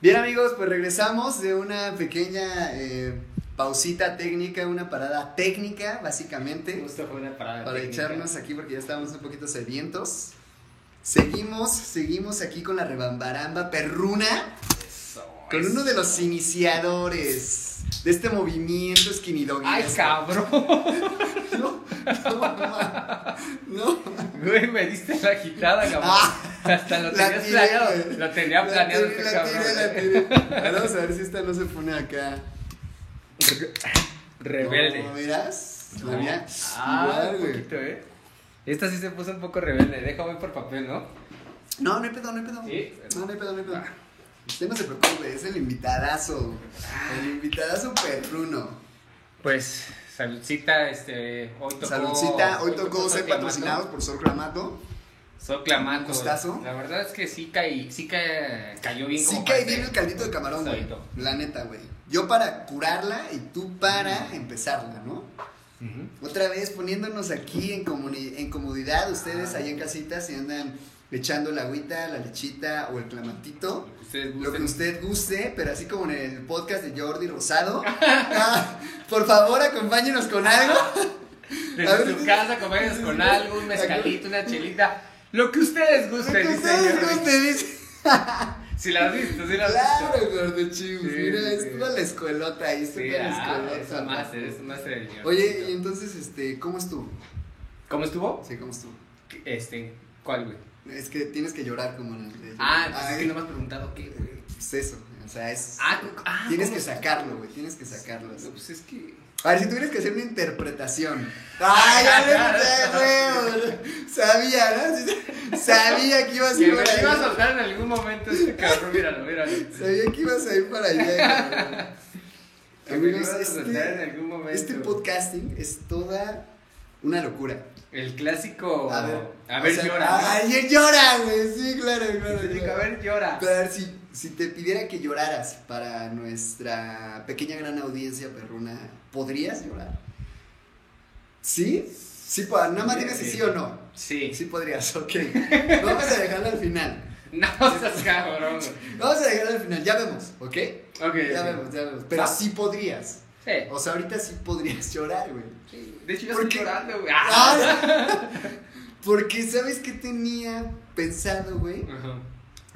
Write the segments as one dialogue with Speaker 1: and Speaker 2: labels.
Speaker 1: Bien amigos, pues regresamos de una pequeña eh, pausita técnica, una parada técnica básicamente,
Speaker 2: Justo fue una parada
Speaker 1: para
Speaker 2: técnica.
Speaker 1: echarnos aquí porque ya estábamos un poquito sedientos. Seguimos, seguimos aquí con la rebambaramba perruna,
Speaker 2: Eso,
Speaker 1: con
Speaker 2: eso.
Speaker 1: uno de los iniciadores de este movimiento skinny doggy.
Speaker 2: ¡Ay, cabrón!
Speaker 1: No, no, mamá, no.
Speaker 2: Güey, me diste la agitada, cabrón.
Speaker 1: Ah,
Speaker 2: Hasta lo
Speaker 1: la
Speaker 2: tenías
Speaker 1: tiré,
Speaker 2: planeado.
Speaker 1: güey.
Speaker 2: Lo tenía
Speaker 1: la
Speaker 2: planeado
Speaker 1: tiré,
Speaker 2: este
Speaker 1: la
Speaker 2: cabrón.
Speaker 1: tiré, la tiré. Ahora Vamos a ver si esta no se pone acá.
Speaker 2: Rebelde.
Speaker 1: No, verás? La
Speaker 2: No.
Speaker 1: mía,
Speaker 2: Ah,
Speaker 1: igual,
Speaker 2: un
Speaker 1: güey.
Speaker 2: poquito, ¿eh? Esta sí se puso un poco rebelde. Deja voy por papel, ¿no?
Speaker 1: No, no hay pedo, no hay pedo.
Speaker 2: Sí.
Speaker 1: No, no hay pedo, no hay pedo. Usted no se preocupe, es el invitadazo. El invitadazo perruno.
Speaker 2: Pues, saludcita, este. Hoy tocó.
Speaker 1: Saludcita, hoy tocó ser
Speaker 2: Clamato.
Speaker 1: patrocinados por Sol Clamato.
Speaker 2: Sol Clamato.
Speaker 1: Gustazo.
Speaker 2: La verdad es que sí, caí, sí ca- cayó bien.
Speaker 1: Sí
Speaker 2: como
Speaker 1: cae
Speaker 2: parte.
Speaker 1: bien el caldito de camarón, güey.
Speaker 2: Solito.
Speaker 1: La neta, güey. Yo para curarla y tú para empezarla, ¿no?
Speaker 2: Ujú.
Speaker 1: Otra vez poniéndonos aquí en, comuni- en comodidad, ustedes allá en casita, si andan echando la agüita, la lechita o el clamatito.
Speaker 2: Lo que ustedes
Speaker 1: Lo que
Speaker 2: gusten.
Speaker 1: usted guste, pero así como en el podcast de Jordi Rosado. Ah, por favor, acompáñenos con algo. A ver,
Speaker 2: Desde su
Speaker 1: sí.
Speaker 2: casa, acompáñenos con algo, un mezcalito, una chelita. Lo que ustedes
Speaker 1: Lo
Speaker 2: gusten,
Speaker 1: que
Speaker 2: dice
Speaker 1: ustedes
Speaker 2: Jordi.
Speaker 1: gusten, dice.
Speaker 2: Si la has visto, si la has visto.
Speaker 1: Claro, gordo chivos.
Speaker 2: Sí,
Speaker 1: Mira,
Speaker 2: sí.
Speaker 1: es toda la escuelota ahí, es toda
Speaker 2: Sí,
Speaker 1: la
Speaker 2: ah,
Speaker 1: escuelota.
Speaker 2: es un máster, es un máster del guión.
Speaker 1: Oye, y entonces, este, ¿cómo estuvo?
Speaker 2: ¿Cómo estuvo?
Speaker 1: Sí, ¿cómo estuvo?
Speaker 2: Este, ¿cuál, güey?
Speaker 1: Es que tienes que llorar como en el de
Speaker 2: Ah, pues es que
Speaker 1: Ay,
Speaker 2: no me has preguntado qué, güey.
Speaker 1: pues eso, o sea, es.
Speaker 2: Ah, tú- ah,
Speaker 1: tienes
Speaker 2: ¿cómo
Speaker 1: que
Speaker 2: se-
Speaker 1: sacarlo, güey, tienes que sacarlo. así.
Speaker 2: No, pues es que.
Speaker 1: A ver, si tuvieras que hacer una interpretación. ¡Ay, ya lo sé, güey! Sabía, ¿no? Sí, Sabía que ibas a
Speaker 2: Que
Speaker 1: ir
Speaker 2: me
Speaker 1: para
Speaker 2: iba a
Speaker 1: allá.
Speaker 2: soltar en algún momento este cabrón, míralo, míralo.
Speaker 1: Sabía que ibas a ir para allá. cabrón.
Speaker 2: Que me lo
Speaker 1: Amigos,
Speaker 2: ibas a soltar en
Speaker 1: este,
Speaker 2: algún momento.
Speaker 1: este podcasting es toda una locura.
Speaker 2: El clásico.
Speaker 1: A ver,
Speaker 2: Oh. A ver,
Speaker 1: o sea,
Speaker 2: llora.
Speaker 1: ¡Ay, llora, güey! Sí, claro, claro.
Speaker 2: El clásico,
Speaker 1: claro.
Speaker 2: A ver, llora.
Speaker 1: Pero a ver, si, si te pidiera que lloraras para nuestra pequeña gran audiencia perruna, ¿podrías llorar? ¿Sí? Sí, pa- nada más
Speaker 2: Sí,
Speaker 1: dime si
Speaker 2: sí.
Speaker 1: sí o no.
Speaker 2: Sí.
Speaker 1: Sí podrías, ok. Vamos a dejarlo al final.
Speaker 2: No seas cabrón. güey.
Speaker 1: Vamos a dejarlo al final, ya vemos, ¿ok?
Speaker 2: Ok.
Speaker 1: Ya
Speaker 2: ok.
Speaker 1: vemos, ya vemos. Pero
Speaker 2: Va.
Speaker 1: sí podrías.
Speaker 2: Sí.
Speaker 1: O sea, ahorita sí podrías llorar, güey.
Speaker 2: De hecho, yo
Speaker 1: ¿Por
Speaker 2: estoy
Speaker 1: qué? Ah.
Speaker 2: llorando, güey. Ah,
Speaker 1: Ay, Porque, ¿sabes qué tenía pensado, güey?
Speaker 2: Ajá.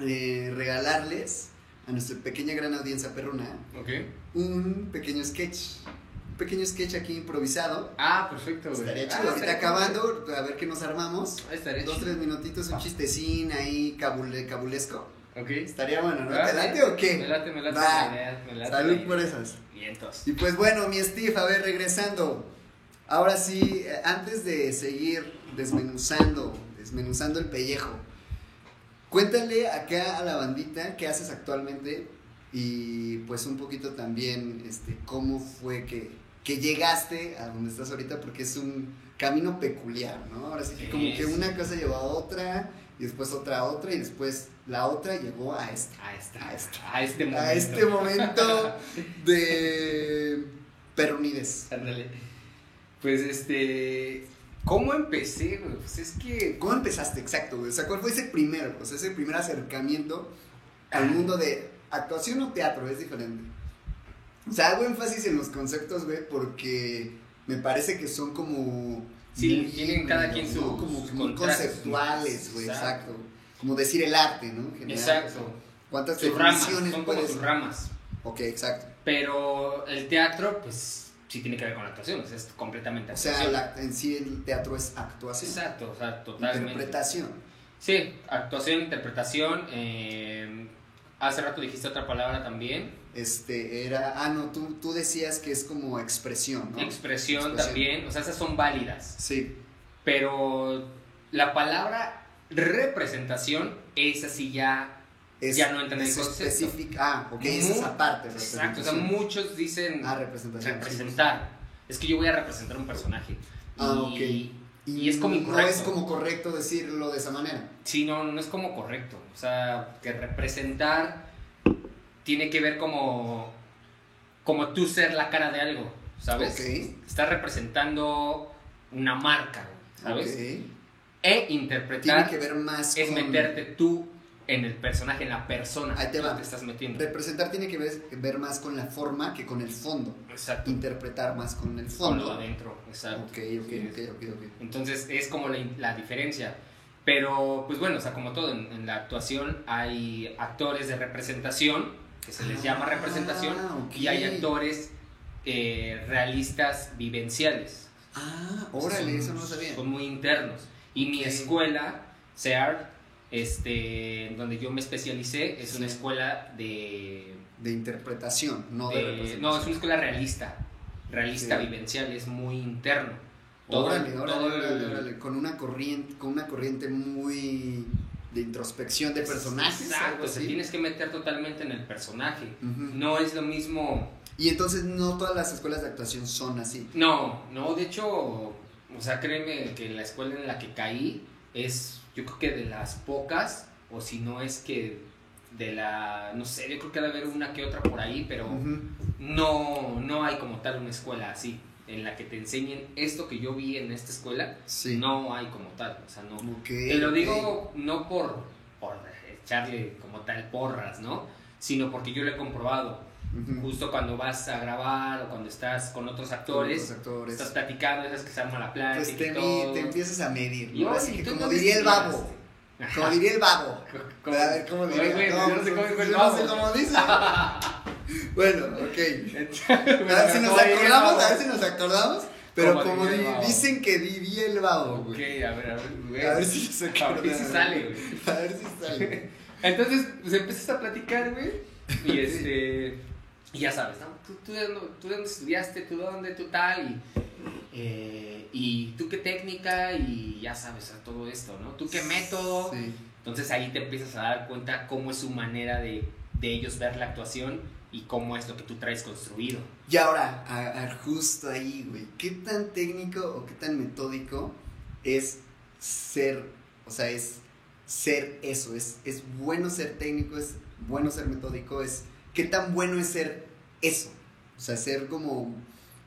Speaker 1: Eh, regalarles a nuestra pequeña gran audiencia perruna
Speaker 2: Ok.
Speaker 1: un pequeño sketch. Un pequeño sketch aquí improvisado.
Speaker 2: Ah, perfecto, güey.
Speaker 1: Estaría
Speaker 2: Ah,
Speaker 1: chido. Ahorita
Speaker 2: estaría cool.
Speaker 1: acabando, a ver qué nos armamos.
Speaker 2: Ah, Estaría
Speaker 1: Dos,
Speaker 2: chido.
Speaker 1: tres minutitos, un chistecín ahí cabule- cabulesco.
Speaker 2: Ok.
Speaker 1: Estaría bueno, ¿no?
Speaker 2: Ah,
Speaker 1: ¿Te late
Speaker 2: sí.
Speaker 1: o qué?
Speaker 2: Me late, me late.
Speaker 1: Va.
Speaker 2: Me late, me late.
Speaker 1: Salud por esas.
Speaker 2: Vientos.
Speaker 1: Y pues bueno, mi Steve, a ver, regresando. Ahora sí, eh, antes de seguir desmenuzando, desmenuzando el pellejo, cuéntale acá a la bandita qué haces actualmente y pues un poquito también este, cómo fue que, que llegaste a donde estás ahorita, porque es un camino peculiar, ¿no? Ahora sí que como
Speaker 2: Sí,
Speaker 1: que
Speaker 2: sí.
Speaker 1: una cosa llevó a otra, y después otra a otra, y después la otra llegó a esta
Speaker 2: Ahí está,
Speaker 1: A
Speaker 2: ahí
Speaker 1: este-
Speaker 2: está. A este
Speaker 1: a
Speaker 2: momento.
Speaker 1: este momento de Perunides.
Speaker 2: Ándale. Pues este. ¿Cómo empecé, güey? Pues es que.
Speaker 1: ¿Cómo empezaste exacto? güey? O sea, ¿cuál fue ese primero? O sea, ese primer acercamiento al mundo de actuación o teatro, es diferente. O sea, hago énfasis en los conceptos, güey, porque me parece que son como...
Speaker 2: Sí,
Speaker 1: muy
Speaker 2: tienen cada
Speaker 1: híbridos,
Speaker 2: quien su-
Speaker 1: ¿no? Como
Speaker 2: sus
Speaker 1: que muy
Speaker 2: contrastes,
Speaker 1: conceptuales, güey, exacto.
Speaker 2: exacto.
Speaker 1: Como decir el arte, ¿no? En general, o
Speaker 2: Exacto.
Speaker 1: sea, ¿Cuántas
Speaker 2: Sus ramas.
Speaker 1: definiciones
Speaker 2: Son como
Speaker 1: puedes...?
Speaker 2: sus ramas.
Speaker 1: Ok, exacto.
Speaker 2: Pero el teatro, pues sí tiene que ver con la actuación. o sea, es completamente
Speaker 1: O sea,
Speaker 2: actuación.
Speaker 1: la- en sí el teatro es actuación.
Speaker 2: Exacto, o sea, totalmente.
Speaker 1: Interpretación.
Speaker 2: Sí, actuación, interpretación. eh, hace rato dijiste otra palabra también.
Speaker 1: Este era. Ah, no, tú, tú decías que es como expresión, ¿no?
Speaker 2: Expresión,
Speaker 1: Expresión.
Speaker 2: también. O sea, esas son válidas.
Speaker 1: sí.
Speaker 2: Pero la palabra representación, esa sí ya.
Speaker 1: Es,
Speaker 2: Ya no entendí
Speaker 1: es
Speaker 2: el concepto.
Speaker 1: específica. Ah, ok, es
Speaker 2: Mu-
Speaker 1: esa parte.
Speaker 2: Exacto, o sea,
Speaker 1: representación.
Speaker 2: muchos dicen
Speaker 1: Ah, representación.
Speaker 2: representar. Es que yo voy a representar un personaje.
Speaker 1: Ah,
Speaker 2: Y-
Speaker 1: ok.
Speaker 2: y es como
Speaker 1: No es
Speaker 2: incorrecto.
Speaker 1: como correcto decirlo de esa manera.
Speaker 2: Sí, no, no es como correcto. O sea, que representar tiene que ver como, como tú ser la cara de algo, ¿sabes?
Speaker 1: Ok.
Speaker 2: Estás representando una marca, ¿sabes?
Speaker 1: Ok.
Speaker 2: e
Speaker 1: Tiene
Speaker 2: interpretar
Speaker 1: que ver más
Speaker 2: es
Speaker 1: con-
Speaker 2: meterte tú en el personaje, en la persona
Speaker 1: Ahí te
Speaker 2: que
Speaker 1: va.
Speaker 2: te estás metiendo.
Speaker 1: Representar tiene que ver, ver más con la forma que con el fondo.
Speaker 2: Exacto.
Speaker 1: Interpretar más con el
Speaker 2: Con lo
Speaker 1: fondo. Ok,
Speaker 2: adentro, exacto.
Speaker 1: ok,
Speaker 2: Sí,
Speaker 1: ok, ok, ok.
Speaker 2: Entonces es como la, la diferencia. Pero, pues bueno, o sea, como todo, en, en la actuación hay actores de representación, que se les llama
Speaker 1: Ah,
Speaker 2: representación,
Speaker 1: ok.
Speaker 2: y hay actores eh, realistas vivenciales.
Speaker 1: Ah, órale,
Speaker 2: Son-
Speaker 1: eso no lo sabía.
Speaker 2: Son muy internos. Y mi
Speaker 1: Ok.
Speaker 2: escuela, SEAR, este, en donde yo me especialicé, es una
Speaker 1: Sí.
Speaker 2: escuela de...
Speaker 1: De interpretación, no de,
Speaker 2: de- no, es
Speaker 1: representación.
Speaker 2: una escuela realista, realista
Speaker 1: Sí.
Speaker 2: vivencial, es muy interno.
Speaker 1: órale, órale,
Speaker 2: todo el-
Speaker 1: órale, órale. Con una corriente, con una corriente muy de introspección de personajes. algo
Speaker 2: Exacto,
Speaker 1: así.
Speaker 2: te tienes que meter totalmente en el personaje.
Speaker 1: Ujú.
Speaker 2: No es lo mismo.
Speaker 1: Y entonces no todas las escuelas de actuación son así.
Speaker 2: No, no, de hecho, o sea, créeme que la escuela en la que caí es, yo creo que de las pocas, o si no es que de la, no sé, yo creo que debe haber una que otra por ahí, pero
Speaker 1: Ujú.
Speaker 2: no, no hay como tal una escuela así, en la que te enseñen esto que yo vi en esta escuela,
Speaker 1: Sí.
Speaker 2: no hay como tal, o sea, no,
Speaker 1: Ok,
Speaker 2: Te lo
Speaker 1: ok.
Speaker 2: digo no por, por echarle como tal porras, ¿no? Sino porque yo lo he comprobado.
Speaker 1: Ujú.
Speaker 2: Justo cuando vas a grabar o cuando estás con otros
Speaker 1: Con
Speaker 2: actores,
Speaker 1: los actores.
Speaker 2: estás platicando, esas que se arma la plática
Speaker 1: Pues te,
Speaker 2: y
Speaker 1: mi-
Speaker 2: todo.
Speaker 1: te empiezas a medir.
Speaker 2: Y,
Speaker 1: ¿no?
Speaker 2: oye,
Speaker 1: Así que
Speaker 2: ¿tú
Speaker 1: como
Speaker 2: dónde
Speaker 1: diría el babo.
Speaker 2: estudiaste?
Speaker 1: Como diría el babo.
Speaker 2: ¿Cómo?
Speaker 1: A ver, ¿cómo diría?
Speaker 2: Oye, güey, yo no sé cómo dijo el
Speaker 1: yo
Speaker 2: babo.
Speaker 1: No sé cómo dice. bueno, ok. A
Speaker 2: Pero
Speaker 1: ver si nos
Speaker 2: ¿cómo diría el
Speaker 1: acordamos,
Speaker 2: babo?
Speaker 1: a ver si nos acordamos. Pero
Speaker 2: Como
Speaker 1: como
Speaker 2: diría el
Speaker 1: di-
Speaker 2: babo.
Speaker 1: dicen que diría el babo,
Speaker 2: Ok,
Speaker 1: güey.
Speaker 2: a ver, a ver, güey.
Speaker 1: A ver si nos
Speaker 2: A
Speaker 1: acordamos.
Speaker 2: ver si sale, güey.
Speaker 1: A ver si sale.
Speaker 2: Entonces, pues empiezas a platicar, güey. Y este. Y ya sabes, ¿no? Tú, tú, de dónde- tú de dónde estudiaste, tú de dónde, tú tal. Y, eh, y tú qué técnica, y ya sabes, o sea, todo esto, ¿no? Tú qué método.
Speaker 1: Sí.
Speaker 2: Entonces ahí te empiezas a dar cuenta cómo es su manera de, de ellos ver la actuación y cómo es lo que tú traes construido.
Speaker 1: Y ahora, a- a- justo ahí, güey, ¿qué tan técnico o qué tan metódico es ser, o sea, es ser eso? Es, es bueno ser técnico, es bueno ser metódico, es qué tan bueno es ser eso. O sea, ser como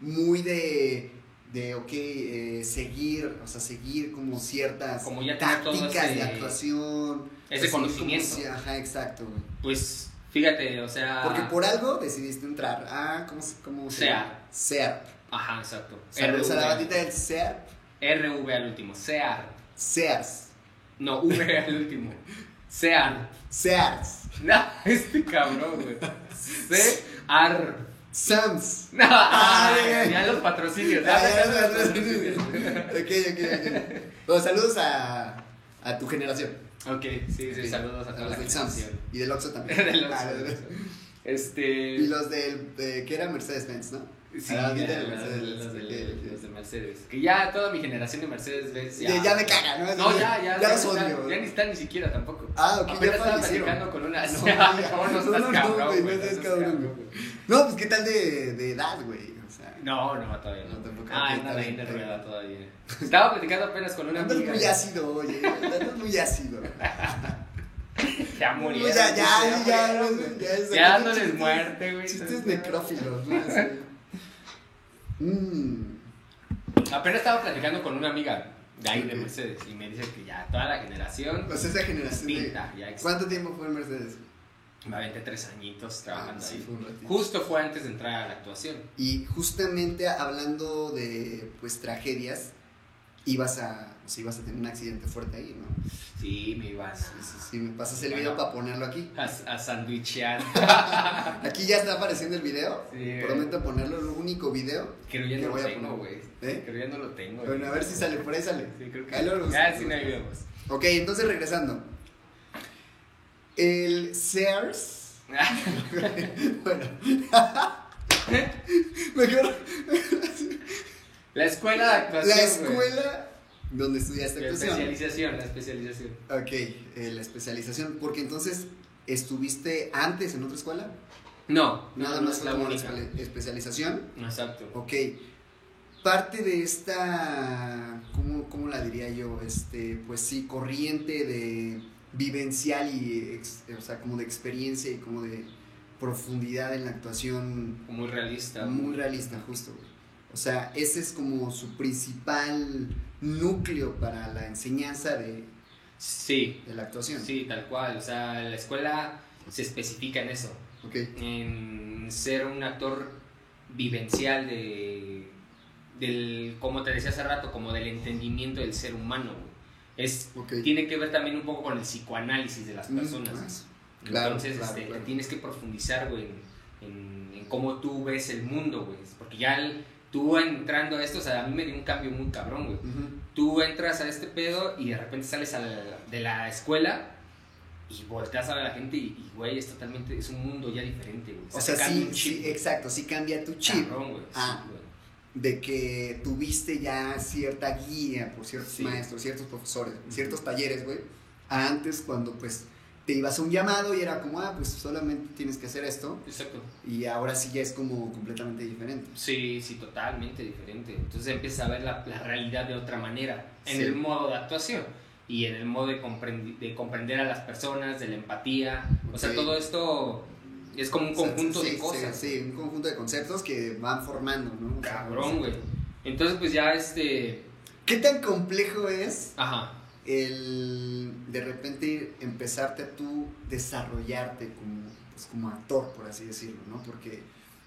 Speaker 1: muy de, de ok, eh, seguir, o sea, seguir como ciertas
Speaker 2: Como ya tener todo
Speaker 1: tácticas de
Speaker 2: ese-
Speaker 1: actuación.
Speaker 2: Ese
Speaker 1: así como
Speaker 2: conocimiento.
Speaker 1: si- ajá, exacto, güey.
Speaker 2: Pues fíjate, o sea.
Speaker 1: Porque por algo decidiste entrar a, ¿cómo, se- cómo se
Speaker 2: Sea.
Speaker 1: llama? Sea.
Speaker 2: Ajá, exacto.
Speaker 1: Saludos a la
Speaker 2: RV,
Speaker 1: bandita del CERP.
Speaker 2: RV al último. CEAR.
Speaker 1: CERS.
Speaker 2: No, V al último. CEAR.
Speaker 1: CERS.
Speaker 2: No, este cabrón, güey. C. Ar.
Speaker 1: SAMS.
Speaker 2: No,
Speaker 1: ya.
Speaker 2: ya los patrocinios. ya
Speaker 1: Ah, ya,
Speaker 2: los
Speaker 1: ya, ya,
Speaker 2: patrocinios.
Speaker 1: ya. Ok, ok, ok. Bueno, saludos a, a tu generación.
Speaker 2: Ok, sí, sí, saludos a toda la
Speaker 1: los del SAMS.
Speaker 2: generación.
Speaker 1: Y del Oxxo también.
Speaker 2: De los-
Speaker 1: Ah, de- de-
Speaker 2: Este.
Speaker 1: Y los del. de- que era Mercedes-Benz, ¿no?
Speaker 2: Sí,
Speaker 1: a la
Speaker 2: ya,
Speaker 1: bandita del
Speaker 2: los de-
Speaker 1: Mercedes.
Speaker 2: los de-
Speaker 1: Ok, ok.
Speaker 2: los de Mercedes. Que ya toda mi generación de Mercedes Benz.
Speaker 1: Ya, ya me caga, ¿no?
Speaker 2: No, ya, ya.
Speaker 1: Ya los
Speaker 2: no están-
Speaker 1: odio.
Speaker 2: Ya ni están ni siquiera tampoco.
Speaker 1: Ah, ok, ya
Speaker 2: Apenas estaba
Speaker 1: fallecieron.
Speaker 2: platicando con una.
Speaker 1: No,
Speaker 2: No,
Speaker 1: ya.
Speaker 2: no, no
Speaker 1: No, no,
Speaker 2: estás
Speaker 1: no,
Speaker 2: cabrón,
Speaker 1: güey,
Speaker 2: güey.
Speaker 1: no
Speaker 2: no
Speaker 1: estás
Speaker 2: estás
Speaker 1: cabrón,
Speaker 2: cabrón,
Speaker 1: güey.
Speaker 2: güey.
Speaker 1: No, pues qué tal de, de edad, güey. O sea,
Speaker 2: No, no, todavía
Speaker 1: No,
Speaker 2: no.
Speaker 1: tampoco.
Speaker 2: Ah,
Speaker 1: Está
Speaker 2: está
Speaker 1: bien,
Speaker 2: bien
Speaker 1: está bien.
Speaker 2: enredada todavía. Estaba platicando apenas con una
Speaker 1: andas
Speaker 2: amiga.
Speaker 1: muy ácido, oye. Andas muy ácido.
Speaker 2: Ya murieron.
Speaker 1: Pues ya, ya, ya, ya,
Speaker 2: murieron,
Speaker 1: ya,
Speaker 2: güey.
Speaker 1: ya,
Speaker 2: ya,
Speaker 1: ya,
Speaker 2: dándoles
Speaker 1: chistes-
Speaker 2: muerte, güey.
Speaker 1: Chistes
Speaker 2: Entonces,
Speaker 1: necrófilos, ¿no? Así. Mm,
Speaker 2: Apenas estaba platicando con una amiga de ahí de
Speaker 1: Ok.
Speaker 2: Mercedes y me dice que ya toda la generación
Speaker 1: pues esa generación de...
Speaker 2: pinta. Ya ex-
Speaker 1: ¿Cuánto tiempo fue en Mercedes?
Speaker 2: me aventé tres añitos
Speaker 1: Ah,
Speaker 2: trabajando
Speaker 1: sí,
Speaker 2: ahí.
Speaker 1: fue un ratito.
Speaker 2: Justo fue antes de entrar a la actuación.
Speaker 1: Y justamente hablando de, pues, tragedias, ibas a, o sea, ibas a tener un accidente fuerte ahí, ¿no?
Speaker 2: Sí, me iban
Speaker 1: Sí, sí, sí, me pasas el
Speaker 2: Bueno.
Speaker 1: video para ponerlo aquí.
Speaker 2: a, a sandwichear.
Speaker 1: Aquí ya está apareciendo el video.
Speaker 2: Ah. Sí, güey.
Speaker 1: Prometo ponerlo, el único video.
Speaker 2: Creo ya
Speaker 1: Que
Speaker 2: no
Speaker 1: voy
Speaker 2: lo
Speaker 1: a
Speaker 2: tengo,
Speaker 1: poner.
Speaker 2: güey.
Speaker 1: ¿Eh?
Speaker 2: Creo ya no lo tengo. güey.
Speaker 1: Bueno, a ver si sale, por ahí sale.
Speaker 2: Sí, creo que.
Speaker 1: Ahí luego lo
Speaker 2: ya,
Speaker 1: buscamos.
Speaker 2: sí, no hay videos.
Speaker 1: Ok, entonces regresando. El Sears. bueno. Mejor
Speaker 2: La escuela de actuación.
Speaker 1: la
Speaker 2: güey.
Speaker 1: escuela donde estudiaste
Speaker 2: La
Speaker 1: actuación.
Speaker 2: especialización, la especialización.
Speaker 1: Ok, eh, la especialización. Porque entonces, ¿estuviste antes en otra escuela?
Speaker 2: No,
Speaker 1: Nada
Speaker 2: no, no
Speaker 1: más
Speaker 2: es
Speaker 1: fue
Speaker 2: la
Speaker 1: como la
Speaker 2: única.
Speaker 1: espe- especialización.
Speaker 2: Exacto.
Speaker 1: Ok. Parte de esta, ¿cómo, cómo la diría yo? Este, pues sí, corriente de vivencial y, ex- o sea, como de experiencia y como de profundidad en la actuación
Speaker 2: Muy realista.
Speaker 1: muy realista, justo. güey. O sea, ese es como su principal núcleo para la enseñanza de,
Speaker 2: Sí,
Speaker 1: de la actuación.
Speaker 2: sí, tal cual. O sea, la escuela se especifica en eso,
Speaker 1: Ok.
Speaker 2: en ser un actor vivencial de, del, como te decía hace rato, como del entendimiento del ser humano. güey. Es,
Speaker 1: ok.
Speaker 2: tiene que ver también un poco con el psicoanálisis de las
Speaker 1: Mm,
Speaker 2: personas.
Speaker 1: ah, claro,
Speaker 2: Entonces,
Speaker 1: claro,
Speaker 2: este,
Speaker 1: claro.
Speaker 2: tienes que profundizar, güey, en, en- en cómo tú ves el mundo, güey. Porque ya el- tú entrando a esto, o sea, a mí me dio un cambio muy cabrón, güey.
Speaker 1: Ujú.
Speaker 2: Tú entras a este pedo y de repente sales a la- de la escuela y volteas a ver a la gente y, y, güey, es totalmente, es un mundo ya diferente, güey.
Speaker 1: O
Speaker 2: te
Speaker 1: sea,
Speaker 2: cambia
Speaker 1: sí,
Speaker 2: un
Speaker 1: sí,
Speaker 2: chip, güey,
Speaker 1: exacto, sí cambia tu chip
Speaker 2: cabrón, güey. Sí,
Speaker 1: Ah.
Speaker 2: güey.
Speaker 1: de que tuviste ya cierta guía por ciertos
Speaker 2: Sí.
Speaker 1: maestros, ciertos profesores,
Speaker 2: Ujú.
Speaker 1: ciertos talleres, güey, a antes cuando pues te ibas a un llamado y era como, ah, pues solamente tienes que hacer esto
Speaker 2: Exacto.
Speaker 1: y ahora sí ya es como completamente diferente.
Speaker 2: Sí, sí, totalmente diferente. Entonces empiezas a ver la, la realidad de otra manera, en
Speaker 1: Sí.
Speaker 2: el modo de actuación y en el modo de, comprendi- de comprender a las personas, de la empatía. O sea,
Speaker 1: Ok.
Speaker 2: todo esto es como un
Speaker 1: O sea,
Speaker 2: conjunto
Speaker 1: sí,
Speaker 2: de
Speaker 1: sí,
Speaker 2: cosas.
Speaker 1: Sí, un conjunto de conceptos que van formando, ¿no? O sea,
Speaker 2: Cabrón, güey. Entonces, pues ya este...
Speaker 1: ¿Qué tan complejo es
Speaker 2: Ajá.
Speaker 1: el de repente empezarte a tú desarrollarte como, pues, como actor, por así decirlo, ¿no? Porque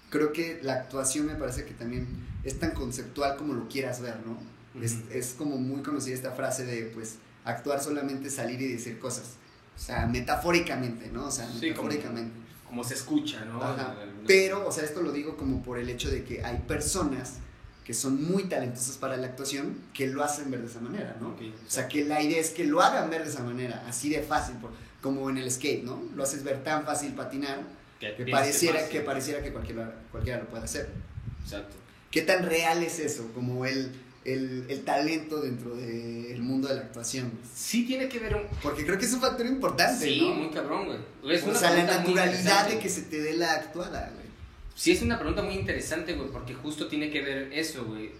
Speaker 1: creo que la actuación me parece que también es tan conceptual como lo quieras ver, ¿no? es,
Speaker 2: Ujú.
Speaker 1: es como muy conocida esta frase de, pues, actuar solamente es salir y decir cosas. O sea, metafóricamente, ¿no? O sea,
Speaker 2: Sí, como-
Speaker 1: metafóricamente.
Speaker 2: Como se escucha, ¿no?
Speaker 1: Ajá.
Speaker 2: Algunas-
Speaker 1: Pero, o sea, esto lo digo como por el hecho de que hay personas que son muy talentosas para la actuación que lo hacen ver de esa manera, ¿no?
Speaker 2: Ok.
Speaker 1: O sea, que la idea es que lo hagan ver de esa manera, así de fácil, por- como en el skate, ¿no? Lo haces ver tan fácil patinar
Speaker 2: Que
Speaker 1: que
Speaker 2: piensas
Speaker 1: pareciera
Speaker 2: fácil.
Speaker 1: que, pareciera que cualquiera, cualquiera lo puede hacer.
Speaker 2: Exacto.
Speaker 1: ¿Qué tan real es eso? Como el, el, el talento dentro del mundo de la actuación.
Speaker 2: Sí tiene que ver un...
Speaker 1: Porque creo que es un factor importante,
Speaker 2: Sí,
Speaker 1: ¿no?
Speaker 2: muy cabrón, güey. Es
Speaker 1: o
Speaker 2: una
Speaker 1: sea, la
Speaker 2: pregunta muy
Speaker 1: naturalidad
Speaker 2: interesante.
Speaker 1: de que se te dé la actuada, güey.
Speaker 2: Sí, es una pregunta muy interesante, güey, porque justo tiene que ver eso, güey.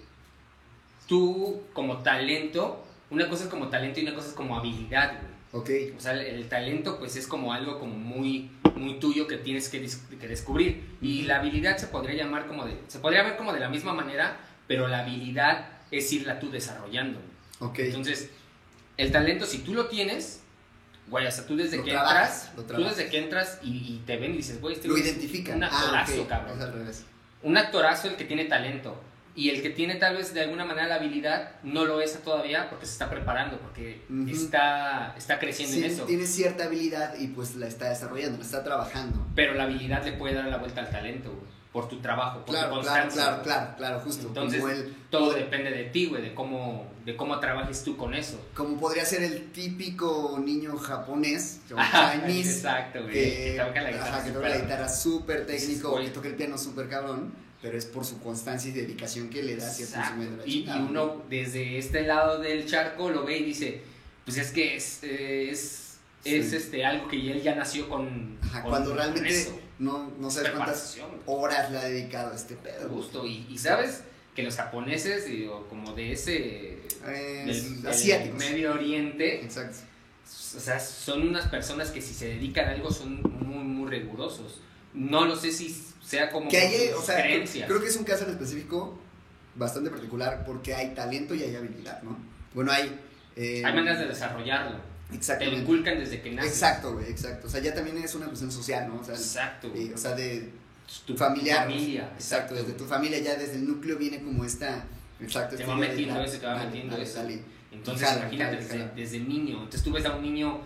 Speaker 2: Tú, como talento, una cosa es como talento y una cosa es como habilidad, güey.
Speaker 1: Ok.
Speaker 2: O sea, el, el talento, pues, es como algo como muy, muy tuyo que tienes que, dis- que descubrir. Y la habilidad se podría llamar como de... Se podría ver como de la misma manera, pero la habilidad es irla tú desarrollando, güey.
Speaker 1: Ok.
Speaker 2: Entonces, el talento, si tú lo tienes, güey, o sea, tú desde
Speaker 1: Lo
Speaker 2: que
Speaker 1: trabajas, lo
Speaker 2: entras, tú
Speaker 1: trabajas.
Speaker 2: desde que entras y, y te ven y dices, güey, este
Speaker 1: lo
Speaker 2: güey es
Speaker 1: identifican.
Speaker 2: un actorazo,
Speaker 1: ah, ok.
Speaker 2: cabrón.
Speaker 1: Es al revés.
Speaker 2: Un actorazo el que tiene talento. Y el que tiene tal vez de alguna manera la habilidad, no lo es todavía porque se está preparando, porque
Speaker 1: Ujú.
Speaker 2: está, está creciendo
Speaker 1: Sí,
Speaker 2: en eso.
Speaker 1: tiene cierta habilidad y pues la está desarrollando, la está trabajando.
Speaker 2: Pero la habilidad le puede dar la vuelta al talento, güey, por tu trabajo, por tu
Speaker 1: Claro, claro,
Speaker 2: constancia.
Speaker 1: claro,
Speaker 2: güey.
Speaker 1: claro, claro, justo.
Speaker 2: Entonces,
Speaker 1: como, el,
Speaker 2: Todo depende de ti, güey, de cómo, de cómo trabajes tú con eso.
Speaker 1: como podría ser el típico niño japonés, o chinese,
Speaker 2: Exacto, güey.
Speaker 1: que,
Speaker 2: Que toca la guitarra.
Speaker 1: ajá, que toca la
Speaker 2: súper-
Speaker 1: guitarra súper
Speaker 2: Dices,
Speaker 1: técnico, o
Speaker 2: "Güey".
Speaker 1: que toca el piano súper cabrón, pero es por su constancia y dedicación que le da cierto
Speaker 2: Exacto.
Speaker 1: instrumento de la
Speaker 2: Y, y
Speaker 1: chingada, ¿no?
Speaker 2: uno desde este lado del charco lo ve y dice, pues es que es, eh, es, es
Speaker 1: Sí.
Speaker 2: este, algo que él ya nació con...
Speaker 1: Ajá,
Speaker 2: con-
Speaker 1: cuando
Speaker 2: con
Speaker 1: realmente
Speaker 2: eso.
Speaker 1: no, no sabes cuántas
Speaker 2: Preparación, güey,
Speaker 1: horas le ha dedicado a este pedo. güey.
Speaker 2: Justo. Y, y sabes que los japoneses, digo, como de ese...
Speaker 1: Eh,
Speaker 2: del- del
Speaker 1: asiáticos.
Speaker 2: Medio Oriente,
Speaker 1: Exacto.
Speaker 2: o sea, son unas personas que si se dedican a algo son muy, muy rigurosos. No lo sé si sea como
Speaker 1: Que
Speaker 2: por
Speaker 1: hay, eh,
Speaker 2: sus
Speaker 1: o sea,
Speaker 2: creencias.
Speaker 1: creo que es un caso en específico bastante particular porque hay talento y hay habilidad, ¿no? Bueno, hay... eh,
Speaker 2: Hay maneras de desarrollarlo. Te lo
Speaker 1: Exactamente.
Speaker 2: inculcan desde que naces.
Speaker 1: Exacto, güey, exacto. O sea, ya también es una cuestión social, ¿no? O sea,
Speaker 2: Exacto. güey.
Speaker 1: eh, o sea, de
Speaker 2: tu
Speaker 1: familiar.
Speaker 2: familia,
Speaker 1: Exacto, desde tu familia, ya desde el núcleo viene como esta... Exacto,
Speaker 2: Te
Speaker 1: esta
Speaker 2: va
Speaker 1: idea de
Speaker 2: metiendo
Speaker 1: dale,
Speaker 2: eso, te va
Speaker 1: dale,
Speaker 2: metiendo
Speaker 1: dale,
Speaker 2: eso.
Speaker 1: dale.
Speaker 2: Entonces,
Speaker 1: Jala,
Speaker 2: imagínate,
Speaker 1: jala,
Speaker 2: desde,
Speaker 1: jala.
Speaker 2: desde niño. Entonces tú ves a un niño,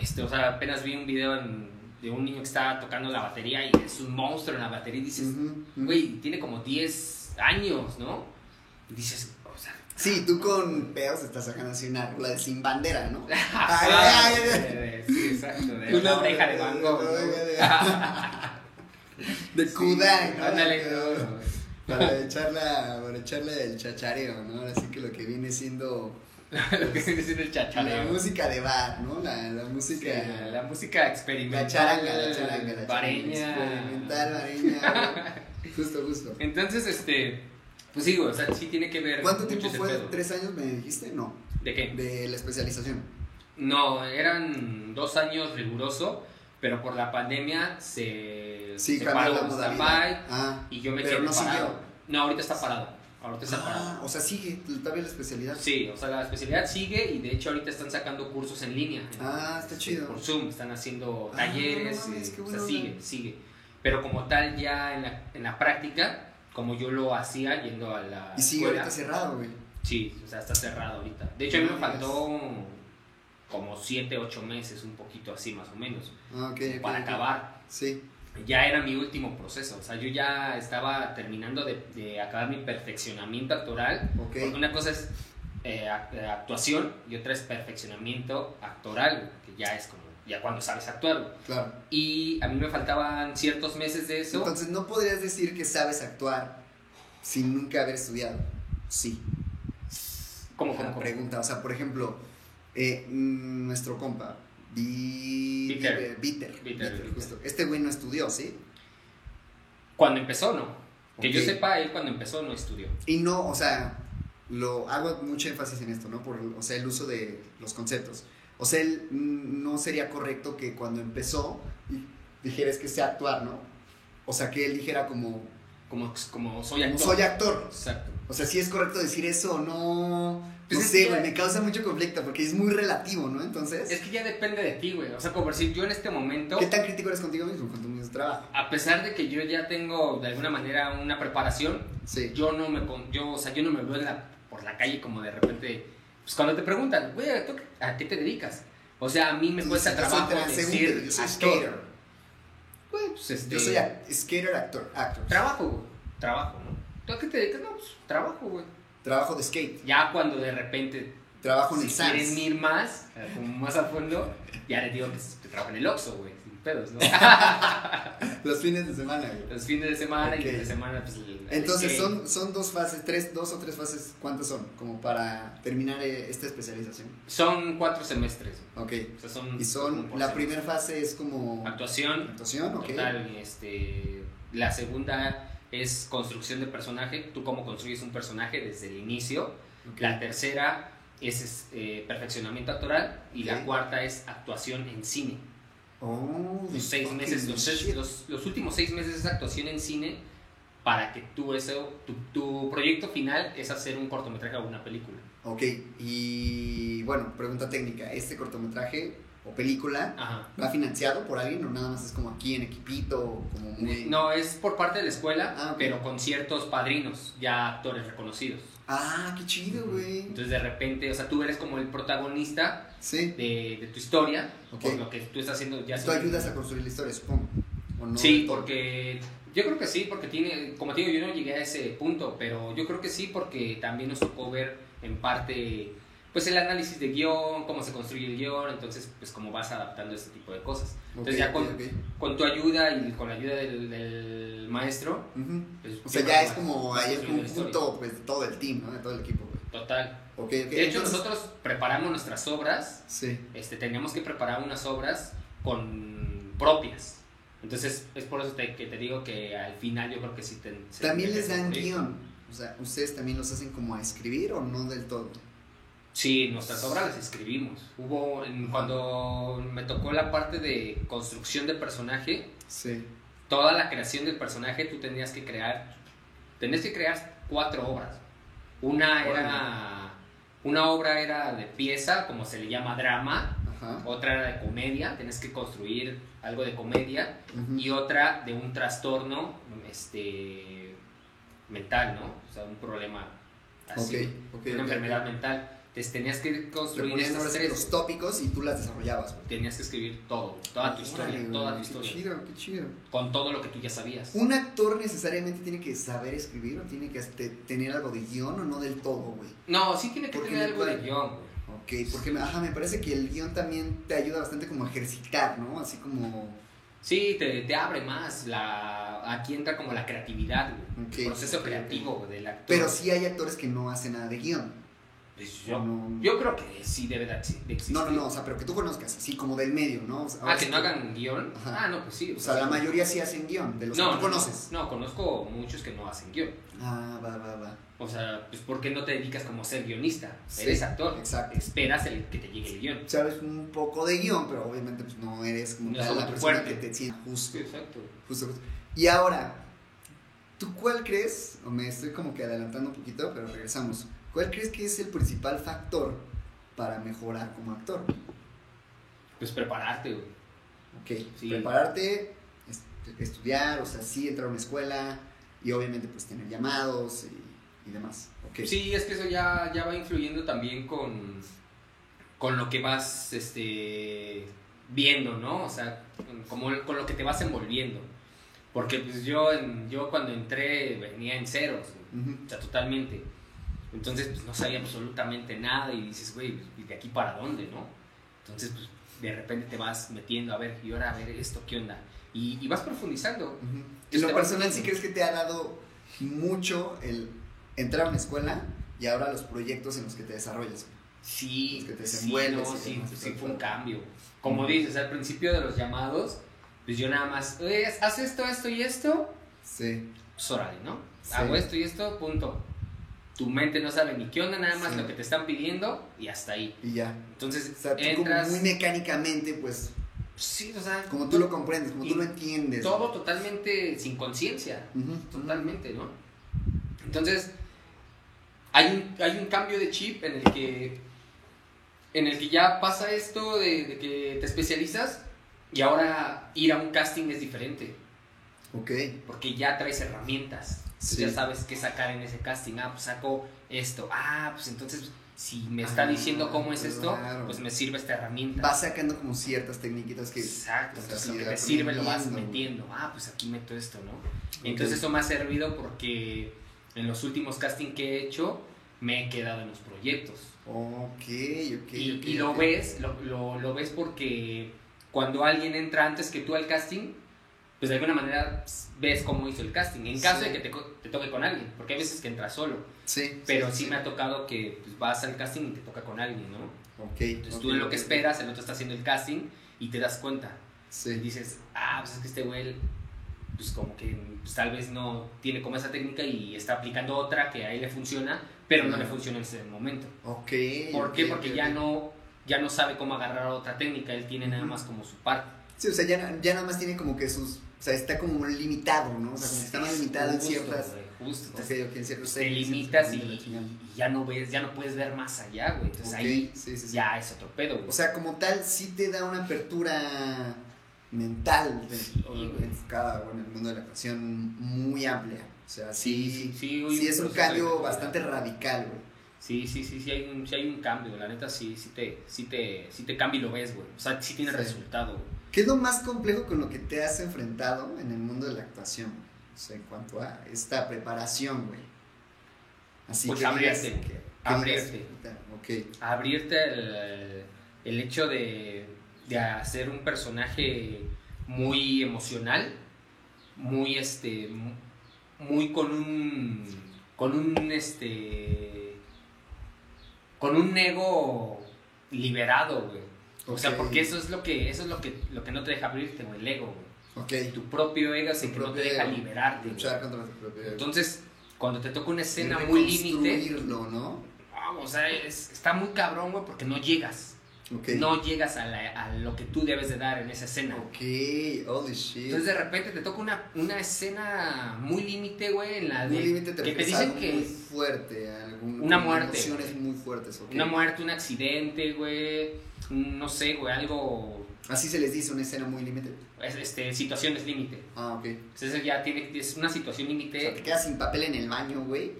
Speaker 2: este, o sea, apenas vi un video en- de un niño que estaba tocando la batería y es un monstruo en la batería y dices,
Speaker 1: Ujú, ujú.
Speaker 2: güey, tiene como 10 años, ¿no? Y dices, o sea,
Speaker 1: Sí, tú con peos estás sacando así una rola de sin bandera, ¿no?
Speaker 2: ajá,
Speaker 1: ay, ay.
Speaker 2: de- de- sí, exacto, de una oreja de Van Gogh,
Speaker 1: De,
Speaker 2: ¿no?
Speaker 1: de,
Speaker 2: Sí,
Speaker 1: Kudai, ¿no?
Speaker 2: ándale, no,
Speaker 1: Para echarla, para echarle el chachareo, ¿no? Así que lo que viene siendo
Speaker 2: Lo que viene siendo el
Speaker 1: la
Speaker 2: chachaleo.
Speaker 1: música de bar, ¿no? La, la
Speaker 2: Sí,
Speaker 1: música.
Speaker 2: la, la música
Speaker 1: la
Speaker 2: experimental.
Speaker 1: charanga, la charanga, la charanga.
Speaker 2: vareña.
Speaker 1: Experimental, vareña. güey. Justo, justo.
Speaker 2: Entonces, este. Pues sí, güey, o sea, sí tiene que ver.
Speaker 1: ¿Cuánto
Speaker 2: mucho
Speaker 1: tiempo
Speaker 2: ese
Speaker 1: fue?
Speaker 2: pedo.
Speaker 1: ¿Tres años me dijiste? No.
Speaker 2: ¿De qué?
Speaker 1: De la especialización.
Speaker 2: No, eran dos años riguroso, pero por la pandemia se,
Speaker 1: Sí,
Speaker 2: se
Speaker 1: cambió
Speaker 2: paró
Speaker 1: la
Speaker 2: Stand
Speaker 1: modalidad.
Speaker 2: By
Speaker 1: Ah,
Speaker 2: y yo me
Speaker 1: pero
Speaker 2: quedé
Speaker 1: no
Speaker 2: parado.
Speaker 1: siguió.
Speaker 2: No, ahorita está parado. Ahorita está
Speaker 1: Ah, o sea, sigue todavía la especialidad.
Speaker 2: Sí, o sea, la especialidad sigue y de hecho ahorita están sacando cursos en línea.
Speaker 1: Ah, está chido.
Speaker 2: Por Zoom, están haciendo
Speaker 1: Ah,
Speaker 2: talleres,
Speaker 1: no mames,
Speaker 2: eh,
Speaker 1: qué
Speaker 2: o sea,
Speaker 1: buena
Speaker 2: sigue,
Speaker 1: onda.
Speaker 2: sigue. Pero como tal, ya en la, en la práctica, como yo lo hacía yendo a la
Speaker 1: Y sigue
Speaker 2: escuela,
Speaker 1: ahorita cerrado, güey.
Speaker 2: sí, o sea, está cerrado ahorita. De hecho, a mí me
Speaker 1: No mames.
Speaker 2: faltó como 7, 8 meses, un poquito así más o menos,
Speaker 1: Ah, ok, ok,
Speaker 2: para
Speaker 1: ok.
Speaker 2: acabar.
Speaker 1: Sí.
Speaker 2: Ya era mi último proceso, o sea, yo ya estaba terminando de, de acabar mi perfeccionamiento actoral
Speaker 1: Ok.
Speaker 2: porque una cosa es eh, ac- eh, actuación y otra es perfeccionamiento actoral, que ya es como, ya cuando sabes actuar. güey.
Speaker 1: Claro.
Speaker 2: Y a mí me faltaban ciertos meses de eso.
Speaker 1: Entonces, no podrías decir que sabes actuar sin nunca haber estudiado. Sí.
Speaker 2: como
Speaker 1: Una pregunta. O sea, por ejemplo, eh, mm, nuestro compa, Bi-
Speaker 2: Peter.
Speaker 1: Bi- Peter.
Speaker 2: Peter, Peter.
Speaker 1: justo. Este güey no estudió, ¿sí?
Speaker 2: Cuando empezó, no. Que yo
Speaker 1: Ok.
Speaker 2: sepa, él cuando empezó no estudió.
Speaker 1: Y no, o sea, lo hago mucho énfasis en esto, ¿no? Por, o sea, el uso de los conceptos. O sea, él, mm, no sería correcto que cuando empezó dijeras que sé actuar, ¿no? O sea, que él dijera como,
Speaker 2: Como, como soy
Speaker 1: como
Speaker 2: actor.
Speaker 1: soy actor.
Speaker 2: Exacto.
Speaker 1: O sea, si es correcto decir eso o no.
Speaker 2: Pues
Speaker 1: no
Speaker 2: es
Speaker 1: sé,
Speaker 2: que-
Speaker 1: güey, me causa mucho conflicto porque es muy relativo, ¿no? Entonces,
Speaker 2: Es que ya depende de ti, güey. O sea, como decir, yo en este momento,
Speaker 1: ¿qué tan crítico eres contigo mismo, con tu mismo trabajo?
Speaker 2: a pesar de que yo ya tengo de alguna manera una preparación,
Speaker 1: Sí.
Speaker 2: yo no me con- yo o sea yo no me veo en la- por la calle como de repente pues cuando te preguntan güey ¿tú qué- a qué te dedicas o sea a mí me
Speaker 1: Tú
Speaker 2: cuesta
Speaker 1: dices, yo
Speaker 2: trabajo
Speaker 1: soy transeúnte,
Speaker 2: decir
Speaker 1: yo soy
Speaker 2: actor.
Speaker 1: skater.
Speaker 2: Güey, pues, este,
Speaker 1: Yo soy ac- skater, actor, actor.
Speaker 2: trabajo güey trabajo no tú a qué te dedicas no pues trabajo güey
Speaker 1: trabajo de skate,
Speaker 2: ya cuando de repente
Speaker 1: trabajo en
Speaker 2: si
Speaker 1: el SANS.
Speaker 2: quieren ir más eh, como más a fondo ya les digo que s- que trabajo en el Oxxo güey sin pedos no
Speaker 1: Los fines de semana, güey.
Speaker 2: los fines de semana
Speaker 1: Ok.
Speaker 2: y entre semana pues el- el
Speaker 1: Entonces
Speaker 2: skate.
Speaker 1: son, son dos fases, tres, dos o tres fases, ¿cuántas son? Como para terminar eh, esta especialización.
Speaker 2: son cuatro semestres güey.
Speaker 1: Ok.
Speaker 2: o sea, son
Speaker 1: Y
Speaker 2: como
Speaker 1: son,
Speaker 2: por
Speaker 1: la
Speaker 2: semestre.
Speaker 1: primera fase es como
Speaker 2: actuación
Speaker 1: actuación, ok.
Speaker 2: Total, este, la segunda es construcción de personaje, tú cómo construyes un personaje desde el inicio.
Speaker 1: Ok.
Speaker 2: La tercera es, es, eh, perfeccionamiento actoral y
Speaker 1: Ok.
Speaker 2: la cuarta es actuación en cine.
Speaker 1: Oh,
Speaker 2: Los seis
Speaker 1: fucking
Speaker 2: meses, los, seis-
Speaker 1: shit.
Speaker 2: los- los últimos seis meses es actuación en cine para que tú eso, tu, tu proyecto final es hacer un cortometraje o una película.
Speaker 1: Ok, y bueno, pregunta técnica, ¿este cortometraje o película
Speaker 2: Ajá.
Speaker 1: va financiado por alguien o nada más es como aquí en equipito o como muy...
Speaker 2: No, es por parte de la escuela,
Speaker 1: Ah, ok.
Speaker 2: pero con ciertos padrinos, ya actores reconocidos.
Speaker 1: Ah, qué chido, güey.
Speaker 2: Entonces de repente, o sea, tú eres como el protagonista
Speaker 1: Sí,
Speaker 2: de, de tu historia,
Speaker 1: Ok.
Speaker 2: por lo que tú estás haciendo ya.
Speaker 1: tú
Speaker 2: sea-
Speaker 1: ayudas a construir la historia, supongo. ¿o no?
Speaker 2: sí, porque yo creo que sí, porque tiene, como te digo, yo no llegué a ese punto, pero yo creo que sí porque también nos tocó ver en parte, pues el análisis de guión, cómo se construye el guión, entonces pues cómo vas adaptando este tipo de cosas. Entonces
Speaker 1: Ok,
Speaker 2: ya con,
Speaker 1: ok, ok.
Speaker 2: con tu ayuda y con la ayuda del, del maestro,
Speaker 1: Ujú.
Speaker 2: pues,
Speaker 1: O
Speaker 2: yo
Speaker 1: sea,
Speaker 2: creo
Speaker 1: ya
Speaker 2: que
Speaker 1: es
Speaker 2: vas-
Speaker 1: como
Speaker 2: vas
Speaker 1: ahí el
Speaker 2: construyendo la historia.
Speaker 1: conjunto pues, de todo el team, ¿no? De todo el equipo, güey.
Speaker 2: Total.
Speaker 1: Ok, ok.
Speaker 2: De hecho,
Speaker 1: Entonces-
Speaker 2: nosotros preparamos nuestras obras
Speaker 1: Sí.
Speaker 2: este, teníamos que preparar unas obras con propias. Entonces, es por eso te- que te digo que al final yo creo que sí te... se
Speaker 1: También
Speaker 2: te-
Speaker 1: les dan
Speaker 2: sí.
Speaker 1: guión. O sea, ¿ustedes también los hacen como a escribir o no del todo?
Speaker 2: Sí, nuestras obras las escribimos. Hubo, en- cuando me tocó la parte de construcción de personaje,
Speaker 1: Sí.
Speaker 2: toda la creación del personaje tú tenías que crear, tenías que crear cuatro obras. Una era, una obra era de pieza, como se le llama drama,
Speaker 1: Ajá.
Speaker 2: otra era de comedia, tenías que construir algo de comedia,
Speaker 1: Ujú.
Speaker 2: y otra de un trastorno este mental, ¿no? O sea, un problema así,
Speaker 1: Ok, ok. ok.
Speaker 2: una enfermedad mental. Entonces tenías que
Speaker 1: Le
Speaker 2: construir
Speaker 1: ponían
Speaker 2: esas
Speaker 1: ahora sí que
Speaker 2: tres,
Speaker 1: los
Speaker 2: güey.
Speaker 1: tópicos y tú las desarrollabas, güey.
Speaker 2: Tenías que escribir todo, toda tu historia,
Speaker 1: Órale, güey,
Speaker 2: toda tu
Speaker 1: Qué
Speaker 2: historia,
Speaker 1: chido, qué chido.
Speaker 2: con todo lo que tú ya sabías.
Speaker 1: ¿Un actor necesariamente tiene que saber escribir o tiene que este, tener algo de guión o no del todo, güey?
Speaker 2: No, sí tiene que
Speaker 1: Porque
Speaker 2: tener
Speaker 1: no
Speaker 2: algo de
Speaker 1: puede.
Speaker 2: guión, güey.
Speaker 1: Ok, porque me- ajá, me parece que el guión también te ayuda bastante como a ejercitar, ¿no? Así como...
Speaker 2: Sí, te, te abre más, la aquí entra como la creatividad, güey.
Speaker 1: Ok,
Speaker 2: el proceso
Speaker 1: ok,
Speaker 2: creativo güey, del actor.
Speaker 1: Pero sí hay actores que no hacen nada de guión.
Speaker 2: Pues
Speaker 1: O
Speaker 2: yo,
Speaker 1: no-
Speaker 2: yo creo que sí debe de exi- de existir.
Speaker 1: No, no, no, o sea, pero que tú conozcas, así como del medio, ¿no? O sea,
Speaker 2: Ah,
Speaker 1: ahora
Speaker 2: que
Speaker 1: sí
Speaker 2: no hagan guión.
Speaker 1: Ajá.
Speaker 2: Ah, no, pues sí.
Speaker 1: O sea, la mayoría sí hacen guión, de los que tú conoces.
Speaker 2: No, conozco muchos que no hacen guión.
Speaker 1: Ah, va, va, va.
Speaker 2: O sea, pues ¿por qué no te dedicas como a ser guionista?
Speaker 1: Sí,
Speaker 2: Eres actor.
Speaker 1: exacto.
Speaker 2: Esperas el que te llegue el guión.
Speaker 1: Sabes un poco de guión, pero obviamente pues, no eres como
Speaker 2: No es
Speaker 1: tal
Speaker 2: como
Speaker 1: la
Speaker 2: tu
Speaker 1: persona
Speaker 2: fuerte.
Speaker 1: que te sienta justo,
Speaker 2: exacto.
Speaker 1: justo, justo. Y ahora, ¿Tú cuál crees? O me estoy como que adelantando un poquito, pero regresamos. ¿Cuál crees que es el principal factor para mejorar como actor?
Speaker 2: Pues prepararte, güey.
Speaker 1: Ok,
Speaker 2: Sí.
Speaker 1: prepararte, est- estudiar, o sea, sí entrar a una escuela y obviamente pues tener llamados y, y demás. Ok.
Speaker 2: Sí, es que eso ya, ya va influyendo también con, con lo que vas este, viendo, ¿no? O sea, con- como, con lo que te vas envolviendo. Porque pues yo, en- yo cuando entré venía en ceros, güey.
Speaker 1: Ujú.
Speaker 2: o sea, totalmente. Entonces, pues no sabía absolutamente nada y dices, güey, pues, ¿y de aquí para dónde, no? Entonces, pues de repente te vas metiendo a ver, y ahora a ver esto, ¿qué onda? Y, y vas profundizando.
Speaker 1: Ujú.
Speaker 2: Yo
Speaker 1: En lo
Speaker 2: estaba
Speaker 1: personal,
Speaker 2: pensando.
Speaker 1: ¿sí crees que te ha dado mucho el entrar a una escuela y ahora los proyectos en los que te desarrollas?
Speaker 2: Sí,
Speaker 1: Los que te
Speaker 2: sí,
Speaker 1: desenvuelves
Speaker 2: no,
Speaker 1: y
Speaker 2: sí,
Speaker 1: demás, Mm.
Speaker 2: sí
Speaker 1: todo,
Speaker 2: fue
Speaker 1: todo.
Speaker 2: un cambio. Como dices, al principio de los llamados, pues yo nada más, "Oye, haz esto, esto y esto,
Speaker 1: Sí.
Speaker 2: pues órale, ¿no?
Speaker 1: Sí.
Speaker 2: Hago esto y esto, punto. Tu mente no sabe ni qué onda, nada más
Speaker 1: Sí.
Speaker 2: lo que te están pidiendo y hasta ahí.
Speaker 1: Y ya.
Speaker 2: Entonces,
Speaker 1: O sea, tú
Speaker 2: entras...
Speaker 1: como muy mecánicamente, pues,
Speaker 2: sí, o sea,
Speaker 1: como tú lo comprendes, como
Speaker 2: Y
Speaker 1: tú lo entiendes.
Speaker 2: todo totalmente sin conciencia.
Speaker 1: Ujú.
Speaker 2: Totalmente, ¿no? Entonces, hay un, hay un cambio de chip en el que, en el que ya pasa esto de, de que te especializas y ahora ir a un casting es diferente,
Speaker 1: Ok.
Speaker 2: porque ya traes herramientas,
Speaker 1: Sí.
Speaker 2: ya sabes qué sacar en ese casting, ah, pues saco esto, ah, pues entonces si me está
Speaker 1: Ah,
Speaker 2: diciendo cómo es
Speaker 1: claro.
Speaker 2: esto, pues me sirve esta herramienta.
Speaker 1: Vas sacando como ciertas técnicas que...
Speaker 2: Exacto,
Speaker 1: Pues
Speaker 2: entonces
Speaker 1: así,
Speaker 2: lo que te sirve lo vas
Speaker 1: aprendiendo.
Speaker 2: metiendo. Ah, pues aquí meto esto, ¿no?
Speaker 1: Ok.
Speaker 2: Entonces eso me ha servido porque en los últimos casting que he hecho me he quedado en los proyectos.
Speaker 1: Ok, ok,
Speaker 2: y,
Speaker 1: ok,
Speaker 2: y lo
Speaker 1: ok.
Speaker 2: ves, lo, lo- lo ves porque cuando alguien entra antes que tú al casting, pues de alguna manera pues, ves cómo hizo el casting. En caso
Speaker 1: Sí.
Speaker 2: de que te, co- te toque con alguien, porque hay veces que entras solo,
Speaker 1: Sí.
Speaker 2: pero sí, me ha tocado que pues, vas al casting y te toca con alguien, ¿no?
Speaker 1: Ok.
Speaker 2: Entonces
Speaker 1: ok,
Speaker 2: tú en lo
Speaker 1: ok,
Speaker 2: que
Speaker 1: ok.
Speaker 2: esperas, el otro está haciendo el casting y te das cuenta. Y
Speaker 1: Sí.
Speaker 2: dices, ah, pues es que este güey, pues como que pues, tal vez no tiene como esa técnica y está aplicando otra que a él le funciona, pero no le
Speaker 1: Ujú.
Speaker 2: funciona en ese momento.
Speaker 1: Ok.
Speaker 2: ¿Por qué?
Speaker 1: ok,
Speaker 2: Porque
Speaker 1: ok,
Speaker 2: ya
Speaker 1: ok.
Speaker 2: no, ya no sabe cómo agarrar otra técnica, él tiene nada
Speaker 1: Ujú.
Speaker 2: más como su parte.
Speaker 1: Sí, o sea, ya, na- ya nada más tiene como que sus... O sea, está como limitado, ¿no? O sea, como que está más limitado en
Speaker 2: Justo,
Speaker 1: ciertas...
Speaker 2: güey, justo.
Speaker 1: Ok,
Speaker 2: Entonces,
Speaker 1: ok, en ciertos
Speaker 2: te
Speaker 1: técnicas,
Speaker 2: limitas y,
Speaker 1: en ciertos
Speaker 2: y ya no ves, ya no puedes ver más allá, güey.
Speaker 1: Ok,
Speaker 2: Entonces ahí
Speaker 1: sí, sí, sí.
Speaker 2: ya es otro pedo, güey.
Speaker 1: O sea, como tal, sí te da una apertura mental de-
Speaker 2: Sí,
Speaker 1: o
Speaker 2: güey.
Speaker 1: enfocada bueno, en el mundo de la canción muy amplia. O sea, sí, sí,
Speaker 2: güey,
Speaker 1: es un
Speaker 2: proceso de
Speaker 1: cambio
Speaker 2: mejora.
Speaker 1: bastante radical, güey.
Speaker 2: Sí, sí, sí, sí hay un, sí hay un cambio, la neta sí, sí te, sí te, sí te cambia y lo ves, güey. O sea, sí tiene
Speaker 1: Sí.
Speaker 2: resultado, güey.
Speaker 1: ¿Qué es lo más complejo con lo que te has enfrentado en el mundo de la actuación? güey? O sea, en cuanto a esta preparación, güey. Así
Speaker 2: Pues
Speaker 1: que digas-
Speaker 2: abrirte,
Speaker 1: que- que
Speaker 2: abrirte.
Speaker 1: digas, puta, Ok,
Speaker 2: Abrirte el, el hecho de, de hacer un personaje muy emocional, muy este. mu- muy con un. con un este. con un ego liberado, güey. O sea,
Speaker 1: Ok.
Speaker 2: porque eso es lo que, eso es lo que, lo que no te deja abrirte, güey, el ego, güey.
Speaker 1: ok.
Speaker 2: Tu propio ego es
Speaker 1: Tu
Speaker 2: el que no te
Speaker 1: propio
Speaker 2: deja
Speaker 1: ego.
Speaker 2: liberarte. güey.
Speaker 1: Luchar contra tu propio ego.
Speaker 2: Entonces, cuando te toca una escena
Speaker 1: Y
Speaker 2: muy límite,
Speaker 1: reconstruirlo, ¿no?
Speaker 2: ah, o sea, es- está muy cabrón, güey, porque no llegas.
Speaker 1: Ok.
Speaker 2: No llegas a, la- a lo que tú debes de dar en esa escena.
Speaker 1: Ok, holy shit.
Speaker 2: Entonces, de repente te toca una, una escena muy límite, güey, en la de.
Speaker 1: un límite
Speaker 2: que te dicen
Speaker 1: atravesado
Speaker 2: que.
Speaker 1: muy fuerte, algún,
Speaker 2: Una
Speaker 1: con
Speaker 2: muerte.
Speaker 1: Emociones muy fuertes, ¿ok?
Speaker 2: Una muerte, un accidente, güey. un- No sé, güey, algo.
Speaker 1: Así se les dice, una escena muy límite.
Speaker 2: es- Este, situaciones límite.
Speaker 1: Ah, ok.
Speaker 2: Entonces, eso ya tiene. Es una situación
Speaker 1: O sea, te
Speaker 2: límite.
Speaker 1: quedas sin papel en el baño, güey.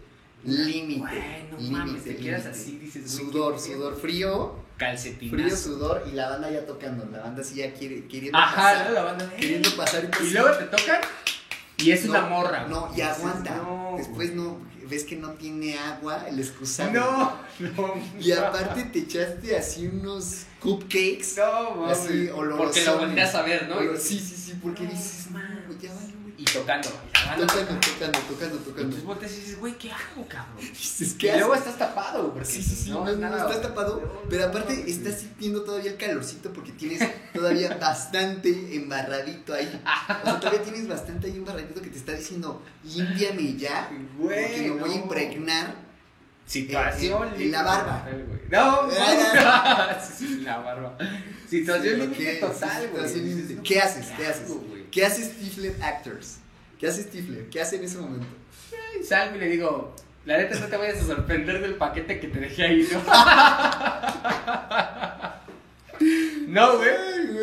Speaker 1: Límite.
Speaker 2: Güey, no
Speaker 1: límite,
Speaker 2: mames, te quedas
Speaker 1: límite.
Speaker 2: así, dices. güey,
Speaker 1: Sudor,
Speaker 2: qué-
Speaker 1: sudor frío,
Speaker 2: Calcetinazo.
Speaker 1: frío, sudor y la banda ya tocando, la banda sí ya quiere, queriendo
Speaker 2: Ajá,
Speaker 1: pasar,
Speaker 2: la banda.
Speaker 1: queriendo pasar
Speaker 2: Y
Speaker 1: entonces-
Speaker 2: luego te tocan y es
Speaker 1: No,
Speaker 2: una morra.
Speaker 1: No,
Speaker 2: güey.
Speaker 1: y
Speaker 2: Dices,
Speaker 1: aguanta,
Speaker 2: No,
Speaker 1: después
Speaker 2: güey.
Speaker 1: no, ves que no tiene agua, el excusado.
Speaker 2: No, no.
Speaker 1: Y aparte te echaste así unos cupcakes.
Speaker 2: No, güey.
Speaker 1: así oloroso.
Speaker 2: Porque lo volteas a ver, ¿no?
Speaker 1: Olor- sí, sí, sí, porque
Speaker 2: No,
Speaker 1: dices, no,
Speaker 2: mames.
Speaker 1: güey, ya vale, güey.
Speaker 2: Y tocando. y la banda
Speaker 1: Tocando,
Speaker 2: tocando.
Speaker 1: tocando, tocando, tocando.
Speaker 2: Entonces volteas y dices, güey, ¿qué hago, cabrón?
Speaker 1: Dices,
Speaker 2: Y
Speaker 1: ¿qué
Speaker 2: luego
Speaker 1: haces?
Speaker 2: estás tapado, porque
Speaker 1: Sí, sí, sí, no,
Speaker 2: es
Speaker 1: no,
Speaker 2: nada,
Speaker 1: estás
Speaker 2: güey.
Speaker 1: tapado,
Speaker 2: No,
Speaker 1: pero
Speaker 2: no,
Speaker 1: aparte
Speaker 2: no,
Speaker 1: estás sintiendo todavía el calorcito porque tienes todavía bastante embarradito ahí. O sea, todavía tienes bastante ahí embarradito que te está diciendo, límpiame ya, porque
Speaker 2: Güey,
Speaker 1: me voy a
Speaker 2: no.
Speaker 1: impregnar.
Speaker 2: Situación
Speaker 1: eh, En- en- en la
Speaker 2: límite
Speaker 1: barba.
Speaker 2: total, güey. No,
Speaker 1: Ah.
Speaker 2: no. Sí, sí, la barba. Situación
Speaker 1: Sí,
Speaker 2: límite
Speaker 1: ok,
Speaker 2: total,
Speaker 1: situación
Speaker 2: güey.
Speaker 1: límite.
Speaker 2: Dices,
Speaker 1: ¿Qué
Speaker 2: no,
Speaker 1: haces? ¿Qué haces?
Speaker 2: hago, güey?
Speaker 1: ¿Qué haces Tiflet Actors? ¿Qué hace Stifler? ¿Qué hace en ese momento?
Speaker 2: Y salgo y le digo, la neta no te vayas a sorprender del paquete que te dejé ahí, ¿no? no, güey.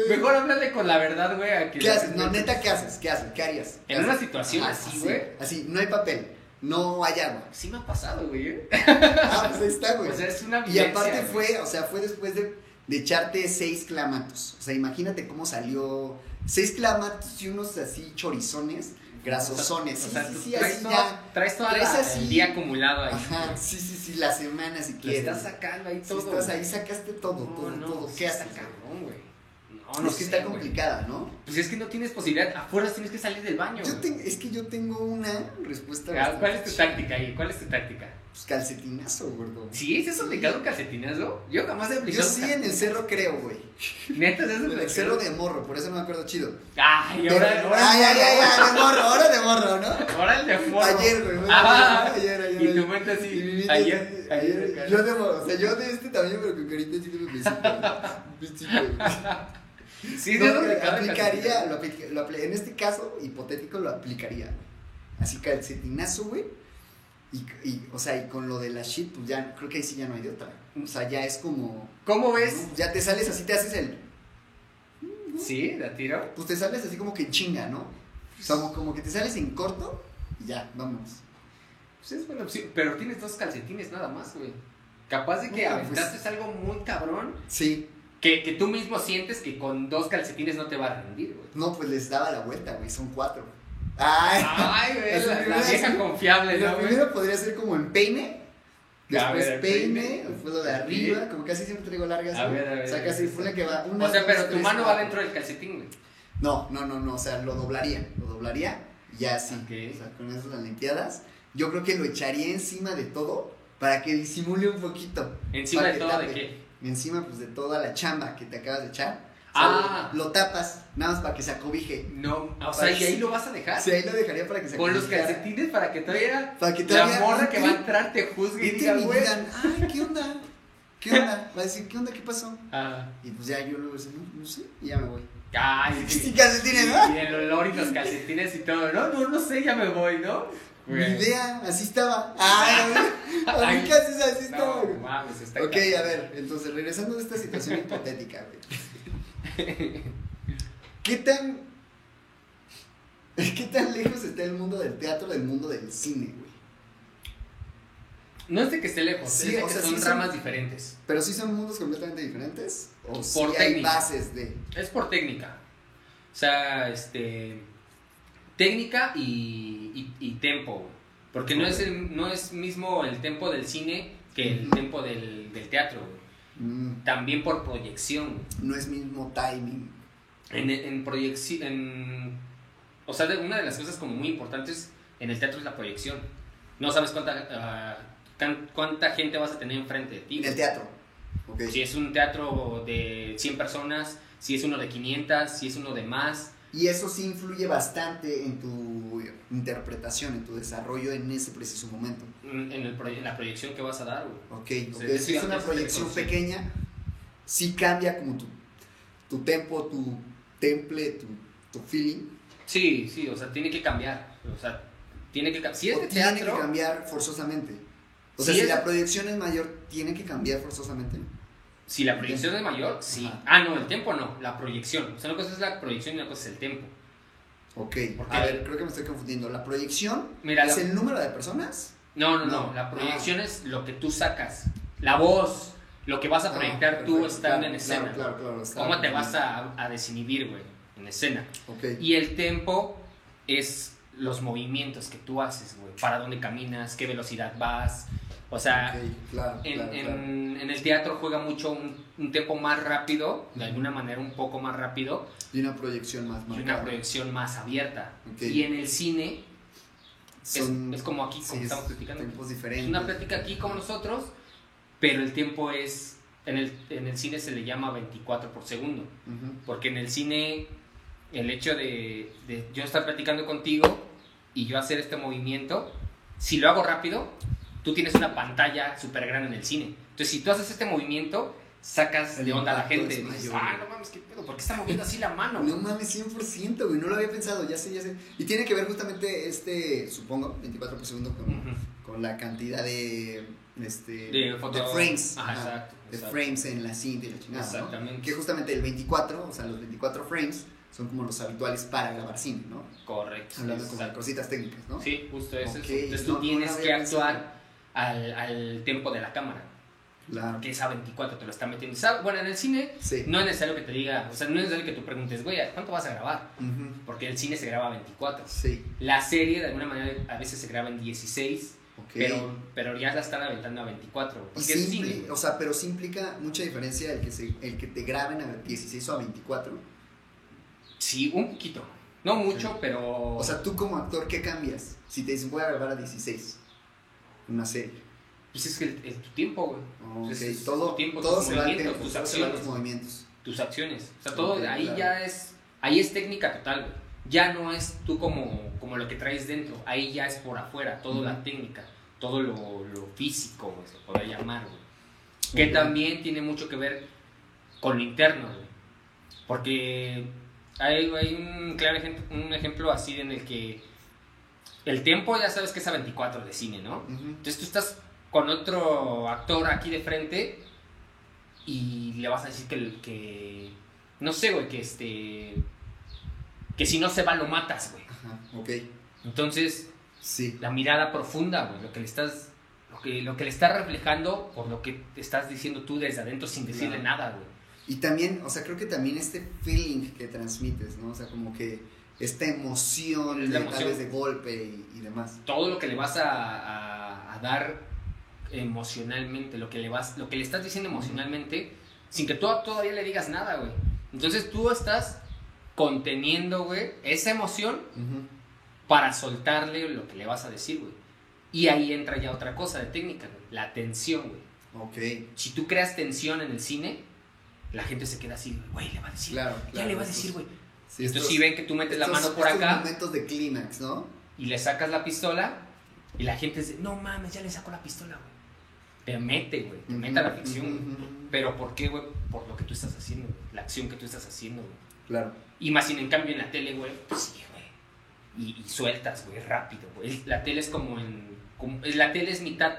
Speaker 2: Mejor háblale con la verdad, güey. a que-
Speaker 1: ¿Qué haces? No, neta, ¿qué haces? ¿Qué haces? ¿Qué harías? ¿Qué
Speaker 2: En una
Speaker 1: haces?
Speaker 2: situación
Speaker 1: Ajá,
Speaker 2: así, güey.
Speaker 1: Así, no hay papel, no hay agua.
Speaker 2: Sí me ha pasado, güey. ¿eh?
Speaker 1: Ah, pues ahí está, güey.
Speaker 2: O sea, es una
Speaker 1: y
Speaker 2: vivencia.
Speaker 1: aparte
Speaker 2: güey.
Speaker 1: fue, o sea, fue después de, de echarte seis clamatos. O sea, imagínate cómo salió. Seis clamatos y unos así chorizones, grasosones.
Speaker 2: O sea,
Speaker 1: sí,
Speaker 2: tú
Speaker 1: sí, sí,
Speaker 2: traes,
Speaker 1: así
Speaker 2: todo,
Speaker 1: ya.
Speaker 2: traes toda
Speaker 1: traes
Speaker 2: la-
Speaker 1: así.
Speaker 2: el día acumulado ahí.
Speaker 1: Ajá, sí, sí, sí, la semana si
Speaker 2: Lo
Speaker 1: quieres.
Speaker 2: estás sacando ahí
Speaker 1: Sí,
Speaker 2: todo.
Speaker 1: estás ahí, sacaste todo,
Speaker 2: No,
Speaker 1: todo,
Speaker 2: no,
Speaker 1: todo.
Speaker 2: sí
Speaker 1: ¿Qué
Speaker 2: está
Speaker 1: haces?
Speaker 2: cabrón, güey. No,
Speaker 1: Ah, No,
Speaker 2: no
Speaker 1: es que
Speaker 2: sé,
Speaker 1: está
Speaker 2: güey.
Speaker 1: complicada, ¿no?
Speaker 2: Pues es que no tienes posibilidad. Afuera tienes que salir del baño.
Speaker 1: Yo
Speaker 2: güey.
Speaker 1: ten- es que yo tengo una respuesta.
Speaker 2: Ah, ¿Cuál es
Speaker 1: bastante
Speaker 2: tu
Speaker 1: chida.
Speaker 2: táctica ahí? ¿Cuál es tu táctica?
Speaker 1: Pues calcetinazo, gordo.
Speaker 2: Sí, ¿sí ¿has aplicado un calcetinazo? Yo jamás he
Speaker 1: Yo
Speaker 2: aplicado. un
Speaker 1: sí en el cerro creo, güey.
Speaker 2: calcetin- Neta, ¿sí has
Speaker 1: En el
Speaker 2: aplicado?
Speaker 1: cerro de morro, por eso no me acuerdo chido.
Speaker 2: Ay, ahora,
Speaker 1: Pero-
Speaker 2: ahora,
Speaker 1: ay, ay, ay, ay, de morro, ahora de morro, ¿no?
Speaker 2: ahora el de forro.
Speaker 1: Ayer, güey. güey,
Speaker 2: Ah,
Speaker 1: ayer, ayer.
Speaker 2: y tu mente
Speaker 1: Y
Speaker 2: así,
Speaker 1: mi mente
Speaker 2: ayer,
Speaker 1: así,
Speaker 2: ayer,
Speaker 1: ayer.
Speaker 2: acá.
Speaker 1: Yo de morro, o sea, yo de este tamaño, pero que ahorita sí que me besito, güey. Besito, güey.
Speaker 2: Sí,
Speaker 1: No,
Speaker 2: ¿sí has
Speaker 1: lo
Speaker 2: aplicado el
Speaker 1: aplicaría,
Speaker 2: calcetinazo?
Speaker 1: lo aplica- lo apli- en este caso hipotético lo aplicaría. Así calcetinazo, güey. Y, y, o sea, y con lo de la shit, pues ya, creo que ahí sí ya no hay de otra. O sea, ya es como,
Speaker 2: ¿Cómo ves?
Speaker 1: ya te sales así, te haces el,
Speaker 2: Sí, la tiro.
Speaker 1: pues te sales así como que en chinga, ¿no? O sea, como, como que te sales en corto y ya, vamos.
Speaker 2: Pues es buena opción. Pero tienes dos calcetines nada más, güey. Capaz de que
Speaker 1: No, pues-
Speaker 2: aventaste algo muy cabrón
Speaker 1: Sí,
Speaker 2: que, que tú mismo sientes que con dos calcetines no te va a rendir, güey.
Speaker 1: no, pues les daba la vuelta, güey, son cuatro. Ay,
Speaker 2: Ay, güey,
Speaker 1: Es la
Speaker 2: la, la
Speaker 1: primera vez.
Speaker 2: vieja confiable,
Speaker 1: lo
Speaker 2: ¿no, güey?
Speaker 1: primero podría ser como en peine.
Speaker 2: pues. A
Speaker 1: Después
Speaker 2: ver,
Speaker 1: peine,
Speaker 2: peine.
Speaker 1: fue lo de arriba, como casi siempre traigo largas.
Speaker 2: A
Speaker 1: ¿no?
Speaker 2: ver, a ver,
Speaker 1: O sea,
Speaker 2: a
Speaker 1: casi
Speaker 2: ver.
Speaker 1: fue la que va una.
Speaker 2: O sea,
Speaker 1: dos,
Speaker 2: pero tu
Speaker 1: tres,
Speaker 2: mano va
Speaker 1: cuatro.
Speaker 2: dentro del calcetín, güey.
Speaker 1: No, no, no, no, o sea, lo doblaría, lo doblaría y así.
Speaker 2: Ok.
Speaker 1: O sea, con esas las limpiadas. Yo creo que lo echaría encima de todo para que disimule un poquito.
Speaker 2: Encima
Speaker 1: Para
Speaker 2: de
Speaker 1: que
Speaker 2: todo, ¿de
Speaker 1: tape.
Speaker 2: qué?
Speaker 1: Encima, pues, de toda la chamba que te acabas de echar. O sea,
Speaker 2: Ah.
Speaker 1: Lo tapas, nada más para que se acobije.
Speaker 2: No, o sea, ¿y ahí lo vas a dejar?
Speaker 1: Sí, ahí lo dejaría para que se
Speaker 2: Con los
Speaker 1: acobijara.
Speaker 2: calcetines para que todavía
Speaker 1: Para que
Speaker 2: la
Speaker 1: todavía-
Speaker 2: morra que va a entrar te juzgue y
Speaker 1: Y
Speaker 2: diga,
Speaker 1: te
Speaker 2: güey.
Speaker 1: digan, ay, ¿qué onda? ¿Qué onda? Va a decir, ¿qué onda? ¿Qué pasó?
Speaker 2: Ah,
Speaker 1: Y pues ya yo luego decía, no, no sé, y ya me voy.
Speaker 2: ay, sí.
Speaker 1: calcetines, ¿no?
Speaker 2: Y el olor y los calcetines y todo. No, no, no sé, ya me voy, ¿no?
Speaker 1: Mi
Speaker 2: Güey.
Speaker 1: idea, así estaba. Ay, a mí
Speaker 2: Ay.
Speaker 1: qué haces así estaba.
Speaker 2: No,
Speaker 1: güey.
Speaker 2: mames, está
Speaker 1: Ok,
Speaker 2: cabrón.
Speaker 1: a ver, entonces regresando a esta situación hipotética, güey. ¿Qué tan. ¿Qué tan lejos está el mundo del teatro del mundo del cine, güey?
Speaker 2: No es de que esté lejos,
Speaker 1: Sí,
Speaker 2: es de
Speaker 1: o
Speaker 2: que
Speaker 1: sea,
Speaker 2: son
Speaker 1: sí son-
Speaker 2: ramas diferentes.
Speaker 1: Pero sí son mundos completamente diferentes. O
Speaker 2: Por
Speaker 1: sí hay
Speaker 2: técnica.
Speaker 1: bases de.
Speaker 2: Es por técnica. O sea, este. Técnica y, y, y tempo. Porque no es, el, no es mismo el tempo del cine que el
Speaker 1: Ujú.
Speaker 2: tempo del, del teatro.
Speaker 1: mm,
Speaker 2: También por proyección.
Speaker 1: no es mismo timing.
Speaker 2: En, en proyección. o sea, de- una de las cosas como muy importantes en el teatro es la proyección. No sabes cuánta, ah, can- cuánta gente vas a tener enfrente de ti.
Speaker 1: En el teatro. Ok.
Speaker 2: Si es un teatro de 100 personas, si es uno de 500, si es uno de más.
Speaker 1: Y eso sí influye bastante en tu interpretación, en tu desarrollo en ese preciso momento.
Speaker 2: en, en el proye- en la proyección que vas a dar, güey.
Speaker 1: Ok,
Speaker 2: Sí,
Speaker 1: ok,
Speaker 2: sí,
Speaker 1: si es
Speaker 2: sí,
Speaker 1: una
Speaker 2: sí,
Speaker 1: proyección
Speaker 2: sí.
Speaker 1: pequeña, sí cambia como tu, tu tempo, tu temple, tu, tu feeling.
Speaker 2: Sí, sí, o sea, tiene que cambiar. O sea, tiene que cambiar. Si es
Speaker 1: o
Speaker 2: de
Speaker 1: tiene
Speaker 2: teatro,
Speaker 1: que cambiar forzosamente. O sea,
Speaker 2: Sí,
Speaker 1: si
Speaker 2: es-
Speaker 1: la proyección es mayor, tiene que cambiar forzosamente.
Speaker 2: si la proyección es mayor, sí.
Speaker 1: Ajá.
Speaker 2: Ah, no, el tiempo no, la proyección. O sea, una cosa es la proyección y una cosa es el tiempo.
Speaker 1: Ok,
Speaker 2: Porque-
Speaker 1: a ver, creo que me estoy confundiendo. La proyección
Speaker 2: Mira,
Speaker 1: es
Speaker 2: la-
Speaker 1: el número de personas.
Speaker 2: no, no, no,
Speaker 1: No. Ah.
Speaker 2: la proyección es lo que tú sacas, la voz, lo que vas a proyectar
Speaker 1: Ah,
Speaker 2: tú
Speaker 1: perfecto,
Speaker 2: estando
Speaker 1: claro,
Speaker 2: en escena.
Speaker 1: Claro, claro, claro.
Speaker 2: ¿Cómo te vas a, a desinhibir, güey, en escena?
Speaker 1: Ok,
Speaker 2: Y el tempo es los movimientos que tú haces, güey. Para dónde caminas, qué velocidad vas. O sea,
Speaker 1: ok, claro,
Speaker 2: en,
Speaker 1: claro,
Speaker 2: en-
Speaker 1: claro.
Speaker 2: en el teatro juega mucho un, un tempo más rápido, de
Speaker 1: Ujú.
Speaker 2: alguna manera un poco más rápido,
Speaker 1: Y una proyección más
Speaker 2: y
Speaker 1: marcada.
Speaker 2: una proyección más abierta.
Speaker 1: Ok.
Speaker 2: Y en el cine es, es como aquí, como
Speaker 1: sí,
Speaker 2: estamos
Speaker 1: es
Speaker 2: platicando.
Speaker 1: Tiempos
Speaker 2: Es
Speaker 1: diferentes.
Speaker 2: una plática aquí como nosotros, pero el tiempo es, en el, en el cine se le llama 24 por segundo.
Speaker 1: Ujú.
Speaker 2: Porque en el cine, el hecho de, de yo estar platicando contigo y yo hacer este movimiento, si lo hago rápido, tú tienes una pantalla súper grande en el cine. Entonces, si tú haces este movimiento, sacas
Speaker 1: El
Speaker 2: de onda a la
Speaker 1: impacto
Speaker 2: gente.
Speaker 1: es
Speaker 2: Dices,
Speaker 1: mayor,
Speaker 2: ah,
Speaker 1: güey.
Speaker 2: no mames, ¿qué pedo? ¿Por qué está moviendo así la mano?
Speaker 1: No mames, 100%, güey, no lo había pensado, ya sé, ya sé. Y tiene que ver justamente este, supongo, 24 por segundo con,
Speaker 2: Ujú.
Speaker 1: con la cantidad de, este,
Speaker 2: De foto-
Speaker 1: frames.
Speaker 2: Ajá,
Speaker 1: ajá,
Speaker 2: exacto,
Speaker 1: De
Speaker 2: exacto.
Speaker 1: frames en la cinta y la chingada, ¿no?
Speaker 2: Exactamente.
Speaker 1: Que justamente el 24, o sea, los 24 frames son como los habituales para grabar cine, ¿no?
Speaker 2: Correcto.
Speaker 1: Hablando
Speaker 2: exacto.
Speaker 1: como cositas técnicas, ¿no?
Speaker 2: Sí, justo es
Speaker 1: Ok,
Speaker 2: eso. Entonces tú
Speaker 1: no, no
Speaker 2: tienes
Speaker 1: lo había
Speaker 2: que
Speaker 1: pensado.
Speaker 2: actuar al, al tiempo de la cámara,
Speaker 1: Claro.
Speaker 2: que es A24, te lo está metiendo. Sa- Bueno, en el cine
Speaker 1: Sí.
Speaker 2: no es necesario que te diga, o sea, no es necesario que tú preguntes, güey, ¿a ¿cuánto vas a grabar?
Speaker 1: Ujú.
Speaker 2: Porque el cine se graba a 24.
Speaker 1: Sí.
Speaker 2: La serie, de alguna manera, a veces se graba en 16,
Speaker 1: Ok.
Speaker 2: pero, pero ya la están aventando a 24.
Speaker 1: Y
Speaker 2: Porque
Speaker 1: sí,
Speaker 2: es cine.
Speaker 1: impli- o sea, pero sí implica mucha diferencia el que, se, el que te graben a 16 o a 24.
Speaker 2: Sí, un poquito. No mucho, pero.
Speaker 1: O sea, tú como actor, ¿qué cambias? Si te dicen voy a grabar a 16, una serie.
Speaker 2: pues es que el- es tu tiempo, güey.
Speaker 1: Ok,
Speaker 2: Entonces, es
Speaker 1: todo,
Speaker 2: tu tiempo,
Speaker 1: todo
Speaker 2: tus
Speaker 1: se va al
Speaker 2: movimientos,
Speaker 1: tiempo,
Speaker 2: tus
Speaker 1: todo se va a los
Speaker 2: acciones.
Speaker 1: movimientos.
Speaker 2: tus acciones. O sea, todo
Speaker 1: Ok,
Speaker 2: ahí
Speaker 1: claro.
Speaker 2: ya es, ahí es técnica total, güey. Ya no es tú como, como lo que traes dentro, ahí ya es por afuera, toda la
Speaker 1: Ujú.
Speaker 2: técnica, todo lo, lo físico, güey, se podría llamar, güey. Que
Speaker 1: Ok.
Speaker 2: también tiene mucho que ver con lo interno, güey. Porque hay, hay un claro ejemplo, un ejemplo así en el que el tiempo ya sabes que es a 24 de cine, ¿no?
Speaker 1: Ujú.
Speaker 2: Entonces tú estás con otro actor aquí de frente y le vas a decir que, el- que no sé, güey, que este, que si no se va lo matas, güey.
Speaker 1: Ajá, ok.
Speaker 2: Entonces
Speaker 1: Sí.
Speaker 2: la mirada profunda, güey, lo que le estás, lo que, lo que le estás reflejando por lo que te estás diciendo tú desde adentro sin decirle
Speaker 1: Claro.
Speaker 2: nada, güey.
Speaker 1: Y también, o sea, creo que también este feeling que transmites, ¿no? O sea, como que esta emoción,
Speaker 2: Es la
Speaker 1: de, tal
Speaker 2: emoción.
Speaker 1: vez de golpe y, y demás.
Speaker 2: Todo lo que le vas a, a- a dar emocionalmente, lo que le vas, lo que le estás diciendo emocionalmente, sin que tú todavía le digas nada, güey. Entonces tú estás conteniendo, güey, esa emoción
Speaker 1: Ujú.
Speaker 2: para soltarle lo que le vas a decir, güey. Y ahí entra ya otra cosa de técnica, güey, la tensión, güey.
Speaker 1: Ok,
Speaker 2: Si tú creas tensión en el cine, la gente se queda así, güey, le va a decir,
Speaker 1: claro.
Speaker 2: ya
Speaker 1: claro,
Speaker 2: le va a
Speaker 1: estos-
Speaker 2: decir, güey.
Speaker 1: sí,
Speaker 2: Entonces
Speaker 1: estos-
Speaker 2: si ven que tú metes la
Speaker 1: estos-
Speaker 2: mano por
Speaker 1: estos
Speaker 2: acá
Speaker 1: momentos de clímax, ¿no?
Speaker 2: y le sacas la pistola y la gente dice, no mames, ya le sacó la pistola, güey. Te mete, güey, te mete a la
Speaker 1: Ujú,
Speaker 2: ficción. güey.
Speaker 1: ujú, ujú.
Speaker 2: Pero ¿por qué, güey? Por lo que tú estás haciendo, güey, la acción que tú estás haciendo, güey.
Speaker 1: Claro.
Speaker 2: Y más sin en cambio en la tele, güey, pues sí, güey. Y, y sueltas, güey, rápido, güey. La tele es como en. como- es- la tele es mitad.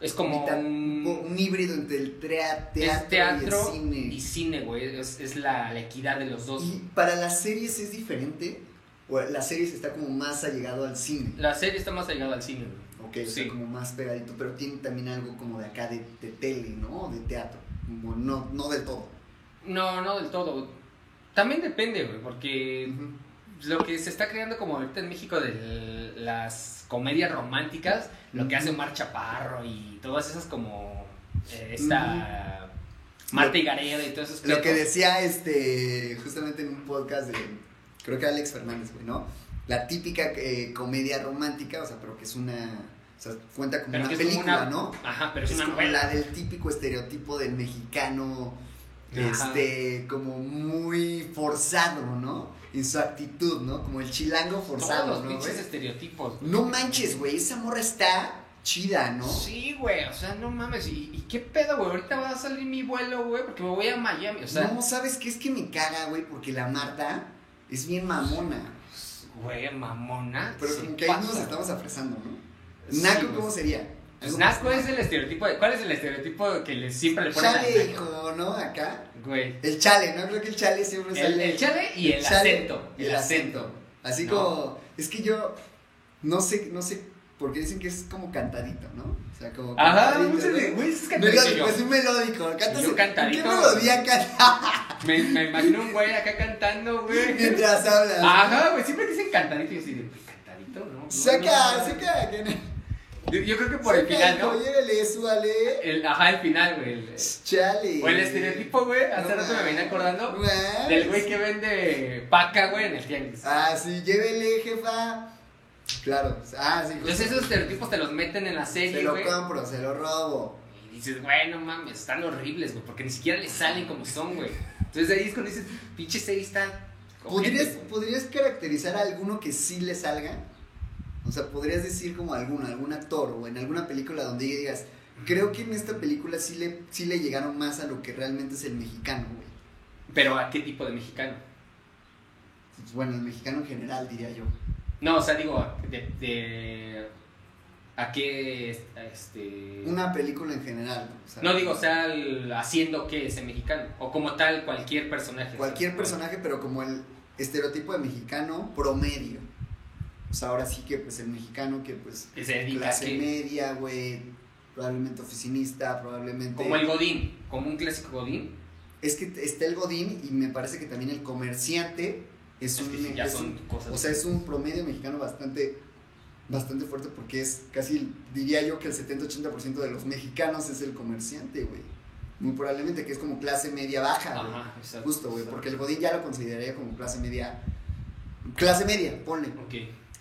Speaker 2: Es como
Speaker 1: Mitad-
Speaker 2: un.
Speaker 1: un, un híbrido entre el trea- teatro,
Speaker 2: es teatro
Speaker 1: y el cine.
Speaker 2: y cine, güey. Es, es la, la equidad de los dos.
Speaker 1: ¿Y para las series es diferente? ¿O las series está como más allegado al cine?
Speaker 2: La serie está más allegada al cine, güey.
Speaker 1: Ok, o sea,
Speaker 2: Sí.
Speaker 1: como más pegadito, pero tiene también algo como de acá, de, de tele, ¿no? De teatro. Como no, no del todo.
Speaker 2: No, no del todo. güey. También depende, güey, porque
Speaker 1: Ujú.
Speaker 2: lo que se está creando como ahorita en México de las comedias románticas, lo que hace Omar Chaparro y todas esas como eh, esta Marta y Gareda y todos esos
Speaker 1: Lo que
Speaker 2: pedos.
Speaker 1: decía este, justamente en un podcast de, creo que Alex Fernández, güey, ¿no? La típica eh, comedia romántica, o sea, pero que es una, o sea, cuenta como
Speaker 2: Pero
Speaker 1: una
Speaker 2: que es como
Speaker 1: película,
Speaker 2: una-
Speaker 1: ¿no?
Speaker 2: Ajá, pero es,
Speaker 1: es
Speaker 2: una
Speaker 1: como
Speaker 2: novela.
Speaker 1: la del típico estereotipo del mexicano,
Speaker 2: Ajá.
Speaker 1: este, como muy forzado, ¿no? En su actitud, ¿no? Como el chilango
Speaker 2: Todos
Speaker 1: forzado,
Speaker 2: los
Speaker 1: ¿no?
Speaker 2: pinches
Speaker 1: güey?
Speaker 2: estereotipos. güey.
Speaker 1: No manches, güey, esa morra está chida, ¿no?
Speaker 2: Sí, güey, o sea, no mames. ¿Y, y qué pedo, güey? Ahorita va a salir mi vuelo, güey, porque me voy a Miami. O sea,
Speaker 1: no, ¿sabes qué? Es que me caga, güey, porque la Marta es bien mamona.
Speaker 2: pues, güey, mamona.
Speaker 1: Pero
Speaker 2: se
Speaker 1: como que ahí nos
Speaker 2: pasa.
Speaker 1: estamos afresando, ¿no?
Speaker 2: Sí,
Speaker 1: Naco,
Speaker 2: güey.
Speaker 1: ¿cómo sería?
Speaker 2: Pues Naco es el estereotipo. de- ¿Cuál es el estereotipo que le, siempre le ponen a
Speaker 1: Chale, hijo, ¿no? Acá.
Speaker 2: Güey.
Speaker 1: El chale, ¿no? Creo que el chale siempre
Speaker 2: Pues El,
Speaker 1: sale.
Speaker 2: el chale y el,
Speaker 1: Chale,
Speaker 2: acento.
Speaker 1: El acento. Así
Speaker 2: No.
Speaker 1: como. Es que yo. No sé, no sé. Porque dicen que es como cantadito, ¿no? O sea, como.
Speaker 2: Ajá,
Speaker 1: cantadito,
Speaker 2: muchas
Speaker 1: ¿no?
Speaker 2: de- güey, es cantadito
Speaker 1: Melódico,
Speaker 2: yo.
Speaker 1: es un melódico. Cantas
Speaker 2: Yo
Speaker 1: ¿en
Speaker 2: cantadito.
Speaker 1: ¿Qué melodía canta
Speaker 2: Me, me imagino un güey acá cantando, güey.
Speaker 1: mientras hablas?
Speaker 2: Ajá, güey, siempre dicen cantadito. Y yo así de, güey, cantadito, ¿no? no,
Speaker 1: Saca,
Speaker 2: no.
Speaker 1: saca. que no-
Speaker 2: Yo, yo creo que por el
Speaker 1: saca,
Speaker 2: final, ¿no?
Speaker 1: llégale, súbale.
Speaker 2: El, ajá, el final, güey. el-
Speaker 1: Chale.
Speaker 2: O el estereotipo, güey, hace rato me venía
Speaker 1: No
Speaker 2: acordando
Speaker 1: mames.
Speaker 2: del güey que vende paca, güey, en el tianguis.
Speaker 1: Ah, sí, llévele, jefa. Claro. Ah, sí.
Speaker 2: Entonces esos estereotipos te los meten en la
Speaker 1: Se
Speaker 2: serie,
Speaker 1: lo
Speaker 2: güey.
Speaker 1: compro, se lo robo.
Speaker 2: Y dices, güey, no mames, están horribles, güey, porque ni siquiera les salen como son, güey. Entonces ahí es cuando dices, pinche serie está...
Speaker 1: ¿Podrías,
Speaker 2: ojete, güey".
Speaker 1: ¿Podrías caracterizar a alguno que sí le salga? O sea, ¿podrías decir como alguno, algún actor o en alguna película donde digas, creo que en esta película sí le, sí le llegaron más a lo que realmente es el mexicano, güey.
Speaker 2: Pero ¿a qué tipo de mexicano?
Speaker 1: Pues, Bueno, el mexicano en general, diría yo.
Speaker 2: No, o sea, digo, a- de, de- ¿a qué es- a este
Speaker 1: Una película en general. ¿no? O sea,
Speaker 2: No digo, o sea, el- haciendo que ese mexicano o como tal cualquier personaje.
Speaker 1: Cualquier personaje, pero como el estereotipo de mexicano promedio. O sea, ahora sí que pues el mexicano que pues
Speaker 2: que se dedica a
Speaker 1: clase
Speaker 2: que-
Speaker 1: media, güey, probablemente oficinista, probablemente...
Speaker 2: como el godín, como un clásico godín.
Speaker 1: Es que está el Godín y me parece que también el comerciante es,
Speaker 2: Es
Speaker 1: un...
Speaker 2: que ya
Speaker 1: es
Speaker 2: son
Speaker 1: un-
Speaker 2: cosas.
Speaker 1: o sea, es un promedio mexicano bastante, bastante fuerte porque es casi, diría yo que el 70-80% de los mexicanos es el comerciante, güey. Muy probablemente que es como clase media baja, güey.
Speaker 2: Ajá, exacto.
Speaker 1: Justo, güey,
Speaker 2: exacto.
Speaker 1: porque el Godín ya lo consideraría como clase media. Clase media, ponle.
Speaker 2: Ok.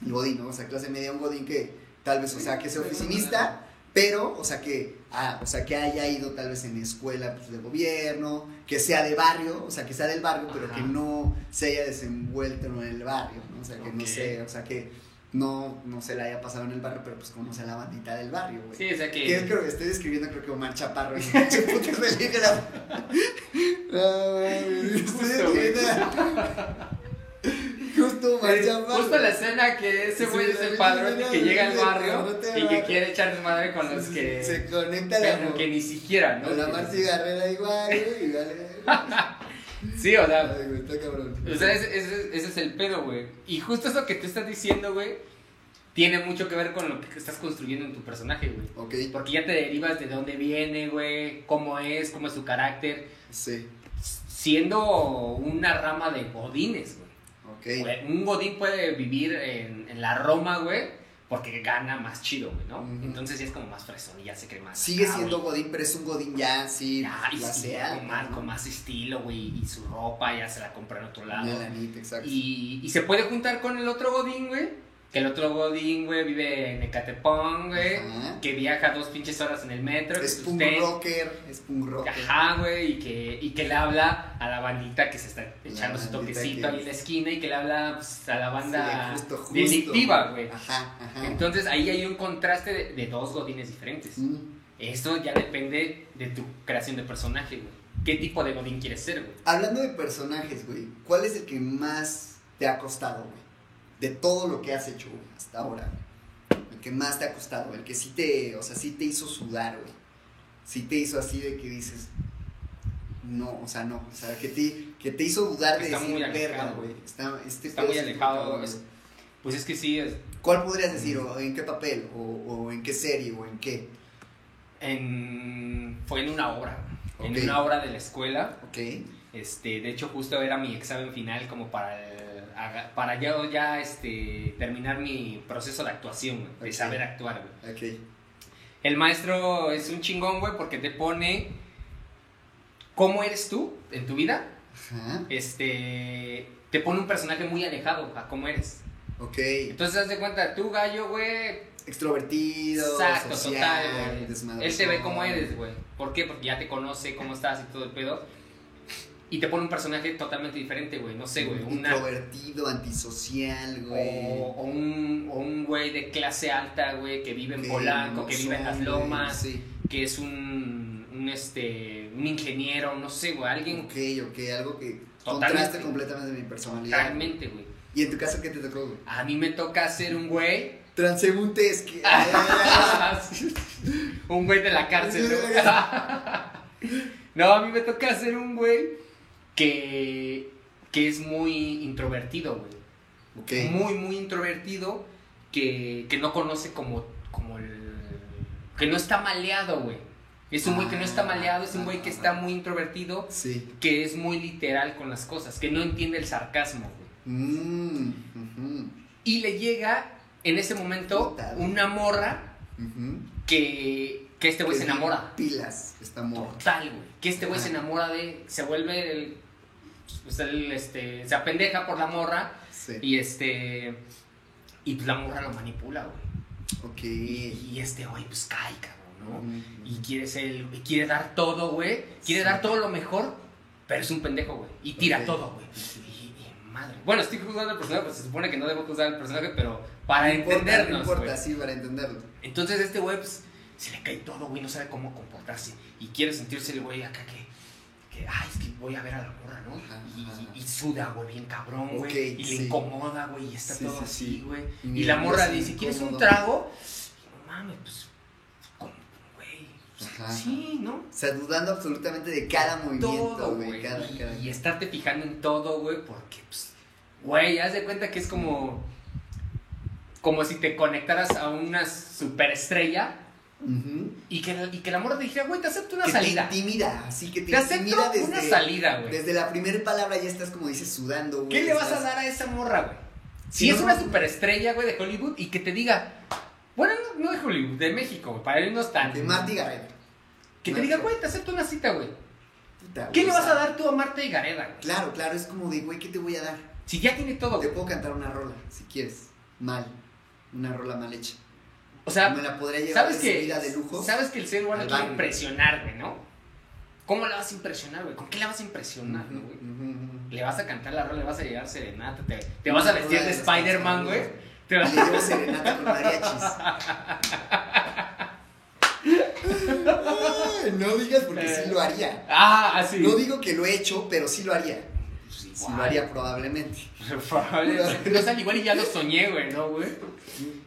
Speaker 1: El Godín, ¿no? O sea, clase media, un Godín que tal vez, o sea, que sea oficinista, pero, o sea, que, ah, o sea, que haya ido tal vez en escuela pues, de gobierno, que sea de barrio, o sea, que sea del barrio, pero
Speaker 2: Ajá.
Speaker 1: que no se haya desenvuelto en el barrio, ¿no? O sea, que no
Speaker 2: Ok.
Speaker 1: sé, o sea, que no, no se la haya pasado en el barrio, pero pues como sea la bandita del barrio, güey.
Speaker 2: Sí, o sea que.
Speaker 1: Que es, creo que estoy describiendo, creo que Omar Chaparro en su puta película. No, Ah, güey, Estoy
Speaker 2: Justo, güey.
Speaker 1: describiendo. Justo Omar
Speaker 2: Eh,
Speaker 1: Chaparro.
Speaker 2: Justo la escena que ese
Speaker 1: Sí,
Speaker 2: güey
Speaker 1: sí,
Speaker 2: es
Speaker 1: sí,
Speaker 2: el
Speaker 1: sí,
Speaker 2: padrón
Speaker 1: sí,
Speaker 2: que
Speaker 1: sí,
Speaker 2: llega al
Speaker 1: sí,
Speaker 2: barrio
Speaker 1: sí, sí,
Speaker 2: y que
Speaker 1: sí,
Speaker 2: quiere echar desmadre con los
Speaker 1: Se-
Speaker 2: que.
Speaker 1: Se conecta la
Speaker 2: pero que ni siquiera, ¿no?
Speaker 1: Con la Mar Cigarrera igual, güey, y vale.
Speaker 2: Sí, o sea.
Speaker 1: Ay, güey, está cabrón.
Speaker 2: O sea, ese, ese- ese es el pedo, güey. Y justo eso que tú estás diciendo, güey, tiene mucho que ver con lo que estás construyendo en tu personaje, güey.
Speaker 1: Ok,
Speaker 2: Porque ya te derivas de dónde viene, güey, cómo es, cómo es su carácter,
Speaker 1: sí,
Speaker 2: siendo una rama de godines, güey.
Speaker 1: ok.
Speaker 2: Güey, Un godín puede vivir en, en la Roma, güey, porque gana más chido, güey, ¿no?
Speaker 1: Ujú.
Speaker 2: Entonces sí es como más fresón y ya se cree más.
Speaker 1: Sigue
Speaker 2: acá,
Speaker 1: siendo
Speaker 2: güey.
Speaker 1: Godín, pero es un Godín ya, sí,
Speaker 2: Ya, y
Speaker 1: clase
Speaker 2: sí,
Speaker 1: alta,
Speaker 2: con, más,
Speaker 1: ¿no?
Speaker 2: con más estilo, güey, y su ropa ya se la compra en otro lado.
Speaker 1: Una lanita, exacto.
Speaker 2: Y, y se puede juntar con el otro godín, güey, que el otro godín, güey, vive en Ecatepón, güey,
Speaker 1: Ajá.
Speaker 2: que viaja dos pinches horas en el metro, que
Speaker 1: Es
Speaker 2: sus
Speaker 1: punk
Speaker 2: tenis-
Speaker 1: rocker, es punk rocker.
Speaker 2: Ajá, güey, y que, y que le habla a la bandita que se está echando su
Speaker 1: bandita
Speaker 2: toquecito
Speaker 1: que-
Speaker 2: ahí en la esquina y que le habla pues, a la banda
Speaker 1: Sí, justo, justo.
Speaker 2: delictiva, güey.
Speaker 1: Ajá, ajá.
Speaker 2: Entonces ahí hay un contraste de, de dos godines diferentes.
Speaker 1: Mm.
Speaker 2: Eso ya depende de tu creación de personaje, güey. ¿Qué tipo de godín quieres ser, güey?
Speaker 1: Hablando de personajes, güey, ¿cuál es el que más te ha costado, güey? De todo lo que has hecho, güey, hasta ahora. güey. El que más te ha costado, el que sí te, o sea, sí te hizo sudar, güey. Sí te hizo así de que dices, no, o sea, no, o sea, que te, que te hizo dudar de
Speaker 2: Está
Speaker 1: decir,
Speaker 2: muy
Speaker 1: verga,
Speaker 2: alejado,
Speaker 1: güey. Está, este
Speaker 2: Está
Speaker 1: pedo
Speaker 2: muy
Speaker 1: sí está
Speaker 2: alejado,
Speaker 1: cabrón,
Speaker 2: es-
Speaker 1: güey".
Speaker 2: Pues es que sí, es-
Speaker 1: ¿Cuál podrías decir, o en qué papel, o, o en qué serie, o en qué?
Speaker 2: en- fue en una obra, en
Speaker 1: Ok.
Speaker 2: una obra de la escuela.
Speaker 1: Ok,
Speaker 2: Este, de hecho, justo era mi examen final como para, el- haga- para ya, ya este, terminar mi proceso de actuación, güey, de
Speaker 1: Ok.
Speaker 2: saber actuar, güey.
Speaker 1: ok,
Speaker 2: El maestro es un chingón, güey, porque te pone cómo eres tú en tu vida.
Speaker 1: ajá,
Speaker 2: Este, te pone un personaje muy alejado a cómo eres.
Speaker 1: ok.
Speaker 2: Entonces, haz de cuenta, tú, gallo, güey,
Speaker 1: Extrovertido,
Speaker 2: Exacto,
Speaker 1: social,
Speaker 2: total. güey. Él te
Speaker 1: desmadrozón.
Speaker 2: ve cómo eres, güey. ¿Por qué? Porque ya te conoce, cómo estás y todo el pedo. Y te pone un personaje totalmente diferente, güey. No sé, güey. Una,
Speaker 1: Introvertido, antisocial,
Speaker 2: o,
Speaker 1: güey.
Speaker 2: o un o un güey de clase alta, güey, que vive en
Speaker 1: Que
Speaker 2: Polanco, que vive en las
Speaker 1: son, güey,
Speaker 2: lomas,
Speaker 1: Sí.
Speaker 2: que es un, un, este, un ingeniero, no sé, güey. Alguien
Speaker 1: Ok, ok, algo que
Speaker 2: Totalmente.
Speaker 1: contraste completamente mi personalidad.
Speaker 2: totalmente, güey.
Speaker 1: ¿Y en tu caso qué te tocó, güey?
Speaker 2: A mí me toca ser un güey.
Speaker 1: Transeúntes que. Ah,
Speaker 2: un güey de la cárcel, ¿no? No, a mí me toca ser un güey que, que es muy introvertido, güey.
Speaker 1: ok,
Speaker 2: Muy, muy introvertido, que, que no conoce como, como el... que no está maleado, güey. Es un güey que no
Speaker 1: Ah,
Speaker 2: está maleado, es un güey que está muy introvertido,
Speaker 1: sí.
Speaker 2: que es muy literal con las cosas, que no entiende el sarcasmo, güey.
Speaker 1: Mmm. ujú,
Speaker 2: Y le llega en ese momento
Speaker 1: Puta, güey.
Speaker 2: una morra
Speaker 1: ujú.
Speaker 2: que, que este güey se
Speaker 1: Que
Speaker 2: enamora.
Speaker 1: Pilas, está morra.
Speaker 2: Total, güey. Que este güey
Speaker 1: Ajá.
Speaker 2: se enamora de. Se vuelve el. pues, el, este, se apendeja por la morra.
Speaker 1: Sí.
Speaker 2: Y este. Y pues la morra lo manipula, güey.
Speaker 1: Ok. Mm,
Speaker 2: Y, y este güey, pues cae, cabrón, ¿no?
Speaker 1: Ujú.
Speaker 2: Y quiere ser. el- y quiere dar todo, güey. Quiere
Speaker 1: Sí.
Speaker 2: dar todo lo mejor. Pero es un pendejo, güey. Y tira
Speaker 1: Ok.
Speaker 2: todo, güey. Y, y madre. Bueno, estoy juzgando al personaje, pues se supone que no debo juzgar al personaje, pero para
Speaker 1: No importa,
Speaker 2: entendernos,
Speaker 1: No importa,
Speaker 2: güey.
Speaker 1: sí, para entenderlo.
Speaker 2: Entonces este güey, pues, se le cae todo, güey, no sabe cómo comportarse. Y quiere sentirse el güey acá que, que, ay, es que voy a ver a la morra, ¿no?
Speaker 1: Ajá,
Speaker 2: Y,
Speaker 1: ajá.
Speaker 2: y- y suda, güey, bien cabrón, güey.
Speaker 1: Ok,
Speaker 2: y
Speaker 1: sí.
Speaker 2: le incomoda, güey, y está
Speaker 1: Sí,
Speaker 2: todo
Speaker 1: sí,
Speaker 2: así,
Speaker 1: sí.
Speaker 2: güey.
Speaker 1: Y
Speaker 2: Y la
Speaker 1: le
Speaker 2: morra
Speaker 1: hace
Speaker 2: dice, ¿quieres un
Speaker 1: incómodo.
Speaker 2: trago? Y no mames, pues, como, güey, o sea,
Speaker 1: Ajá.
Speaker 2: sí, ¿no?
Speaker 1: O sea, dudando absolutamente de cada movimiento,
Speaker 2: todo,
Speaker 1: güey.
Speaker 2: güey.
Speaker 1: Cada,
Speaker 2: Y,
Speaker 1: cada-
Speaker 2: y estarte fijando en todo, güey, porque, pues, güey, haz de cuenta que es como. Como si te conectaras a una superestrella
Speaker 1: Ujú.
Speaker 2: y que, y que la morra te dijera, güey, te acepto una
Speaker 1: que
Speaker 2: salida.
Speaker 1: te intimida, así que te,
Speaker 2: Te acepto
Speaker 1: intimida desde,
Speaker 2: una salida, güey.
Speaker 1: desde la primera palabra ya estás como dices sudando, güey.
Speaker 2: ¿Qué le vas a
Speaker 1: estás-
Speaker 2: dar a esa morra, güey?
Speaker 1: Sí,
Speaker 2: Si es
Speaker 1: no,
Speaker 2: una
Speaker 1: no.
Speaker 2: superestrella, güey, de Hollywood y que te diga, bueno, no, no de Hollywood, de México, güey, para irnos tan.
Speaker 1: De Marty Garrett.
Speaker 2: Que te diga, güey, te acepto una cita, güey.
Speaker 1: Puta, güey,
Speaker 2: ¿Qué le
Speaker 1: o
Speaker 2: vas
Speaker 1: sea,
Speaker 2: a dar tú a Marta y Gareda, güey?
Speaker 1: Claro, claro, es como de, güey, ¿qué te voy a dar?
Speaker 2: Si ya tiene todo,
Speaker 1: Te
Speaker 2: güey.
Speaker 1: puedo cantar una rola, si quieres. Mal. Una rola mal hecha.
Speaker 2: O sea,
Speaker 1: Me la podría llevar
Speaker 2: ¿Sabes
Speaker 1: de
Speaker 2: que,
Speaker 1: vida de lujo.
Speaker 2: ¿Sabes que el ser humano
Speaker 1: al
Speaker 2: quiere
Speaker 1: baño.
Speaker 2: impresionar, güey, no? ¿Cómo la vas a impresionar, güey? ¿Con qué la vas a impresionar,
Speaker 1: Ujú,
Speaker 2: no, güey?
Speaker 1: ujú, ujú.
Speaker 2: Le vas a cantar la rola, le vas a llegar serenata, te, te vas a vestir de
Speaker 1: Rola los
Speaker 2: Spider-Man, güey.
Speaker 1: Castañuelos.
Speaker 2: Te vas-
Speaker 1: Le llevo serenata con mariachis. Ay, no digas porque sí lo haría.
Speaker 2: Ah, así.
Speaker 1: No digo que lo he hecho, pero sí lo haría.
Speaker 2: Pues igual.
Speaker 1: Sí lo haría probablemente.
Speaker 2: Probablemente. No, o sea, igual y ya lo soñé, güey, ¿no, güey?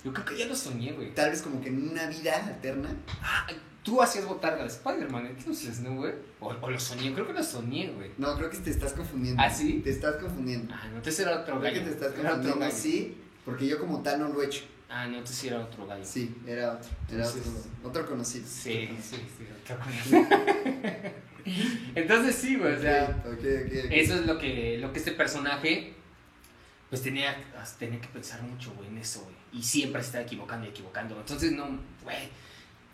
Speaker 2: Yo creo que ya lo soñé, güey.
Speaker 1: Tal vez como que en una vida alterna.
Speaker 2: Ah, tú hacías botarga de Spider-Man, entonces, ¿no, güey? O, o lo soñé, creo que lo soñé, güey.
Speaker 1: No, creo que te estás confundiendo.
Speaker 2: ¿Ah, sí?
Speaker 1: Te estás confundiendo.
Speaker 2: Ah, no, entonces era otro
Speaker 1: Creo que
Speaker 2: gallo.
Speaker 1: te estás
Speaker 2: Era otro
Speaker 1: confundiendo.
Speaker 2: gallo.
Speaker 1: Sí, porque yo como tal no lo he hecho.
Speaker 2: Ah, no, entonces era otro gallo.
Speaker 1: Sí, era otro. Era otro,
Speaker 2: Entonces-
Speaker 1: otro conocido.
Speaker 2: Sí,
Speaker 1: Otro
Speaker 2: sí, sí, otra cosa. Entonces sí, güey, o sea,
Speaker 1: conocido. Ok, ok, ok.
Speaker 2: eso es lo que, lo que este personaje, pues tenía, tenía que pensar mucho, güey, en eso, güey. Y siempre se estaba equivocando y equivocando. Entonces, no, güey,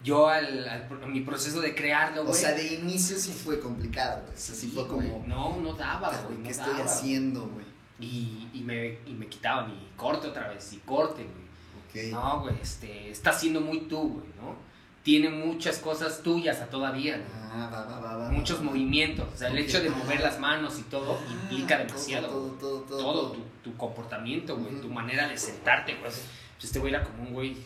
Speaker 2: yo al, al- a mi proceso de crearlo,
Speaker 1: O
Speaker 2: güey.
Speaker 1: sea, de inicio sí fue complicado. güey. O sea, sí fue como.
Speaker 2: güey, No, no daba,
Speaker 1: "Puta,
Speaker 2: güey,
Speaker 1: güey,
Speaker 2: no
Speaker 1: ¿Qué estoy
Speaker 2: daba.
Speaker 1: haciendo, güey?
Speaker 2: Y, y, me, y me quitaban, y corte otra vez, y corte, güey.
Speaker 1: Ok.
Speaker 2: No, güey, este, está siendo muy tú, güey, ¿no? Tiene muchas cosas tuyas a todavía, ¿no?
Speaker 1: Ah, va, va, va, va.
Speaker 2: muchos
Speaker 1: va.
Speaker 2: movimientos. O sea, el
Speaker 1: Ok.
Speaker 2: hecho de mover las manos y todo
Speaker 1: Ah,
Speaker 2: implica demasiado.
Speaker 1: Todo,
Speaker 2: güey.
Speaker 1: todo, todo.
Speaker 2: Todo,
Speaker 1: todo.
Speaker 2: tu, tu comportamiento, güey,
Speaker 1: Ujú.
Speaker 2: tu manera de sentarte, güey. O sea, Pues este güey era como un güey,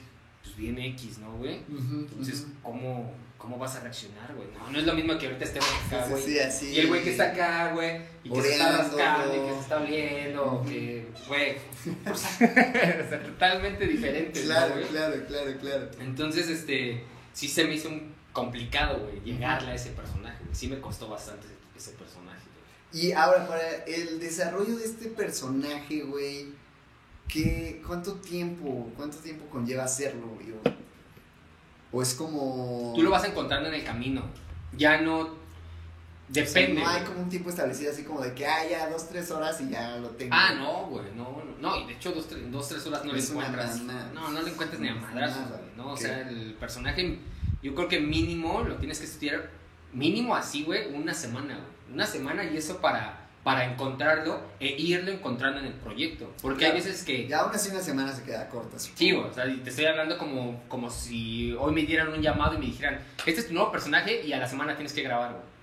Speaker 2: pues bien X, ¿no, güey?
Speaker 1: Ujú,
Speaker 2: Entonces,
Speaker 1: ujú.
Speaker 2: ¿cómo, ¿cómo vas a reaccionar, güey? No, no es lo mismo que ahorita este güey acá,
Speaker 1: Sí,
Speaker 2: güey.
Speaker 1: sí, sí, así.
Speaker 2: Y el güey que está acá, güey, y que se está
Speaker 1: Oreando.
Speaker 2: rascando, y que se está oliendo,
Speaker 1: Ujú.
Speaker 2: que, güey, o sea, o sea, totalmente diferente, ¿no,
Speaker 1: Claro,
Speaker 2: güey?
Speaker 1: claro, claro, claro.
Speaker 2: Entonces, este, sí se me hizo un complicado, güey, llegarle a ese personaje. güey. Sí me costó bastante ese, ese personaje, güey.
Speaker 1: Y ahora, para el desarrollo de este personaje, güey, ¿qué, ¿cuánto tiempo, cuánto tiempo conlleva hacerlo, güey? O, o es como...
Speaker 2: Tú lo vas encontrando en el camino. Ya no.
Speaker 1: o sea,
Speaker 2: Depende.
Speaker 1: no hay
Speaker 2: güey.
Speaker 1: como un tiempo establecido así como de que, ah, ya, dos, tres horas y ya lo tengo.
Speaker 2: Ah, no, güey, no, no, no, y de hecho dos, tres, en dos, tres horas no
Speaker 1: Es
Speaker 2: le
Speaker 1: una
Speaker 2: encuentras.
Speaker 1: mamada.
Speaker 2: No, no le encuentras ni a madrazos, güey, no, o
Speaker 1: Ok.
Speaker 2: sea, el personaje, yo creo que mínimo lo tienes que estudiar, mínimo así, güey, una semana, güey, una semana y eso para, para encontrarlo e irlo encontrando en el proyecto, porque hay
Speaker 1: Claro.
Speaker 2: veces que,
Speaker 1: Ya aún así una semana se queda corta. supongo.
Speaker 2: sí, güey, o sea, y te estoy hablando como, como si hoy me dieran un llamado y me dijeran, este es tu nuevo personaje y a la semana tienes que grabar, güey,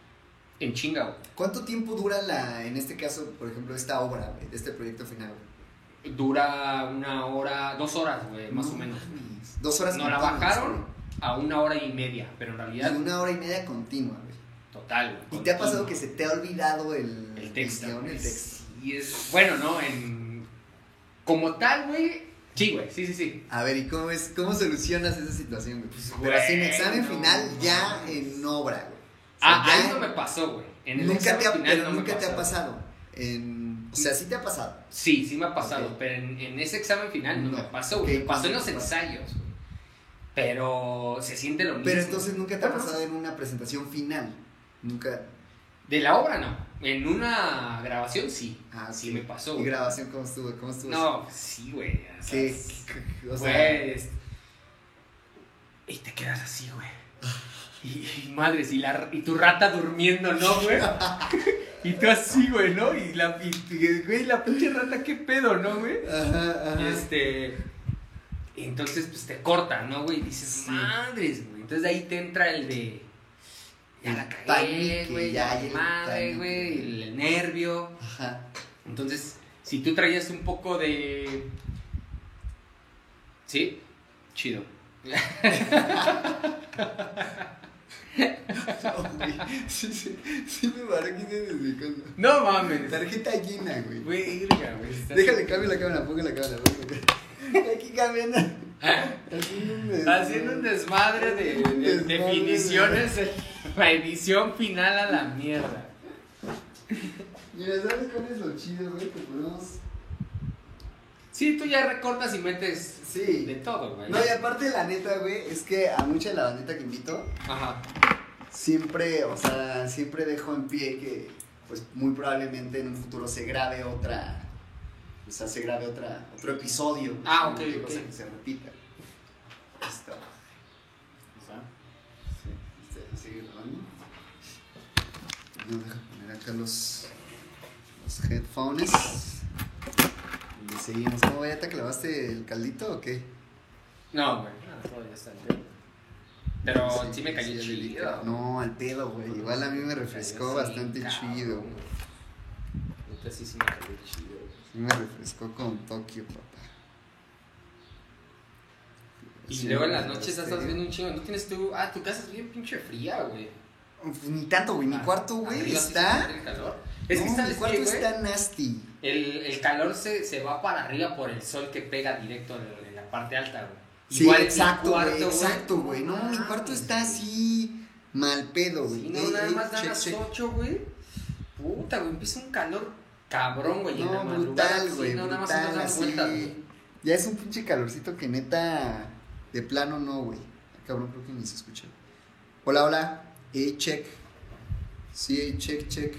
Speaker 2: en chinga, güey.
Speaker 1: ¿Cuánto tiempo dura la, en este caso, por ejemplo, esta obra, güey, de este proyecto final? güey?
Speaker 2: Dura una hora, dos horas, güey, más o menos.
Speaker 1: mames. Dos horas
Speaker 2: Nos la
Speaker 1: continuas,
Speaker 2: bajaron
Speaker 1: güey.
Speaker 2: a una hora y media, pero
Speaker 1: Y
Speaker 2: en realidad
Speaker 1: una hora y media continua, güey.
Speaker 2: total.
Speaker 1: ¿Y
Speaker 2: güey,
Speaker 1: te ha pasado
Speaker 2: continuo.
Speaker 1: que se te ha olvidado el,
Speaker 2: el texto?
Speaker 1: guión, el
Speaker 2: es-
Speaker 1: texto?
Speaker 2: Y es bueno, no, en como tal, güey. Sí, güey, sí, sí, sí.
Speaker 1: A ver, ¿y cómo, es, cómo solucionas esa situación, güey?
Speaker 2: Pues,
Speaker 1: Pero así en
Speaker 2: güey,
Speaker 1: examen
Speaker 2: no
Speaker 1: final, ya
Speaker 2: mames.
Speaker 1: en obra, güey. O sea,
Speaker 2: Ah,
Speaker 1: ya
Speaker 2: ahí no me pasó, güey. En el
Speaker 1: nunca
Speaker 2: examen
Speaker 1: te ha,
Speaker 2: final
Speaker 1: pero
Speaker 2: no me
Speaker 1: nunca te ha
Speaker 2: pasó.
Speaker 1: pasado. En, o sea, sí te ha pasado.
Speaker 2: Sí, sí me ha pasado,
Speaker 1: Ok.
Speaker 2: pero en, en ese examen final no,
Speaker 1: No.
Speaker 2: me pasó, güey.
Speaker 1: Ok,
Speaker 2: me pasó en
Speaker 1: no
Speaker 2: los
Speaker 1: te pasó.
Speaker 2: ensayos, güey. Pero se siente lo mismo.
Speaker 1: Pero entonces nunca te ha
Speaker 2: Bueno,
Speaker 1: pasado en una presentación final. Nunca.
Speaker 2: De la obra no. En una grabación sí.
Speaker 1: Ah,
Speaker 2: Sí me
Speaker 1: ¿Y
Speaker 2: pasó, güey.
Speaker 1: grabación cómo estuvo? ¿Cómo estuvo?
Speaker 2: No, sí, güey. o sea,
Speaker 1: ¿Qué?
Speaker 2: sí.
Speaker 1: qué- O sea,
Speaker 2: Pues. Y te quedas así, güey. Y, y madres, y, la, y tu rata durmiendo, ¿no, güey? Y tú así, güey, ¿no? Y la, y, y, güey, la pinche rata, qué pedo, ¿no, güey?
Speaker 1: ajá,
Speaker 2: Y
Speaker 1: ajá.
Speaker 2: este. y entonces, pues te corta, ¿no, güey? Y dices,
Speaker 1: Sí.
Speaker 2: madres, güey. Entonces de ahí te entra el de. Ya
Speaker 1: El
Speaker 2: la cagué,
Speaker 1: panique,
Speaker 2: güey.
Speaker 1: ya
Speaker 2: Ya,
Speaker 1: hay el
Speaker 2: madre,
Speaker 1: panique.
Speaker 2: güey. El, nervio.
Speaker 1: Ajá.
Speaker 2: Entonces, si tú traías un poco de. ¿Sí? Chido.
Speaker 1: No, güey. Sí, sí, sí me barquise desde cuando.
Speaker 2: No mames.
Speaker 1: Tarjeta llena, güey.
Speaker 2: Güey, irga, güey. está-
Speaker 1: Déjale, cambio la cámara, ponga la cámara. ponga la cámara. Aquí cambiando. Haciendo un desmadre.
Speaker 2: Haciendo un desmadre de, de-
Speaker 1: Un
Speaker 2: de
Speaker 1: desmadre,
Speaker 2: definiciones. eh, La edición final a la mierda.
Speaker 1: Mira, ¿sabes cuál es lo chido, güey? Que podemos.
Speaker 2: Sí, tú ya recortas y metes
Speaker 1: Sí.
Speaker 2: de todo, güey.
Speaker 1: No, y aparte, la neta, güey, es que a mucha de la bandita que invito,
Speaker 2: Ajá.
Speaker 1: siempre, o sea, siempre dejo en pie que, pues, muy probablemente en un futuro se grabe otra, o sea, se grabe otra, otro episodio.
Speaker 2: Ah, ok,
Speaker 1: Cualquier cosa
Speaker 2: ok.
Speaker 1: que se repita. Listo. ¿Va? Este, ¿Sigue grabando? No, deja poner acá los, los headphones. Y seguimos. ¿Cómo ya te clavaste el caldito o qué?
Speaker 2: No, güey. Ah, No, todo ya está bien. Pero sí, me cayó
Speaker 1: sí,
Speaker 2: chido.
Speaker 1: No, al pedo, güey. Igual a mí me
Speaker 2: cayó
Speaker 1: refrescó
Speaker 2: así,
Speaker 1: bastante
Speaker 2: cabrón,
Speaker 1: chido.
Speaker 2: güey. Neta, sí, sí me cayó chido. güey.
Speaker 1: Sí me refrescó con Tokio, papá.
Speaker 2: Y
Speaker 1: Sí,
Speaker 2: luego en
Speaker 1: me
Speaker 2: las noches ya
Speaker 1: refresqué.
Speaker 2: estás viendo un chingo. No tienes tú. Ah, tu casa es bien pinche fría, güey.
Speaker 1: Uf, Ni tanto, güey. Mi
Speaker 2: Ah,
Speaker 1: cuarto, güey,
Speaker 2: arriba sí se
Speaker 1: está...
Speaker 2: siente el calor. Es que
Speaker 1: No,
Speaker 2: está
Speaker 1: mi cuarto está nasty.
Speaker 2: El, el calor se, se va para arriba por el sol que pega directo en, en la parte alta, güey.
Speaker 1: Sí,
Speaker 2: Igual en mi
Speaker 1: exacto,
Speaker 2: cuarto,
Speaker 1: güey. Exacto, güey. No, mi
Speaker 2: mames,
Speaker 1: cuarto está
Speaker 2: güey.
Speaker 1: así... Mal pedo, güey. Eh,
Speaker 2: Sí, no,
Speaker 1: Ey,
Speaker 2: nada
Speaker 1: ey,
Speaker 2: más dan
Speaker 1: check,
Speaker 2: las
Speaker 1: check.
Speaker 2: 8, güey. Puta, güey, empieza un calor cabrón, güey. en la
Speaker 1: No,
Speaker 2: madrugada, pues,
Speaker 1: brutal,
Speaker 2: sí,
Speaker 1: güey.
Speaker 2: no, nada más
Speaker 1: brutal,
Speaker 2: andas dando
Speaker 1: así.
Speaker 2: vueltas, güey.
Speaker 1: Ya es un pinche calorcito que neta. De plano no, güey. Ah, Cabrón, creo que ni se escucha. Hola, hola. Ey, check. Sí, ey, check, check.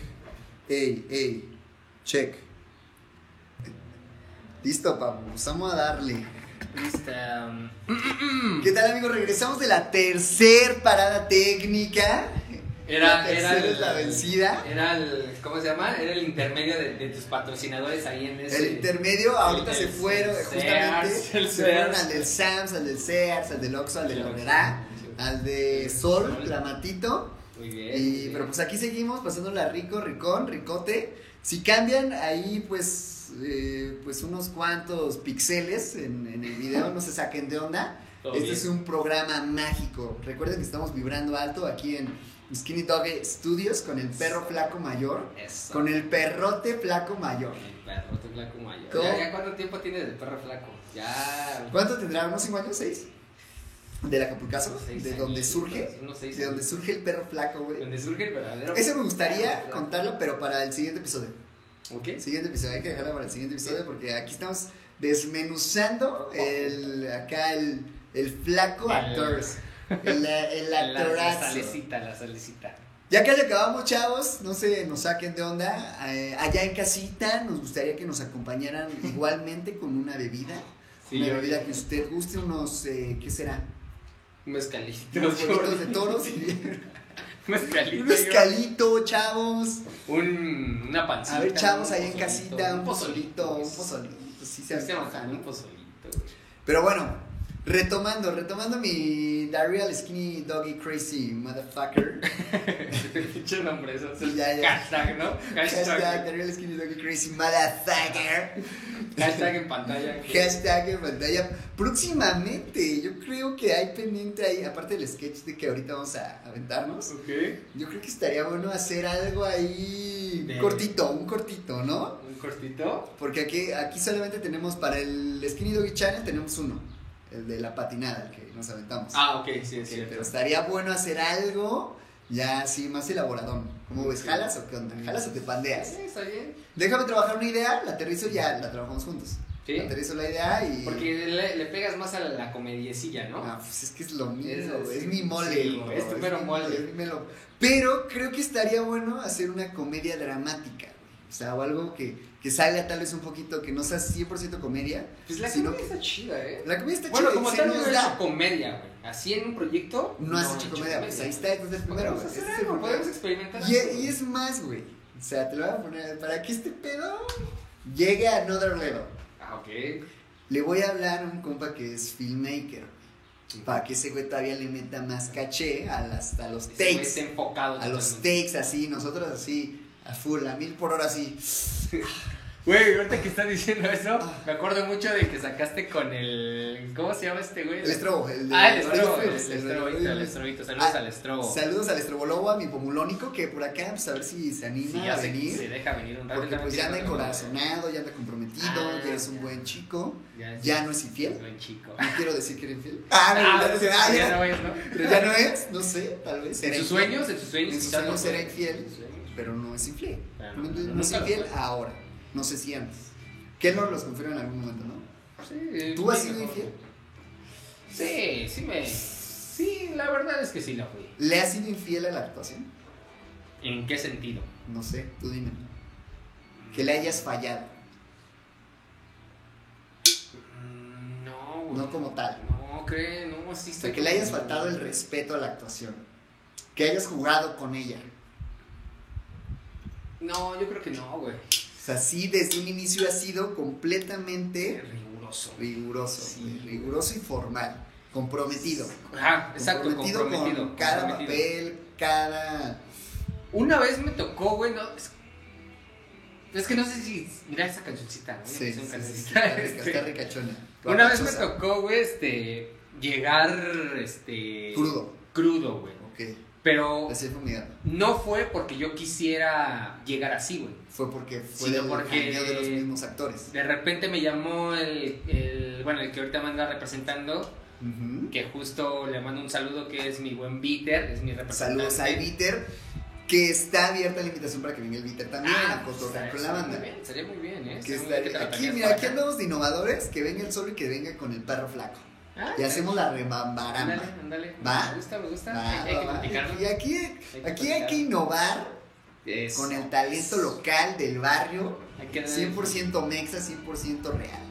Speaker 1: Ey, ey, check. Listo, papu. pues Vamos a darle.
Speaker 2: Este, um,
Speaker 1: ¿Qué tal, amigos? Regresamos de la tercer parada técnica.
Speaker 2: Era,
Speaker 1: la
Speaker 2: era,
Speaker 1: tercera
Speaker 2: el-
Speaker 1: es la vencida.
Speaker 2: Era el, ¿cómo se llama? Era el intermedio de, de tus patrocinadores ahí en ese.
Speaker 1: El intermedio, ahorita
Speaker 2: el-
Speaker 1: se
Speaker 2: el
Speaker 1: fueron,
Speaker 2: Sears,
Speaker 1: justamente,
Speaker 2: el
Speaker 1: se fueron
Speaker 2: Sears.
Speaker 1: al del Sams, al del Sears, al del Oxxo, al del
Speaker 2: Sí,
Speaker 1: Oberá,
Speaker 2: sí.
Speaker 1: al de Sol,
Speaker 2: Sol.
Speaker 1: Clamatito,
Speaker 2: Muy bien. muy
Speaker 1: y,
Speaker 2: bien.
Speaker 1: pero pues aquí seguimos pasándola rico, ricón, ricote. Si cambian ahí, pues, eh, pues unos cuantos pixeles en, en el video, no se saquen de onda.
Speaker 2: Todo
Speaker 1: este
Speaker 2: bien.
Speaker 1: es un programa mágico. Recuerden que estamos vibrando alto aquí en Skinny Dog Studios con el perro flaco mayor,
Speaker 2: Eso.
Speaker 1: con el perrote flaco mayor.
Speaker 2: El perro tu flaco mayor.
Speaker 1: ¿Cómo?
Speaker 2: ¿Ya, ya cuánto tiempo tienes de perro flaco? Ya.
Speaker 1: ¿Cuánto tendrá? ¿Unos 5 años? ¿6? Del Acapulcazo,
Speaker 2: unos seis
Speaker 1: de donde
Speaker 2: añitos,
Speaker 1: surge,
Speaker 2: unos seis
Speaker 1: de donde
Speaker 2: años.
Speaker 1: surge el perro flaco, güey.
Speaker 2: Donde surge el verdadero.
Speaker 1: Eso me gustaría
Speaker 2: perro flaco.
Speaker 1: contarlo, pero para el siguiente episodio.
Speaker 2: ¿Ok?
Speaker 1: El siguiente episodio, hay que dejarlo para el siguiente episodio porque aquí estamos desmenuzando el, acá el, el flaco
Speaker 2: El-
Speaker 1: actors, el, el
Speaker 2: la
Speaker 1: actorazo.
Speaker 2: salecita, la salecita.
Speaker 1: Ya casi acabamos, chavos. No se nos saquen de onda. Eh, allá en casita, nos gustaría que nos acompañaran igualmente con una bebida.
Speaker 2: Sí,
Speaker 1: una
Speaker 2: yo.
Speaker 1: bebida que usted guste, unos, eh, ¿qué será?
Speaker 2: Un mezcalito.
Speaker 1: Unos
Speaker 2: yo.
Speaker 1: huevitos de toros y
Speaker 2: Un mezcalito.
Speaker 1: un
Speaker 2: yo.
Speaker 1: escalito, chavos.
Speaker 2: Un, una pancita.
Speaker 1: A ver, chavos,
Speaker 2: un
Speaker 1: ahí en
Speaker 2: pozolito,
Speaker 1: casita, un pozolito, un pozolito. Sí se
Speaker 2: Sí, se
Speaker 1: antoja,
Speaker 2: antoja, Un
Speaker 1: ¿no?
Speaker 2: pozolito, güey.
Speaker 1: Pero bueno, retomando, retomando mi The Real Skinny Doggy Crazy Motherfucker.
Speaker 2: Pinche nombre, eso es el
Speaker 1: Ya, ya.
Speaker 2: hashtag, ¿no?
Speaker 1: Hashtag
Speaker 2: Hashtag,
Speaker 1: The Real Skinny Doggy Crazy Motherfucker.
Speaker 2: hashtag en pantalla. que-
Speaker 1: Hashtag en pantalla. Próximamente, yo creo que hay pendiente ahí, aparte del sketch de que ahorita vamos a aventarnos,
Speaker 2: Ok.
Speaker 1: yo creo que estaría bueno hacer algo ahí
Speaker 2: De-
Speaker 1: cortito, un cortito, ¿no?
Speaker 2: Un cortito.
Speaker 1: Porque aquí, aquí solamente tenemos para el Skinny Doggy Channel tenemos uno, el de la patinada, el que nos aventamos.
Speaker 2: Ah, ok, sí,
Speaker 1: Ok,
Speaker 2: es cierto.
Speaker 1: pero estaría bueno hacer algo ya así más elaboradón. ¿Cómo ves? ¿Jalas o qué onda? ¿Jalas o te pandeas?
Speaker 2: Sí, está bien.
Speaker 1: Déjame trabajar una idea, la aterrizo y ya, la trabajamos juntos.
Speaker 2: Sí.
Speaker 1: Aterrizo la idea y.
Speaker 2: Porque le, le pegas más a la, la comediecilla, ¿no?
Speaker 1: Ah, pues es que es lo mío,
Speaker 2: Es-
Speaker 1: güey, es,
Speaker 2: sí,
Speaker 1: mi mole.
Speaker 2: sí,
Speaker 1: güey,
Speaker 2: es tu mero
Speaker 1: mi-
Speaker 2: mole.
Speaker 1: es mi melo- Pero creo que estaría bueno hacer una comedia dramática, güey. O sea, o algo que, que salga tal vez un poquito, que no sea 100% comedia.
Speaker 2: Pues la
Speaker 1: sino
Speaker 2: comedia está chida, ¿eh?
Speaker 1: que- La comedia está
Speaker 2: Bueno,
Speaker 1: chida,
Speaker 2: como
Speaker 1: se
Speaker 2: tal, no
Speaker 1: nos
Speaker 2: he
Speaker 1: da.
Speaker 2: hecho comedia, güey. Así en un proyecto.
Speaker 1: No has
Speaker 2: he
Speaker 1: hecho comedia, pues ahí está, entonces el primero,
Speaker 2: Podemos
Speaker 1: güey.
Speaker 2: hacer
Speaker 1: ese es el
Speaker 2: algo,
Speaker 1: primero.
Speaker 2: podemos experimentar.
Speaker 1: Y,
Speaker 2: algo.
Speaker 1: y es más, güey. O sea, te lo voy a poner. Para que este pedo llegue a another level.
Speaker 2: Ah, ok.
Speaker 1: Le voy a hablar a un compa que es filmmaker. Para que ese güey todavía le meta más caché a, las, a los
Speaker 2: Ese güey
Speaker 1: takes.
Speaker 2: está enfocado.
Speaker 1: A los
Speaker 2: totalmente.
Speaker 1: takes así, nosotros así, a full, a mil por hora así.
Speaker 2: Güey, ahorita que estás diciendo eso,
Speaker 1: Ah.
Speaker 2: me acuerdo mucho de que sacaste con el. ¿Cómo se llama este güey?
Speaker 1: El estrobo. El de-
Speaker 2: Ah, el estrobo, el
Speaker 1: Oriflame,
Speaker 2: estrobito, el estrobito. Saludos
Speaker 1: Ah,
Speaker 2: al estrobo.
Speaker 1: Saludos al estrobolobo, a mi pomulónico, que por acá, pues a ver si se anima
Speaker 2: Sí,
Speaker 1: a
Speaker 2: ya se,
Speaker 1: venir.
Speaker 2: se deja venir un rato.
Speaker 1: porque pues ya
Speaker 2: también
Speaker 1: anda
Speaker 2: tiene otro-
Speaker 1: encorazonado, ya anda comprometido,
Speaker 2: Ah,
Speaker 1: ya es un
Speaker 2: ya.
Speaker 1: buen chico.
Speaker 2: Ya, es-
Speaker 1: ¿eh? Ya no es infiel.
Speaker 2: es buen chico.
Speaker 1: No quiero decir que era infiel. Ah, no, ya, no, es- ah,
Speaker 2: sí,
Speaker 1: ya-
Speaker 2: ya no es, ¿no?
Speaker 1: pero ya no es, no sé, tal vez.
Speaker 2: En
Speaker 1: era
Speaker 2: sus
Speaker 1: infiel,
Speaker 2: sueños, en sus sueños.
Speaker 1: En sus
Speaker 2: quizás no
Speaker 1: sueños era
Speaker 2: fue.
Speaker 1: infiel.
Speaker 2: En sus sueños.
Speaker 1: Pero no es infiel.
Speaker 2: Ah,
Speaker 1: No,
Speaker 2: no,
Speaker 1: no
Speaker 2: no,
Speaker 1: es
Speaker 2: claro.
Speaker 1: infiel ahora, no sé si antes. Que él nos los confirma en algún momento, ¿no?
Speaker 2: Sí,
Speaker 1: ¿Tú has
Speaker 2: sí,
Speaker 1: sido
Speaker 2: mejor.
Speaker 1: infiel?
Speaker 2: Sí, sí me. Sí, la verdad es que sí lo fui.
Speaker 1: ¿Le has sido infiel a la actuación?
Speaker 2: ¿En qué sentido?
Speaker 1: No sé, tú dime. Que le hayas fallado,
Speaker 2: Mm, No, güey.
Speaker 1: no como tal.
Speaker 2: No, cree, no, sí
Speaker 1: O
Speaker 2: estoy
Speaker 1: sea, que le hayas
Speaker 2: como-
Speaker 1: faltado el respeto a la actuación. Que hayas jugado con ella.
Speaker 2: No, yo creo que no, güey.
Speaker 1: O sea, sí, desde un inicio ha sido completamente
Speaker 2: Riguroso.
Speaker 1: riguroso.
Speaker 2: Sí.
Speaker 1: güey, Riguroso y formal. Comprometido.
Speaker 2: Ajá, exacto, comprometido.
Speaker 1: con cada
Speaker 2: comprometido.
Speaker 1: papel, cada...
Speaker 2: Una vez me tocó, güey, no. Es, es que no sé si. Mira esa cancioncita, ¿no?
Speaker 1: Sí,
Speaker 2: Es
Speaker 1: sí,
Speaker 2: una
Speaker 1: sí, sí,
Speaker 2: cancioncita,
Speaker 1: está rica,
Speaker 2: este,
Speaker 1: está ricachona.
Speaker 2: Una vez me
Speaker 1: Guapachosa.
Speaker 2: tocó, güey, este. Llegar, este.
Speaker 1: Crudo.
Speaker 2: Crudo, güey.
Speaker 1: Ok,
Speaker 2: Pero
Speaker 1: así fue mi edad.
Speaker 2: no fue porque yo quisiera llegar así, güey.
Speaker 1: Fue porque fue
Speaker 2: Sino
Speaker 1: del
Speaker 2: porque-
Speaker 1: jangueo de los mismos actores.
Speaker 2: De repente me llamó el, el- Bueno, el que ahorita me anda representando.
Speaker 1: Ujú.
Speaker 2: Que justo le mando un saludo, que es mi buen Peter. Es mi representante.
Speaker 1: Saludos a Viter, que está abierta la invitación para que venga el Viter también a
Speaker 2: pues,
Speaker 1: cotorrear con la
Speaker 2: estaría muy
Speaker 1: banda.
Speaker 2: bien, Estaría muy bien, ¿eh?
Speaker 1: Que
Speaker 2: Estaría muy
Speaker 1: está-
Speaker 2: bien te la
Speaker 1: aquí,
Speaker 2: traigas
Speaker 1: mira,
Speaker 2: por
Speaker 1: aquí
Speaker 2: acá.
Speaker 1: andamos de innovadores, que venga el solo y que venga con el perro flaco.
Speaker 2: Ah,
Speaker 1: Y hacemos la rebambaramba.
Speaker 2: Ándale, ándale.
Speaker 1: ¿Va?
Speaker 2: Me gusta, me gusta.
Speaker 1: Va,
Speaker 2: hay, hay que
Speaker 1: va, va.
Speaker 2: platicarlo.
Speaker 1: Y aquí,
Speaker 2: Hay que
Speaker 1: aquí hay que innovar
Speaker 2: Eso.
Speaker 1: con el talento local del barrio,
Speaker 2: Hay que
Speaker 1: 100% mexa, 100% real.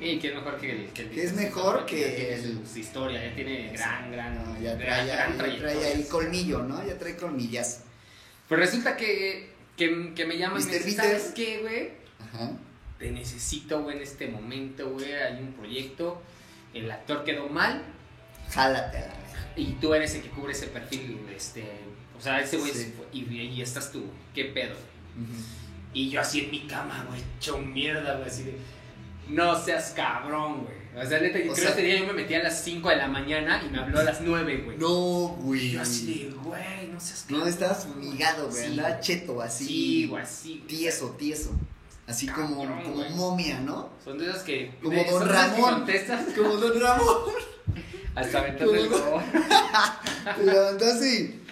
Speaker 2: Y que es mejor que el. Que el
Speaker 1: Que es mejor
Speaker 2: porque ya
Speaker 1: que
Speaker 2: tiene
Speaker 1: el-
Speaker 2: su, su historia, ya tiene gran, gran.
Speaker 1: No, ya
Speaker 2: gran,
Speaker 1: trae,
Speaker 2: gran
Speaker 1: ya trae ahí
Speaker 2: trayectoria.
Speaker 1: colmillo, ¿no? Ya trae colmillazo.
Speaker 2: Pero resulta que, que, que me llaman y me
Speaker 1: Mr.
Speaker 2: dicen,
Speaker 1: Peter.
Speaker 2: ¿sabes qué, güey?
Speaker 1: Ajá.
Speaker 2: Te necesito, güey, en este momento, güey. Hay un proyecto. El actor quedó mal.
Speaker 1: Jálate a la verga.
Speaker 2: Y tú eres el que cubre ese perfil. Este, o sea, ese güey.
Speaker 1: Sí.
Speaker 2: se fue, Y, y estás tú. ¿Qué pedo?
Speaker 1: Ujú.
Speaker 2: Y yo así en mi cama, güey, hecho mierda, güey, así de. No seas cabrón, güey. O sea, neta, yo
Speaker 1: O
Speaker 2: creo
Speaker 1: sea-
Speaker 2: que ese día yo me metí a las 5 de la mañana y me habló a las 9, güey.
Speaker 1: No,
Speaker 2: Y
Speaker 1: güey.
Speaker 2: yo así de, güey, no seas
Speaker 1: No, estabas fumigado, güey.
Speaker 2: Sí,
Speaker 1: Andaba
Speaker 2: güey.
Speaker 1: cheto, así.
Speaker 2: Sí, güey, así, güey.
Speaker 1: Tieso, tieso. Así como,
Speaker 2: Cabrón,
Speaker 1: como
Speaker 2: güey.
Speaker 1: momia, ¿no?
Speaker 2: Son de esas que.
Speaker 1: Como
Speaker 2: de-
Speaker 1: Don
Speaker 2: son de esas que
Speaker 1: Ramón.
Speaker 2: contestas
Speaker 1: Como Don Ramón.
Speaker 2: hasta aventando el
Speaker 1: Como-
Speaker 2: codo.
Speaker 1: Te levantó así.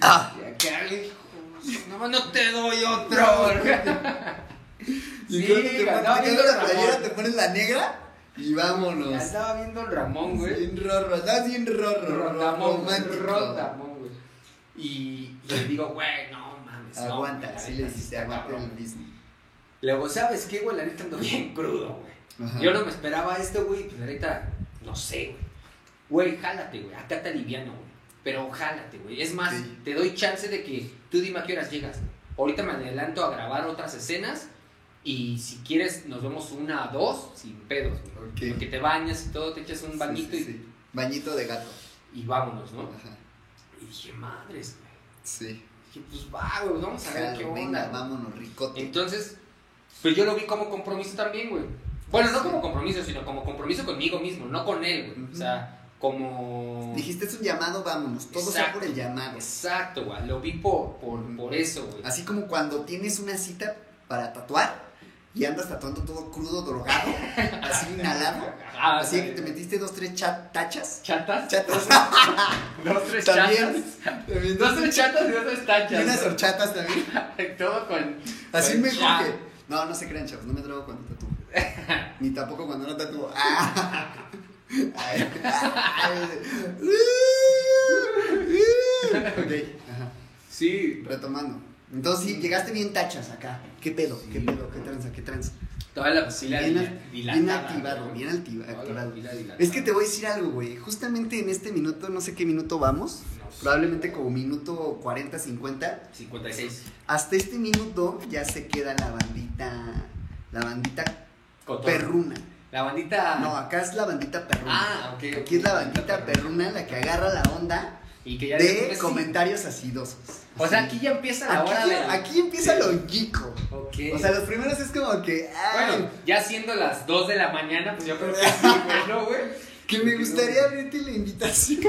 Speaker 1: Ah.
Speaker 2: Y acá, güey, No, no te doy otro, güey.
Speaker 1: Y
Speaker 2: Sí,
Speaker 1: luego te pones-
Speaker 2: andaba
Speaker 1: te
Speaker 2: viendo
Speaker 1: quedas
Speaker 2: el
Speaker 1: la playera,
Speaker 2: Ramón.
Speaker 1: te pones la negra y vámonos.
Speaker 2: Andaba viendo el Ramón, güey.
Speaker 1: Sin rorro, andaba sin rorro.
Speaker 2: Rondamón, güey,
Speaker 1: romántico.
Speaker 2: Rondamón, güey. Y, y le digo, güey, no mames. no,
Speaker 1: Aguanta,
Speaker 2: güey,
Speaker 1: sí
Speaker 2: la
Speaker 1: le
Speaker 2: neta, sí
Speaker 1: dijiste,
Speaker 2: está
Speaker 1: aguanta
Speaker 2: cabrón.
Speaker 1: el Disney.
Speaker 2: Luego, ¿sabes qué, güey? La neta ando bien crudo, güey.
Speaker 1: Ajá.
Speaker 2: Yo no me esperaba esto, güey. Pues la neta, no sé, güey. Güey, jálate, güey. Acá está liviano, güey. Pero jálate, güey. Es más,
Speaker 1: Sí.
Speaker 2: te doy chance de que tú dime a qué horas llegas. Ahorita me adelanto a grabar otras escenas. Y si quieres, nos vemos una a dos sin pedos, güey.
Speaker 1: Ok.
Speaker 2: Porque te bañas y todo, te echas un bañito
Speaker 1: Sí,
Speaker 2: y-
Speaker 1: sí, sí. Bañito de gato.
Speaker 2: Y, vámonos, ¿no?
Speaker 1: Ajá.
Speaker 2: Y dije, madres, güey.
Speaker 1: Sí.
Speaker 2: Dije, pues va, güey, vamos a ver
Speaker 1: Jalo,
Speaker 2: qué onda.
Speaker 1: venga,
Speaker 2: güey.
Speaker 1: vámonos, ricote.
Speaker 2: Entonces, pues yo lo vi como compromiso también, güey. Bueno, no como compromiso, sino como compromiso conmigo mismo, no con él, güey. O sea, como.
Speaker 1: Dijiste es un llamado, vámonos. Todo sea
Speaker 2: Exacto.
Speaker 1: por el llamado.
Speaker 2: Exacto, güey. Lo vi por, por, por eso, güey.
Speaker 1: Así como cuando tienes una cita para tatuar y andas tatuando todo crudo, drogado, así inhalado.
Speaker 2: Ajá,
Speaker 1: Así
Speaker 2: o
Speaker 1: que
Speaker 2: sea,
Speaker 1: Ah, te metiste dos, tres cha- tachas.
Speaker 2: ¿Chatas?
Speaker 1: Chatas.
Speaker 2: Dos, tres
Speaker 1: También.
Speaker 2: chatas.
Speaker 1: También
Speaker 2: Dos, tres chatas y dos, tres
Speaker 1: Y
Speaker 2: tachas.
Speaker 1: unas horchatas también.
Speaker 2: Todo con.
Speaker 1: Así
Speaker 2: con
Speaker 1: me
Speaker 2: cha.
Speaker 1: que No, no se crean, chavos. No me drogo cuando tatúo. Ni tampoco cuando no tatúo. Ah. Ay, ay. Ok, ajá.
Speaker 2: Sí,
Speaker 1: Retomando. Entonces, sí, llegaste bien tachas acá. ¿Qué pedo? ¿Qué pedo? ¿Qué tranza? ¿Qué tranza?
Speaker 2: toda la fusila
Speaker 1: Bien
Speaker 2: dila-
Speaker 1: al-
Speaker 2: dilatada.
Speaker 1: bien activado,
Speaker 2: güey.
Speaker 1: bien altiva-
Speaker 2: Toda la
Speaker 1: activado.
Speaker 2: fusila dilatada.
Speaker 1: Es que te voy a decir algo, güey. Justamente en este minuto, no sé qué minuto vamos.
Speaker 2: No sé.
Speaker 1: Probablemente como minuto 40, 50.
Speaker 2: 56.
Speaker 1: Hasta este minuto ya se queda la bandita. La bandita
Speaker 2: Cotorra.
Speaker 1: perruna.
Speaker 2: La bandita.
Speaker 1: No, acá es la bandita perruna.
Speaker 2: Ah, ok.
Speaker 1: Aquí es la bandita perruna la que agarra la onda
Speaker 2: Y que ya después
Speaker 1: de
Speaker 2: sí.
Speaker 1: comentarios acidosos.
Speaker 2: O sea,
Speaker 1: Así.
Speaker 2: aquí ya empieza la
Speaker 1: Aquí,
Speaker 2: hora de.
Speaker 1: aquí empieza
Speaker 2: Sí.
Speaker 1: lo geeko.
Speaker 2: Ok.
Speaker 1: O sea, los primeros es como que. Ay,
Speaker 2: bueno, ya siendo las 2 de la mañana, pues yo creo que sí, bueno, güey.
Speaker 1: que me
Speaker 2: que
Speaker 1: gustaría
Speaker 2: no.
Speaker 1: abrirte la invitación.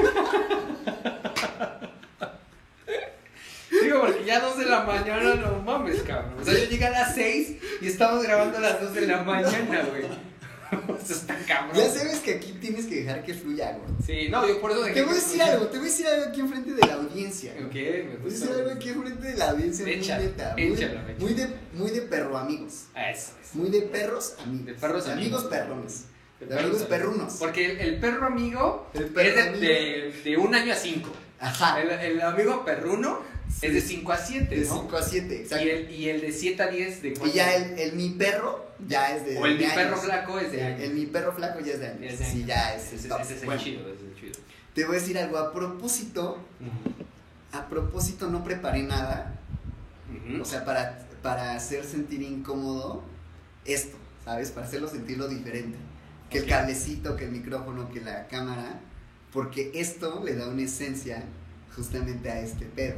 Speaker 2: Digo, porque ya 2 de la mañana, no mames, cabrón. O sea, yo llegué a las 6 y estamos grabando a las 2 de la mañana, güey. Eso está cabrón.
Speaker 1: Ya sabes que aquí tienes que dejar que fluya algo.
Speaker 2: Sí, no, yo por eso dejé
Speaker 1: Te voy a
Speaker 2: que-
Speaker 1: decir algo, te voy a decir algo aquí enfrente de la audiencia.
Speaker 2: Ok,
Speaker 1: Te
Speaker 2: me
Speaker 1: voy a decir
Speaker 2: gusta.
Speaker 1: algo aquí enfrente de la audiencia. muy
Speaker 2: Échalo,
Speaker 1: neta, muy, de-
Speaker 2: échalo, échalo.
Speaker 1: muy de, muy de perro amigos.
Speaker 2: Ah, Eso es.
Speaker 1: Muy de perros amigos.
Speaker 2: De perros
Speaker 1: amigos.
Speaker 2: amigos.
Speaker 1: perrones.
Speaker 2: De
Speaker 1: De amigos
Speaker 2: perros,
Speaker 1: perrunos.
Speaker 2: Porque el, el perro amigo
Speaker 1: El perro
Speaker 2: es de, de- de un año a cinco.
Speaker 1: Ajá.
Speaker 2: El, el amigo perruno es de 5 a 7,
Speaker 1: De
Speaker 2: ¿no?
Speaker 1: 5 a 7, exacto.
Speaker 2: Y
Speaker 1: Y,
Speaker 2: el, y el de 7 a 10 de cuatro.
Speaker 1: ya el, el mi perro ya es de.
Speaker 2: O el
Speaker 1: de
Speaker 2: mi perro
Speaker 1: años.
Speaker 2: flaco es de año.
Speaker 1: El mi perro flaco ya es de años.
Speaker 2: Es de
Speaker 1: Sí,
Speaker 2: años.
Speaker 1: ya es.
Speaker 2: Ese,
Speaker 1: el
Speaker 2: ese
Speaker 1: top.
Speaker 2: es el
Speaker 1: Bueno,
Speaker 2: chido, ese es el chido.
Speaker 1: Te voy a decir algo. A propósito, a propósito no preparé nada.
Speaker 2: Ujú.
Speaker 1: O sea, para, para hacer sentir incómodo esto, ¿sabes? Para hacerlo sentirlo diferente. Que
Speaker 2: Ok.
Speaker 1: el cablecito, que el micrófono, que la cámara. Porque esto le da una esencia justamente a este pedo.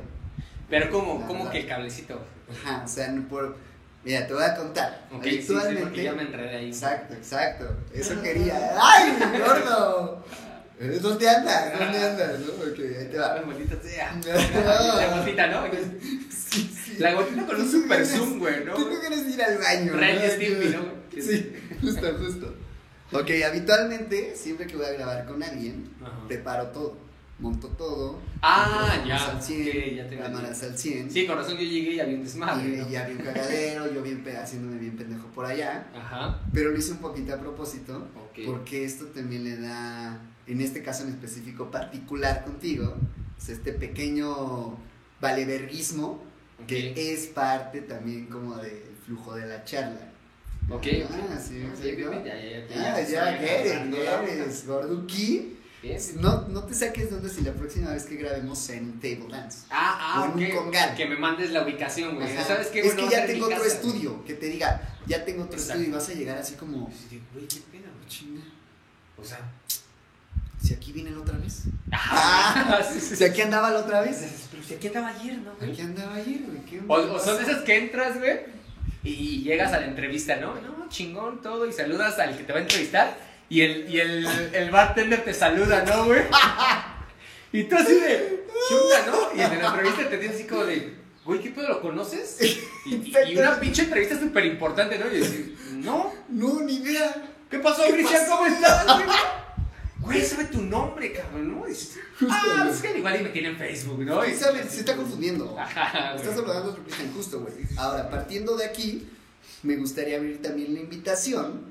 Speaker 2: Pero como,
Speaker 1: La
Speaker 2: como
Speaker 1: verdad.
Speaker 2: que el cablecito.
Speaker 1: Ajá, o sea, no por... Mira, te voy a contar.
Speaker 2: Ok, sí, sí, porque
Speaker 1: Habitualmente-
Speaker 2: ya me enredé ahí.
Speaker 1: Exacto, exacto. Eso quería. ¡Ay, gordo! ¿Dónde andas? ¿Dónde andas? ¿No? Ok, ahí te
Speaker 2: Ay,
Speaker 1: va.
Speaker 2: maldita sea. La
Speaker 1: No.
Speaker 2: gotita, ¿no?
Speaker 1: Sí, sí.
Speaker 2: La gotita con un super zoom, güey, ¿no?
Speaker 1: Tengo ganas de ir al baño.
Speaker 2: Ren y
Speaker 1: ¿no?
Speaker 2: Stimpy, ¿no?
Speaker 1: Sí, justo, justo. Ok, habitualmente, siempre que voy a grabar con alguien,
Speaker 2: Ajá.
Speaker 1: preparo todo. Monto todo.
Speaker 2: Ah,
Speaker 1: micrófonos
Speaker 2: ya,
Speaker 1: Al 100,
Speaker 2: ok, ya te
Speaker 1: cámaras al 100.
Speaker 2: Sí, con razón yo llegué y había un desmadre.
Speaker 1: y
Speaker 2: ¿no?
Speaker 1: ya bien cagadero, yo bien pe- haciéndome bien pendejo por allá.
Speaker 2: Ajá,
Speaker 1: Pero lo hice un poquito a propósito,
Speaker 2: ok.
Speaker 1: porque esto también le da, en este caso en específico particular contigo, o sea, este pequeño valeverguismo
Speaker 2: ok.
Speaker 1: que es parte también como del flujo de la charla.
Speaker 2: Ok,
Speaker 1: Ah,
Speaker 2: ok.
Speaker 1: sí,
Speaker 2: Ok,
Speaker 1: sí,
Speaker 2: ok,
Speaker 1: ¿no?
Speaker 2: ya, ya, ya,
Speaker 1: Ah, ya,
Speaker 2: estoy
Speaker 1: ¿qué eres?
Speaker 2: agarrando
Speaker 1: ¿Qué
Speaker 2: la-
Speaker 1: eres, gorduki?
Speaker 2: Bien.
Speaker 1: No, no te saques de onda si la próxima vez que grabemos en un table dance.
Speaker 2: Ah, ah,
Speaker 1: Con un
Speaker 2: ok.
Speaker 1: congal.
Speaker 2: Que me mandes la ubicación, güey.
Speaker 1: Ajá.
Speaker 2: ¿Sabes qué?
Speaker 1: es
Speaker 2: güey?
Speaker 1: que
Speaker 2: No va a
Speaker 1: ya
Speaker 2: ser mi
Speaker 1: tengo otro
Speaker 2: casa,
Speaker 1: estudio que te diga, ya tengo otro
Speaker 2: Exacto.
Speaker 1: estudio y vas a llegar así como,
Speaker 2: güey. Sí, sí, Güey, qué pena, güey.
Speaker 1: chinga,
Speaker 2: O sea.
Speaker 1: si aquí vienen otra vez.
Speaker 2: Ah, sí, sí,
Speaker 1: Si aquí andaba la otra vez.
Speaker 2: sí. Pero si aquí andaba ayer, ¿no? güey?
Speaker 1: Aquí andaba ayer, güey. ¿qué
Speaker 2: O,
Speaker 1: onda?
Speaker 2: o son de esas que entras, güey, y llegas a la entrevista, ¿no? No, chingón, todo, y saludas al que te va a entrevistar, y el, y el, el bartender te saluda, ¿no, güey? Y tú así de, ¿qué onda, no? Y en la entrevista te dice así como de, güey, ¿qué pedo, lo conoces? Y, y- y una pinche entrevista súper importante, ¿no? Y decir, no,
Speaker 1: No, ni idea.
Speaker 2: ¿qué pasó, Cristian? ¿Cómo estás, güey? Güey, sabe tu nombre, cabrón, ¿no? Y dices,
Speaker 1: Justo,
Speaker 2: ah,
Speaker 1: güey.
Speaker 2: es que al igual y me tiene en Facebook, ¿no?
Speaker 1: Sí, sabe, se está confundiendo.
Speaker 2: Ajá, güey.
Speaker 1: Estás hablando de Cristian justo, güey. Ahora, partiendo de aquí, me gustaría abrir también la invitación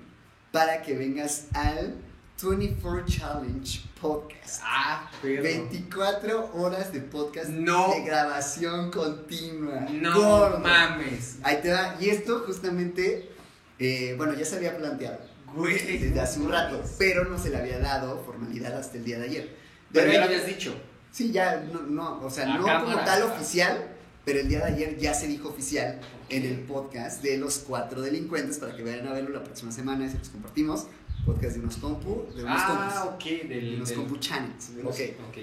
Speaker 1: para que vengas al 24 Challenge Podcast.
Speaker 2: Ah, pero...
Speaker 1: 24 horas de podcast
Speaker 2: No.
Speaker 1: de grabación continua.
Speaker 2: No
Speaker 1: Gordo.
Speaker 2: mames.
Speaker 1: Ahí te va. Y esto justamente, eh, bueno, ya se había planteado
Speaker 2: Güey.
Speaker 1: desde hace un rato, pero no se le había dado formalidad hasta el día de ayer. De
Speaker 2: Pero ya lo
Speaker 1: repente-
Speaker 2: habías dicho.
Speaker 1: Sí, ya, no, no, o sea,
Speaker 2: A
Speaker 1: no como
Speaker 2: cámara.
Speaker 1: tal oficial, pero el día de ayer ya se dijo oficial en el podcast de los cuatro delincuentes para que vayan a verlo la próxima semana y se los compartimos. Podcast de unos compu, de unos
Speaker 2: Ah,
Speaker 1: compus,
Speaker 2: ok.
Speaker 1: de
Speaker 2: Del,
Speaker 1: unos
Speaker 2: del-
Speaker 1: compu channels.
Speaker 2: del-
Speaker 1: Ok.
Speaker 2: ok.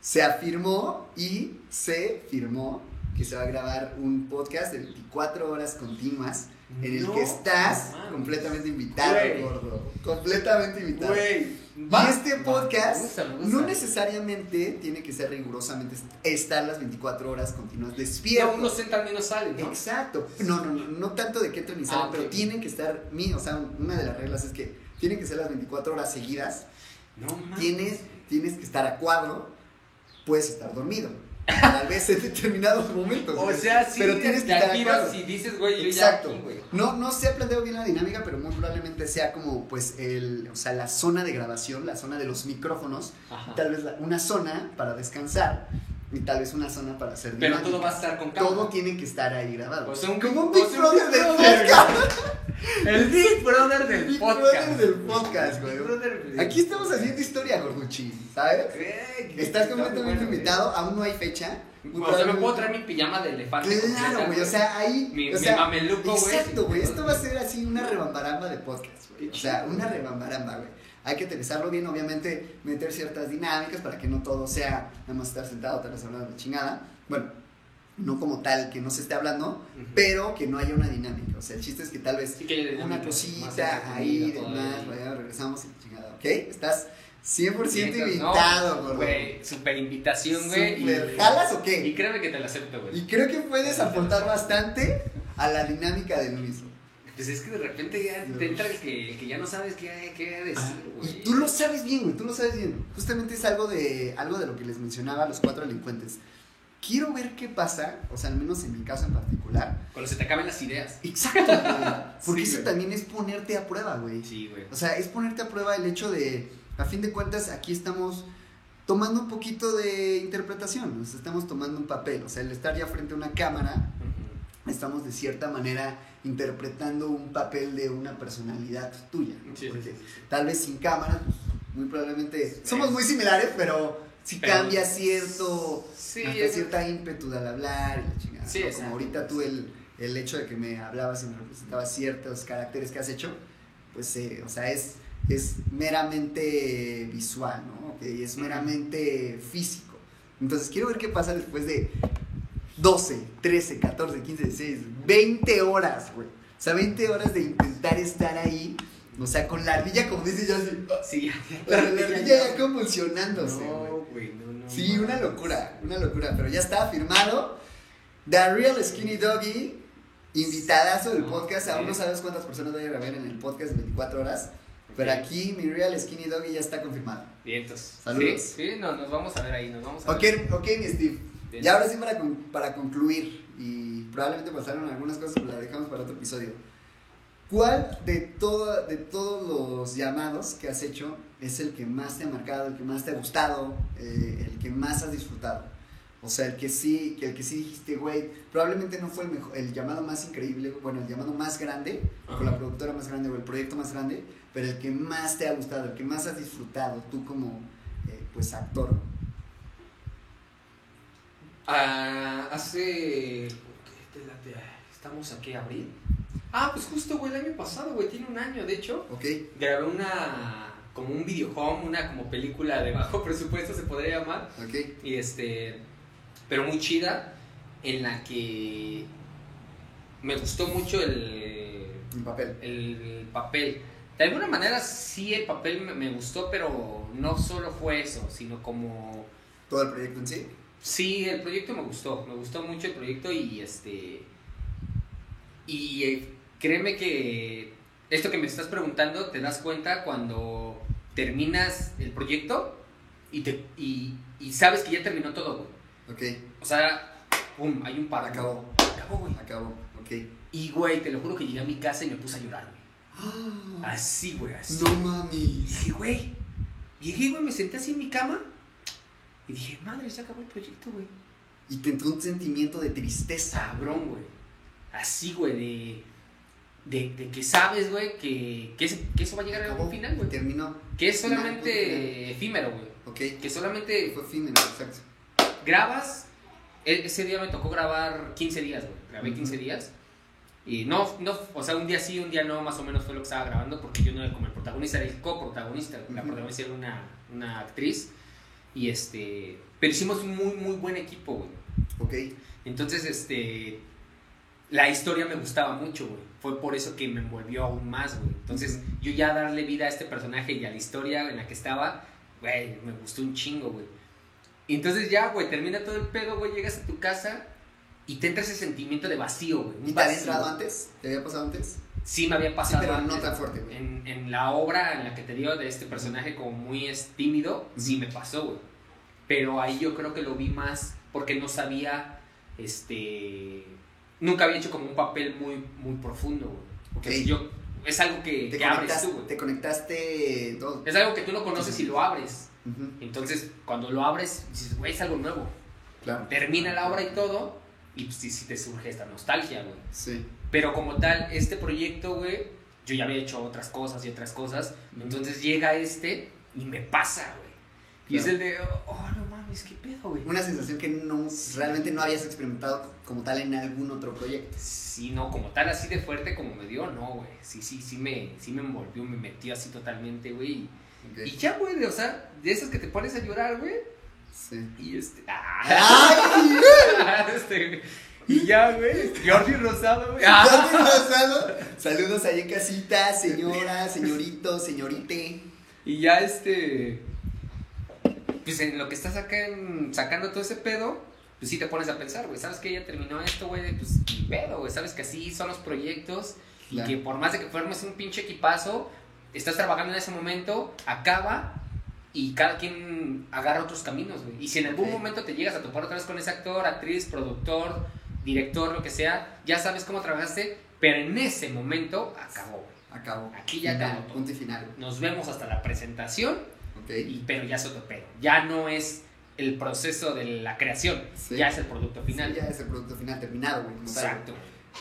Speaker 1: Se afirmó y se firmó que se va a grabar un podcast de 24 horas continuas en el
Speaker 2: No
Speaker 1: que estás
Speaker 2: mames.
Speaker 1: completamente invitado,
Speaker 2: Güey.
Speaker 1: gordo. Completamente invitado.
Speaker 2: Güey.
Speaker 1: Y este podcast
Speaker 2: Me gusta, me gusta.
Speaker 1: No necesariamente tiene que ser rigurosamente estar las 24 horas continuas
Speaker 2: No,
Speaker 1: despierto.
Speaker 2: unos entran y unos salen, ¿no?
Speaker 1: Exacto. No, no, no, no tanto de que entren y salen,
Speaker 2: Ah, ok.
Speaker 1: pero tienen que estar, mi- o sea, una de las reglas es que tienen que ser las 24 horas seguidas.
Speaker 2: No mames.
Speaker 1: Tienes, tienes que estar a cuadro, puedes estar dormido. Tal vez en determinados momentos.
Speaker 2: O
Speaker 1: güey,
Speaker 2: sea, sí,
Speaker 1: pero tienes que
Speaker 2: te
Speaker 1: estar a
Speaker 2: giras
Speaker 1: cuadro.
Speaker 2: y dices, güey, yo
Speaker 1: Exacto.
Speaker 2: ya aquí, güey.
Speaker 1: No, no se ha planteado bien la dinámica, pero muy probablemente sea como pues el, o sea, la zona de grabación, la zona de los micrófonos
Speaker 2: Ajá.
Speaker 1: tal vez la- una zona para descansar y tal vez una zona para hacer
Speaker 2: Pero
Speaker 1: dinámica.
Speaker 2: todo va a estar con
Speaker 1: Todo
Speaker 2: cámara.
Speaker 1: tiene que estar ahí grabado.
Speaker 2: O sea, un
Speaker 1: Como un
Speaker 2: o
Speaker 1: Big
Speaker 2: sea,
Speaker 1: Brother
Speaker 2: Big
Speaker 1: del
Speaker 2: Brother,
Speaker 1: podcast.
Speaker 2: güey. El Big Brother
Speaker 1: El
Speaker 2: del
Speaker 1: Big
Speaker 2: podcast.
Speaker 1: Brother del podcast, güey.
Speaker 2: Big Brother del-
Speaker 1: Aquí estamos haciendo historia, Gorduchi, ¿sabes?
Speaker 2: Güey, qué
Speaker 1: Estás
Speaker 2: está
Speaker 1: completamente
Speaker 2: bueno, güey.
Speaker 1: invitado, aún no hay fecha. Muy
Speaker 2: O sea, me puedo
Speaker 1: probablemente-
Speaker 2: traer mi pijama de elefante.
Speaker 1: Claro,
Speaker 2: completa,
Speaker 1: güey, o sea, ahí...
Speaker 2: Mi,
Speaker 1: o
Speaker 2: mi
Speaker 1: sea,
Speaker 2: mameluco, güey.
Speaker 1: Exacto, güey. Esto va a ser así una rebambaramba de podcast, güey. O sea, una rebambaramba, güey. Hay que aterrizarlo bien, obviamente meter ciertas dinámicas para que no todo sea nada más estar sentado, tal vez hablando de chingada. Bueno, no como tal, que no se esté hablando, pero que no haya una dinámica. O sea, el chiste es que tal vez
Speaker 2: Sí, que haya dinámica,
Speaker 1: una
Speaker 2: más
Speaker 1: cosita
Speaker 2: entretenida
Speaker 1: ahí,
Speaker 2: todavía.
Speaker 1: demás, vaya, regresamos y la chingada, ¿ok? Estás 100%
Speaker 2: Neta,
Speaker 1: invitado,
Speaker 2: no,
Speaker 1: gordo.
Speaker 2: Güey, super invitación, güey.
Speaker 1: Super.
Speaker 2: y-
Speaker 1: ¿Jalas o qué?
Speaker 2: Y créeme que te la acepto, güey.
Speaker 1: Y creo que puedes aportar bastante a la dinámica del mismo.
Speaker 2: Pues es que de repente ya te entra el que, el que ya no sabes qué, qué decir,
Speaker 1: Ah, Y
Speaker 2: güey.
Speaker 1: tú lo sabes bien, güey, tú lo sabes bien. Justamente es algo de, algo de lo que les mencionaba a los cuatro delincuentes. Quiero ver qué pasa, o sea, al menos en mi caso en particular.
Speaker 2: Cuando se te acaban las ideas.
Speaker 1: Exacto, güey. Porque
Speaker 2: Sí,
Speaker 1: eso
Speaker 2: güey.
Speaker 1: también es ponerte a prueba, güey.
Speaker 2: Sí, güey.
Speaker 1: O sea, es ponerte a prueba el hecho de, a fin de cuentas, aquí estamos tomando un poquito de interpretación, nos estamos tomando un papel, o sea, el estar ya frente a una cámara, estamos de cierta manera interpretando un papel de una personalidad tuya. ¿no?
Speaker 2: Sí, sí,
Speaker 1: Porque
Speaker 2: sí, sí.
Speaker 1: Tal vez sin cámara, pues, muy probablemente
Speaker 2: Sí.
Speaker 1: somos muy similares, pero si
Speaker 2: Pero-
Speaker 1: cambia cierto,
Speaker 2: Sí,
Speaker 1: hasta
Speaker 2: es-
Speaker 1: cierta ímpetu al hablar, y la chingada,
Speaker 2: Sí,
Speaker 1: ¿no? como
Speaker 2: exacto.
Speaker 1: ahorita tú el, el hecho de que me hablabas y me representabas ciertos caracteres que has hecho, pues, eh, o sea, es, es meramente visual, ¿no? Ok, Y es
Speaker 2: Ujú.
Speaker 1: meramente físico. Entonces, quiero ver qué pasa después de 12, 13, 14, 15, 16, 20 horas, güey. O sea, 20 horas de intentar estar ahí, o sea, con la ardilla, como dice yo así,
Speaker 2: Sí, ya.
Speaker 1: la, la ardilla ya convulsionándose, güey.
Speaker 2: No, güey, no, no.
Speaker 1: Sí,
Speaker 2: mames.
Speaker 1: una locura, una locura, pero ya está firmado. The Real Skinny Doggy, invitadazo del
Speaker 2: No,
Speaker 1: podcast. Aún no
Speaker 2: sí.
Speaker 1: sabes cuántas personas voy a ver en el podcast en 24 horas, pero
Speaker 2: Ok.
Speaker 1: aquí mi Real Skinny Doggy ya está confirmado.
Speaker 2: Vientos.
Speaker 1: Saludos.
Speaker 2: Sí, sí, no, nos vamos a ver ahí, nos vamos a
Speaker 1: Ok,
Speaker 2: ver.
Speaker 1: ok, mi Steve.
Speaker 2: Vientos.
Speaker 1: Ya ahora sí para, con- para concluir, y probablemente pasaron algunas cosas, pero las dejamos para otro episodio. ¿Cuál de, todo, de todos los llamados que has hecho es el que más te ha marcado, el que más te ha gustado, eh, el que más has disfrutado? O sea, el que sí, que el que sí dijiste, güey, probablemente no fue el, mejo- el llamado más increíble, bueno, el llamado más grande, con la
Speaker 2: Ajá.
Speaker 1: productora más grande o el proyecto más grande, pero el que más te ha gustado, el que más has disfrutado tú como, eh, pues, actor.
Speaker 2: Ah, hace. ¿qué te late? Estamos aquí, abril. Ah, pues justo, güey, el año pasado, güey, tiene un año, de hecho.
Speaker 1: ¿Ok?
Speaker 2: Grabé una. como un video home, una como película de bajo presupuesto se podría llamar.
Speaker 1: ¿Ok?
Speaker 2: y este pero muy chida en la que me gustó mucho el,
Speaker 1: Un papel.
Speaker 2: el papel de alguna manera sí el papel me, me gustó pero no solo fue eso sino como
Speaker 1: Todo el proyecto en sí.
Speaker 2: sí el proyecto me gustó me gustó mucho el proyecto y este y eh, créeme que esto que me estás preguntando te das cuenta cuando terminas el proyecto y te y, y sabes que ya terminó todo güey.
Speaker 1: Ok,
Speaker 2: O sea, pum, hay un par.
Speaker 1: Acabó.
Speaker 2: Acabó, güey.
Speaker 1: acabó. Ok.
Speaker 2: Y, güey, te lo juro que llegué a mi casa y me puse a llorar, güey. Así, güey, así.
Speaker 1: Ah, No
Speaker 2: Y
Speaker 1: mames.
Speaker 2: dije, güey. Llegué, güey, me senté así en mi cama. Y dije, madre, se acabó el proyecto, güey.
Speaker 1: Y te entró un sentimiento de tristeza.
Speaker 2: Sabrón, güey. Así, güey, de. De, de que sabes, güey, que, que, es- que eso va a llegar a
Speaker 1: Acabó.
Speaker 2: algún final, güey.
Speaker 1: Terminó.
Speaker 2: Que es
Speaker 1: Final,
Speaker 2: solamente
Speaker 1: punto final.
Speaker 2: efímero, güey.
Speaker 1: Ok.
Speaker 2: Que solamente
Speaker 1: Fue fin, exacto.
Speaker 2: grabas. e- Ese día me tocó grabar 15 días, güey. Grabé 15
Speaker 1: Ujú.
Speaker 2: días. Y no, no, o sea, un día sí, un día no, más o menos fue lo que estaba grabando, porque yo no era como el protagonista, era el coprotagonista. La
Speaker 1: Ujú.
Speaker 2: protagonista era una, una actriz. Y este. Pero hicimos un muy, muy buen equipo, güey.
Speaker 1: Ok.
Speaker 2: Entonces, este. La historia me gustaba mucho, güey. Fue por eso que me envolvió aún más, güey. Entonces, yo ya darle vida a este personaje y a la historia en la que estaba, güey, me gustó un chingo, güey. Y entonces ya, güey, termina todo el pedo, güey, llegas a tu casa y te entra ese sentimiento de vacío, güey. un
Speaker 1: ¿Y te había
Speaker 2: vacío.
Speaker 1: entrado antes? ¿Te había pasado antes?
Speaker 2: Sí, me había pasado.
Speaker 1: pero no
Speaker 2: antes.
Speaker 1: tan fuerte, güey.
Speaker 2: En, en la obra en la que te dio de este personaje como muy es, tímido, sí me pasó, güey. Pero ahí yo creo que lo vi más porque no sabía, este... Nunca había hecho como un papel muy, muy profundo, güey. Entonces, yo, es algo que,
Speaker 1: Te
Speaker 2: que abres
Speaker 1: conectaste,
Speaker 2: tú, güey.
Speaker 1: te conectaste todo.
Speaker 2: Es algo que tú no conoces y lo abres.
Speaker 1: Ujú,
Speaker 2: Entonces, cuando lo abres, dices, güey, es algo nuevo.
Speaker 1: Claro.
Speaker 2: Termina la obra y todo, y pues, sí, sí te surge esta nostalgia, güey.
Speaker 1: Sí.
Speaker 2: Pero como tal, este proyecto, güey, yo ya había hecho otras cosas y otras cosas. Entonces llega este y me pasa, güey. Y es
Speaker 1: Claro.
Speaker 2: el de, oh, no mames, qué pedo, güey.
Speaker 1: Una sensación que no, realmente no habías experimentado como tal en algún otro proyecto.
Speaker 2: Sí, no, como tal, así de fuerte como me dio, no, güey. Sí, sí, sí me, sí me envolvió, me metió así totalmente, güey. y-
Speaker 1: Ok.
Speaker 2: Y ya, güey, de- o sea, de esas que te pones a llorar, güey.
Speaker 1: Sí.
Speaker 2: Y este. ¡Ah!
Speaker 1: ¡Ay!
Speaker 2: Este, y ya, güey. este, Jordi Rosado, güey.
Speaker 1: ¿Ya
Speaker 2: ¡Ah!
Speaker 1: te has pasado? Saludos ahí en casita, señora, señorito, señorite.
Speaker 2: Y ya, este. Pues en lo que estás acá en- sacando todo ese pedo, pues sí te pones a pensar, güey. Sabes que ya terminó esto, güey. Pues ni pedo, güey. Sabes que así son los proyectos. Y
Speaker 1: Claro.
Speaker 2: que por más de que formes un pinche equipazo, estás trabajando en ese momento, acaba y cada quien agarra otros caminos, güey. Y si en algún
Speaker 1: Ok.
Speaker 2: momento te llegas a topar otra vez con ese actor, actriz, productor, director, lo que sea, ya sabes cómo trabajaste, pero en ese momento acabó, güey.
Speaker 1: Acabo.
Speaker 2: Aquí ya acabó
Speaker 1: Final,
Speaker 2: todo.
Speaker 1: Punto y final.
Speaker 2: Nos vemos hasta la presentación,
Speaker 1: Ok.
Speaker 2: y- pero ya es otro pedo. Ya no es el proceso de la creación,
Speaker 1: Sí.
Speaker 2: ya es el producto final.
Speaker 1: Sí, ya es el producto final terminado, güey. como tal, güey.
Speaker 2: Exacto.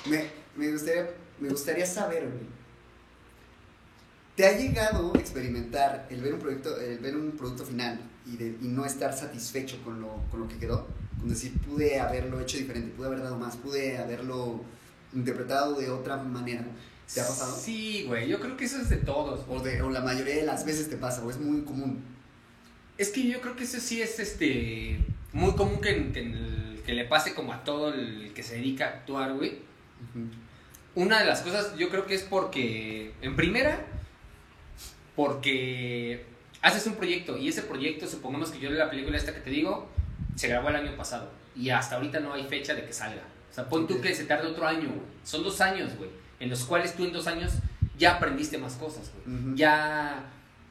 Speaker 1: Me, me gustaría, me gustaría saber, güey. ¿Te ha llegado a experimentar el ver un proyecto, el ver un producto final y, de- y no estar satisfecho con lo, con lo que quedó? Con decir, pude haberlo hecho diferente, pude haber dado más, pude haberlo interpretado de otra manera. ¿Te ha pasado?
Speaker 2: Sí, güey. Yo creo que eso es de todos.
Speaker 1: O, de, o la mayoría de las veces te pasa, o es muy común.
Speaker 2: Es que yo creo que eso sí es este muy común que, en- que en el- que le pase como a todo el que se dedica a actuar, güey. Una de las cosas yo creo que es porque, en primera, porque haces un proyecto y ese proyecto, supongamos que yo la película esta que te digo, se grabó el año pasado y hasta ahorita no hay fecha de que salga. O sea, pon tú
Speaker 1: Ok.
Speaker 2: que se tarde otro año, güey. Son dos años, güey, en los cuales tú en dos años ya aprendiste más cosas, güey
Speaker 1: Ujú.
Speaker 2: ya,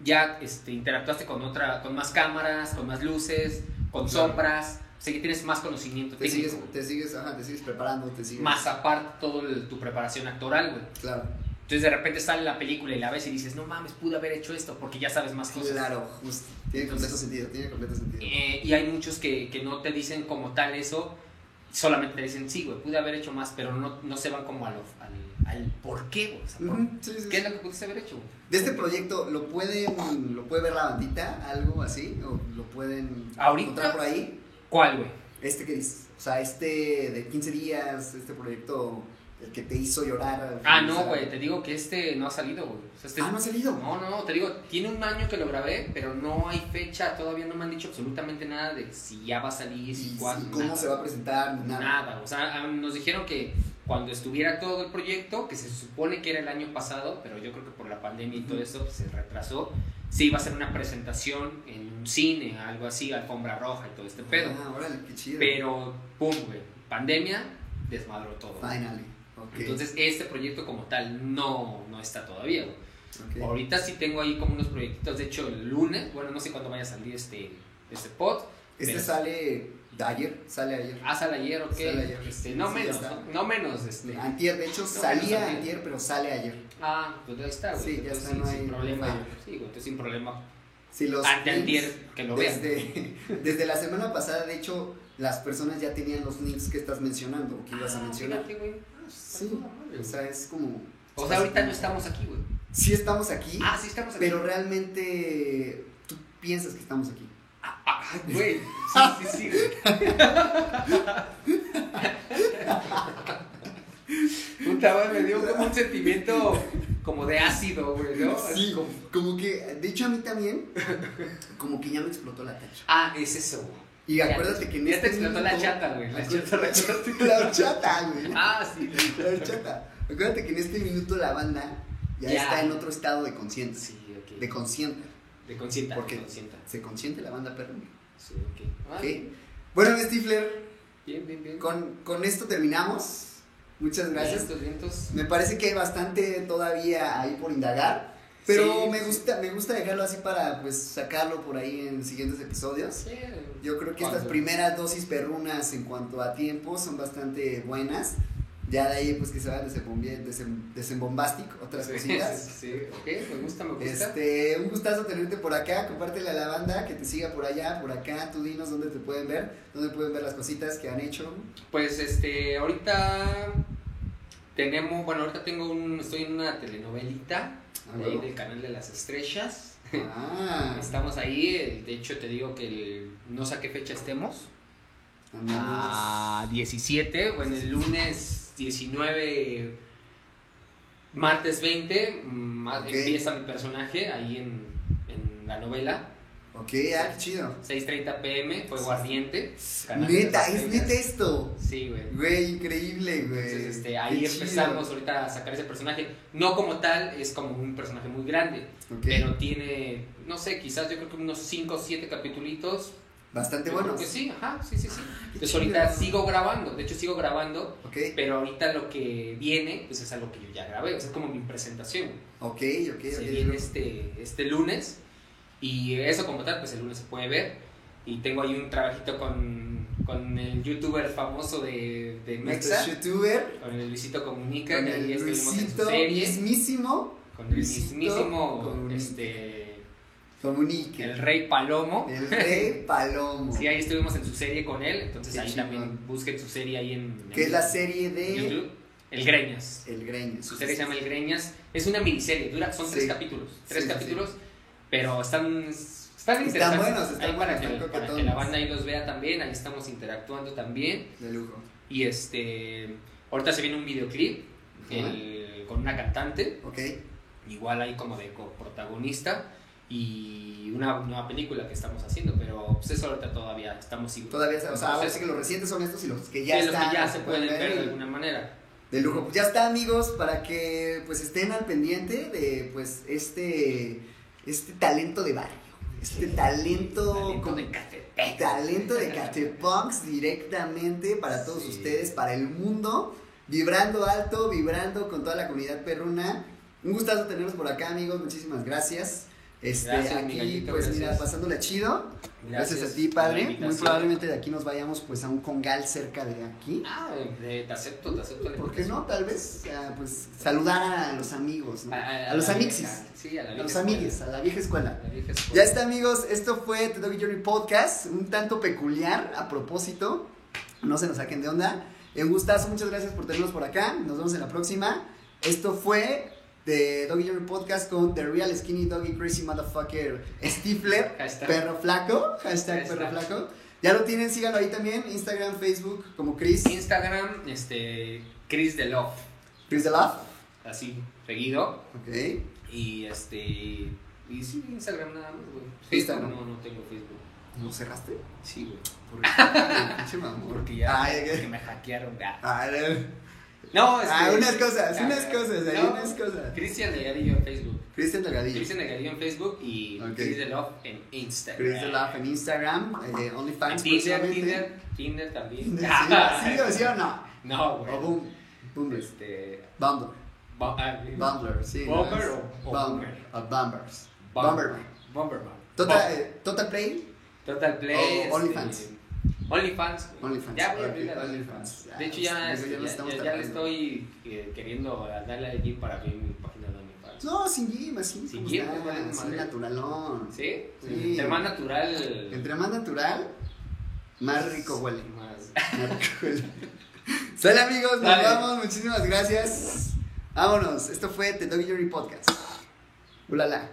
Speaker 2: ya este, interactuaste con otra, con más cámaras, con más luces, con
Speaker 1: Claro.
Speaker 2: sombras, o sea que tienes más conocimiento
Speaker 1: Te
Speaker 2: técnico,
Speaker 1: sigues,
Speaker 2: güey.
Speaker 1: te sigues, ajá, te sigues preparando, te sigues.
Speaker 2: más aparte todo el- tu preparación actoral, güey.
Speaker 1: Claro,
Speaker 2: Entonces de repente sale la película y la ves y dices, no mames, pude haber hecho esto porque ya sabes más cosas.
Speaker 1: claro, justo. Tiene completo
Speaker 2: Entonces-
Speaker 1: sentido, tiene completo sentido.
Speaker 2: Eh, y hay muchos que, que no te dicen como tal eso, solamente te dicen, sí, güey, pude haber hecho más, pero no, no se van como a lo- al, al por qué, güey. O sea, por-
Speaker 1: Ujú, sí, sí, sí.
Speaker 2: ¿Qué es lo que pudiste haber hecho, güey?
Speaker 1: De este proyecto, ¿lo pueden, lo puede ver la bandita? ¿Algo así? ¿O lo pueden
Speaker 2: Ahorita.
Speaker 1: encontrar por ahí?
Speaker 2: ¿Cuál, güey?
Speaker 1: Este que dices, o sea, este de 15 días, este proyecto, el que te hizo llorar. al
Speaker 2: Ah, no,
Speaker 1: finalizar.
Speaker 2: güey, te digo que este no ha salido, güey. O sea, este-
Speaker 1: Ah, no ha salido.
Speaker 2: No, no, no, te digo, tiene un año que lo grabé, pero no hay fecha, todavía no me han dicho absolutamente nada de si ya va a salir,
Speaker 1: ¿Y
Speaker 2: si
Speaker 1: si-
Speaker 2: cuándo.
Speaker 1: cómo
Speaker 2: nada.
Speaker 1: se va a presentar? Ni Nada.
Speaker 2: Nada, o sea, ah, nos dijeron que cuando estuviera todo el proyecto, que se supone que era el año pasado, pero yo creo que por la pandemia y todo
Speaker 1: Ujú.
Speaker 2: eso pues, se retrasó, sí iba a ser una presentación en un cine, algo así, alfombra roja y todo este pedo.
Speaker 1: Ah, órale, qué chido.
Speaker 2: Pero, pum, güey, pandemia desmadró todo.
Speaker 1: Finally. Ok.
Speaker 2: Entonces, este proyecto como tal no, no está todavía, güey.
Speaker 1: ok.
Speaker 2: Ahorita sí tengo ahí como unos proyectitos. De hecho, el lunes, bueno, no sé cuándo vaya a salir este, este pod.
Speaker 1: Este
Speaker 2: pero-
Speaker 1: sale de ayer, sale ayer.
Speaker 2: Ah, sale ayer, ok.
Speaker 1: Sale ayer.
Speaker 2: Este, no
Speaker 1: Sí, ya
Speaker 2: menos,
Speaker 1: está. Ah,
Speaker 2: ¿no? No menos. Este.
Speaker 1: Antier, de hecho,
Speaker 2: pero
Speaker 1: salía
Speaker 2: salió.
Speaker 1: antier, pero sale ayer.
Speaker 2: Ah, pues ahí está, güey.
Speaker 1: Sí, ya
Speaker 2: Entonces,
Speaker 1: está,
Speaker 2: sin,
Speaker 1: no hay-
Speaker 2: sin
Speaker 1: no hay
Speaker 2: problema.
Speaker 1: fallo.
Speaker 2: sí, güey, entonces sin problema.
Speaker 1: Si los
Speaker 2: Ante
Speaker 1: links-
Speaker 2: Ah, antier, que lo vean.
Speaker 1: Desde, desde la semana pasada, de hecho, las personas ya tenían los links que estás mencionando o que ibas a
Speaker 2: Ah,
Speaker 1: mencionar.
Speaker 2: fíjate, güey. Ah, está
Speaker 1: Sí,
Speaker 2: toda madre, güey.
Speaker 1: O sea, es como.
Speaker 2: ahorita no estamos aquí, güey.
Speaker 1: Sí estamos aquí,
Speaker 2: Ah, sí estamos aquí.
Speaker 1: pero realmente tú piensas que estamos aquí.
Speaker 2: Ah, ah, güey. Sí, sí, sí, güey. Puta, güey, me dio como un sentimiento como de ácido, güey, ¿no?
Speaker 1: Sí, como, como que, de hecho a mí también, como que ya me explotó la tacha.
Speaker 2: Ah, es eso, güey.
Speaker 1: Y
Speaker 2: Ya
Speaker 1: acuérdate
Speaker 2: te-
Speaker 1: que en
Speaker 2: ya
Speaker 1: este
Speaker 2: te explotó la
Speaker 1: minuto-
Speaker 2: chata, güey, la
Speaker 1: Acuérdate-
Speaker 2: chata, la chata.
Speaker 1: La horchata, güey.
Speaker 2: Ah, sí.
Speaker 1: La horchata. Acuérdate que en este minuto la banda ya,
Speaker 2: Ya.
Speaker 1: está en otro estado de conciencia.
Speaker 2: Sí, ok.
Speaker 1: De consciente.
Speaker 2: De conscienta.
Speaker 1: ¿Por qué?
Speaker 2: de conscienta.
Speaker 1: Se consiente la banda perro.
Speaker 2: Sí, ok. Ah,
Speaker 1: ¿ok? Bueno, Stifler,
Speaker 2: Bien, bien, bien.
Speaker 1: Con, con esto terminamos. Muchas gracias.
Speaker 2: Vientos, vientos.
Speaker 1: Me parece que hay bastante todavía ahí por indagar. Pero
Speaker 2: Sí,
Speaker 1: me
Speaker 2: sí.
Speaker 1: gusta, me gusta dejarlo así para pues sacarlo por ahí en siguientes episodios.
Speaker 2: Sí. eh,
Speaker 1: Yo creo que
Speaker 2: ¿Cuándo?
Speaker 1: estas primeras dosis perrunas en cuanto a tiempo son bastante buenas. Ya de ahí pues que se van desembombie- desem- desembombastic, otras
Speaker 2: Sí,
Speaker 1: cositas.
Speaker 2: Sí, ok, me gusta, me gusta.
Speaker 1: Este, un gustazo tenerte por acá, compártele a la banda que te siga por allá, por acá, tú dinos dónde te pueden ver, dónde pueden ver las cositas que han hecho.
Speaker 2: Pues este, ahorita tenemos, bueno, ahorita tengo un, estoy en una telenovelita
Speaker 1: Ah,
Speaker 2: de ahí
Speaker 1: huevo.
Speaker 2: del canal de las estrellas.
Speaker 1: Ah,
Speaker 2: Estamos ahí, eh, de hecho te digo que el- no sé a qué fecha estemos.
Speaker 1: Ah,
Speaker 2: A 17, bueno, el lunes 19, martes mm, 20, más
Speaker 1: Ok.
Speaker 2: empieza mi personaje ahí en, en la novela.
Speaker 1: Ok, ah, qué chido.
Speaker 2: 6.30 pm, Fuego Ardiente. Canal
Speaker 1: Neta, es
Speaker 2: 330.
Speaker 1: neta esto.
Speaker 2: Sí, güey.
Speaker 1: Güey, increíble, güey.
Speaker 2: Entonces, este, ahí
Speaker 1: Qué
Speaker 2: empezamos ahorita a sacar ese personaje. No como tal, es como un personaje muy grande,
Speaker 1: chido. Ok,
Speaker 2: pero tiene, no sé, quizás yo creo que unos 5 o 7 capítulos.
Speaker 1: Bastante
Speaker 2: Yo
Speaker 1: bueno.
Speaker 2: creo que sí, ajá, sí, sí, sí.
Speaker 1: Qué
Speaker 2: Entonces
Speaker 1: chido.
Speaker 2: ahorita sigo grabando, de hecho sigo grabando,
Speaker 1: Ok,
Speaker 2: pero ahorita lo que viene, pues es algo que yo ya grabé, o sea, como mi presentación.
Speaker 1: ok, ok,
Speaker 2: Se
Speaker 1: ok.
Speaker 2: viene este, este lunes y eso como tal, pues el lunes se puede ver. Y tengo ahí un trabajito con, con el youtuber famoso de, de
Speaker 1: Nuestro
Speaker 2: Mexa.
Speaker 1: youtuber,
Speaker 2: Con el Luisito Comunica,
Speaker 1: con
Speaker 2: que ahí
Speaker 1: el
Speaker 2: estuvimos en su
Speaker 1: Luisito
Speaker 2: serie.
Speaker 1: mismísimo,
Speaker 2: con el
Speaker 1: Luisito
Speaker 2: mismísimo
Speaker 1: Comunica.
Speaker 2: este,
Speaker 1: comunique.
Speaker 2: el Rey Palomo.
Speaker 1: El rey Palomo.
Speaker 2: Sí, ahí estuvimos en su serie con él. Entonces
Speaker 1: Qué
Speaker 2: ahí
Speaker 1: chingón.
Speaker 2: también busquen su serie ahí en,
Speaker 1: que
Speaker 2: en
Speaker 1: es la serie de
Speaker 2: YouTube. El Greñas.
Speaker 1: El Greño.
Speaker 2: Su serie se llama El Greñas. Es una miniserie, dura, son tres
Speaker 1: Sí.
Speaker 2: capítulos.
Speaker 1: Sí,
Speaker 2: Tres
Speaker 1: sí,
Speaker 2: capítulos, pero están. Están
Speaker 1: Están
Speaker 2: interesantes.
Speaker 1: buenos, están
Speaker 2: Ahí para,
Speaker 1: buenos,
Speaker 2: que,
Speaker 1: están
Speaker 2: para que la
Speaker 1: coquetones.
Speaker 2: banda ahí los vea también. Ahí estamos interactuando también.
Speaker 1: De lujo.
Speaker 2: Y este. Ahorita se viene un videoclip el- con una cantante.
Speaker 1: Ok,
Speaker 2: igual ahí como de protagonista y una nueva película que estamos haciendo, pero pues eso ahorita todavía estamos siguiendo.
Speaker 1: todavía se, o sea, ahora
Speaker 2: Entonces,
Speaker 1: sí que los recientes son estos y los que ya
Speaker 2: de los
Speaker 1: están.
Speaker 2: que ya
Speaker 1: los
Speaker 2: se pueden ver de
Speaker 1: y-
Speaker 2: alguna manera.
Speaker 1: De lujo. Pues ya está, amigos, para que pues estén al pendiente de pues este este talento de barrio, este talento
Speaker 2: Talento
Speaker 1: con-
Speaker 2: de café.
Speaker 1: talento de Catepunks directamente para todos
Speaker 2: Sí.
Speaker 1: ustedes, para el mundo, vibrando alto, vibrando con toda la comunidad perruna. Un gustazo tenerlos por acá, amigos. Muchísimas gracias. Este,
Speaker 2: Gracias, mi
Speaker 1: aquí,
Speaker 2: gallito,
Speaker 1: pues mira,
Speaker 2: gracias.
Speaker 1: pasándola chido. Gracias, a ti,
Speaker 2: por la
Speaker 1: padre. Muy
Speaker 2: invitación.
Speaker 1: probablemente de aquí nos vayamos pues a un congal cerca de aquí.
Speaker 2: Ah, eh, te acepto, te acepto. la
Speaker 1: ¿Por qué
Speaker 2: invitación.
Speaker 1: no? Tal vez, ah, pues, saludar a los amigos, ¿no?
Speaker 2: A,
Speaker 1: a,
Speaker 2: a
Speaker 1: los
Speaker 2: la
Speaker 1: amixis,
Speaker 2: vieja, Sí, a, la
Speaker 1: a
Speaker 2: vieja
Speaker 1: los
Speaker 2: escuela.
Speaker 1: amigues, a la vieja escuela.
Speaker 2: A la vieja escuela.
Speaker 1: Ya está, amigos, esto fue The Doggy Journey Podcast, un tanto peculiar a propósito, no se nos saquen de onda. Eh, Un gustazo, muchas gracias por tenernos por acá, nos vemos en la próxima. Esto fue The Doggy Journey Podcast con The Real Skinny Doggy Crazy Motherfucker Stifler.
Speaker 2: Ahí está.
Speaker 1: Perro flaco, hashtag
Speaker 2: Hashtag.
Speaker 1: perro flaco. Ya lo tienen, síganlo ahí también, Instagram, Facebook, como Chris,
Speaker 2: Instagram, este, Chris de Love,
Speaker 1: Chris de Love.
Speaker 2: así, seguido.
Speaker 1: Ok,
Speaker 2: Y este. Y sí, Instagram nada más, güey. Facebook
Speaker 1: Instagram.
Speaker 2: no, no tengo Facebook.
Speaker 1: ¿no cerraste?
Speaker 2: Sí, güey.
Speaker 1: Por pinche mamón.
Speaker 2: Porque ya.
Speaker 1: Ay,
Speaker 2: porque
Speaker 1: ¿qué?
Speaker 2: me hackearon. ah.
Speaker 1: Ah, no.
Speaker 2: No, este,
Speaker 1: Ah, unas cosas,
Speaker 2: ah,
Speaker 1: unas cosas, hay
Speaker 2: no,
Speaker 1: unas cosas.
Speaker 2: Cristian Delgadillo en Facebook.
Speaker 1: Cristian Delgadillo.
Speaker 2: Cristian Delgadillo en Facebook y
Speaker 1: Ok.
Speaker 2: Chris de Love en Instagram.
Speaker 1: Chris de Love en Instagram, eh,
Speaker 2: En
Speaker 1: OnlyFans
Speaker 2: Tinder,
Speaker 1: próximamente.
Speaker 2: Tinder, Tinder también.
Speaker 1: Sí, ¿Sí, o sí o no?
Speaker 2: No, güey.
Speaker 1: O boom, Boomers.
Speaker 2: Este.
Speaker 1: Bumble.
Speaker 2: bu- ah,
Speaker 1: Bumbler, sí. ¿no?
Speaker 2: Bumber o- o
Speaker 1: Bumber. O Bumbers.
Speaker 2: Bumber-
Speaker 1: Bumberman.
Speaker 2: Bomberman.
Speaker 1: Total, eh, Total Play.
Speaker 2: Total Play.
Speaker 1: O
Speaker 2: este,
Speaker 1: OnlyFans.
Speaker 2: OnlyFans. güey.
Speaker 1: OnlyFans,
Speaker 2: Ya voy a
Speaker 1: ok,
Speaker 2: abrir la-
Speaker 1: OnlyFans.
Speaker 2: De hecho, ya,
Speaker 1: Ah,
Speaker 2: este,
Speaker 1: ya
Speaker 2: ya,
Speaker 1: lo estamos
Speaker 2: ya- ya le
Speaker 1: trabajando.
Speaker 2: estoy eh, queriendo darle al gym para abrir mi página de OnlyFans.
Speaker 1: No, sin gym, así.
Speaker 2: Sin
Speaker 1: como
Speaker 2: gym,
Speaker 1: está,
Speaker 2: me vale
Speaker 1: así
Speaker 2: madre.
Speaker 1: naturalón.
Speaker 2: ¿Sí?
Speaker 1: Sí.
Speaker 2: Entre más natural.
Speaker 1: Entre más natural, más rico huele.
Speaker 2: Más.
Speaker 1: Más rico huele. Sale amigos, nos
Speaker 2: Dale.
Speaker 1: vamos. Muchísimas gracias. Vámonos. Esto fue The Doggy Jury Podcast. Ulala.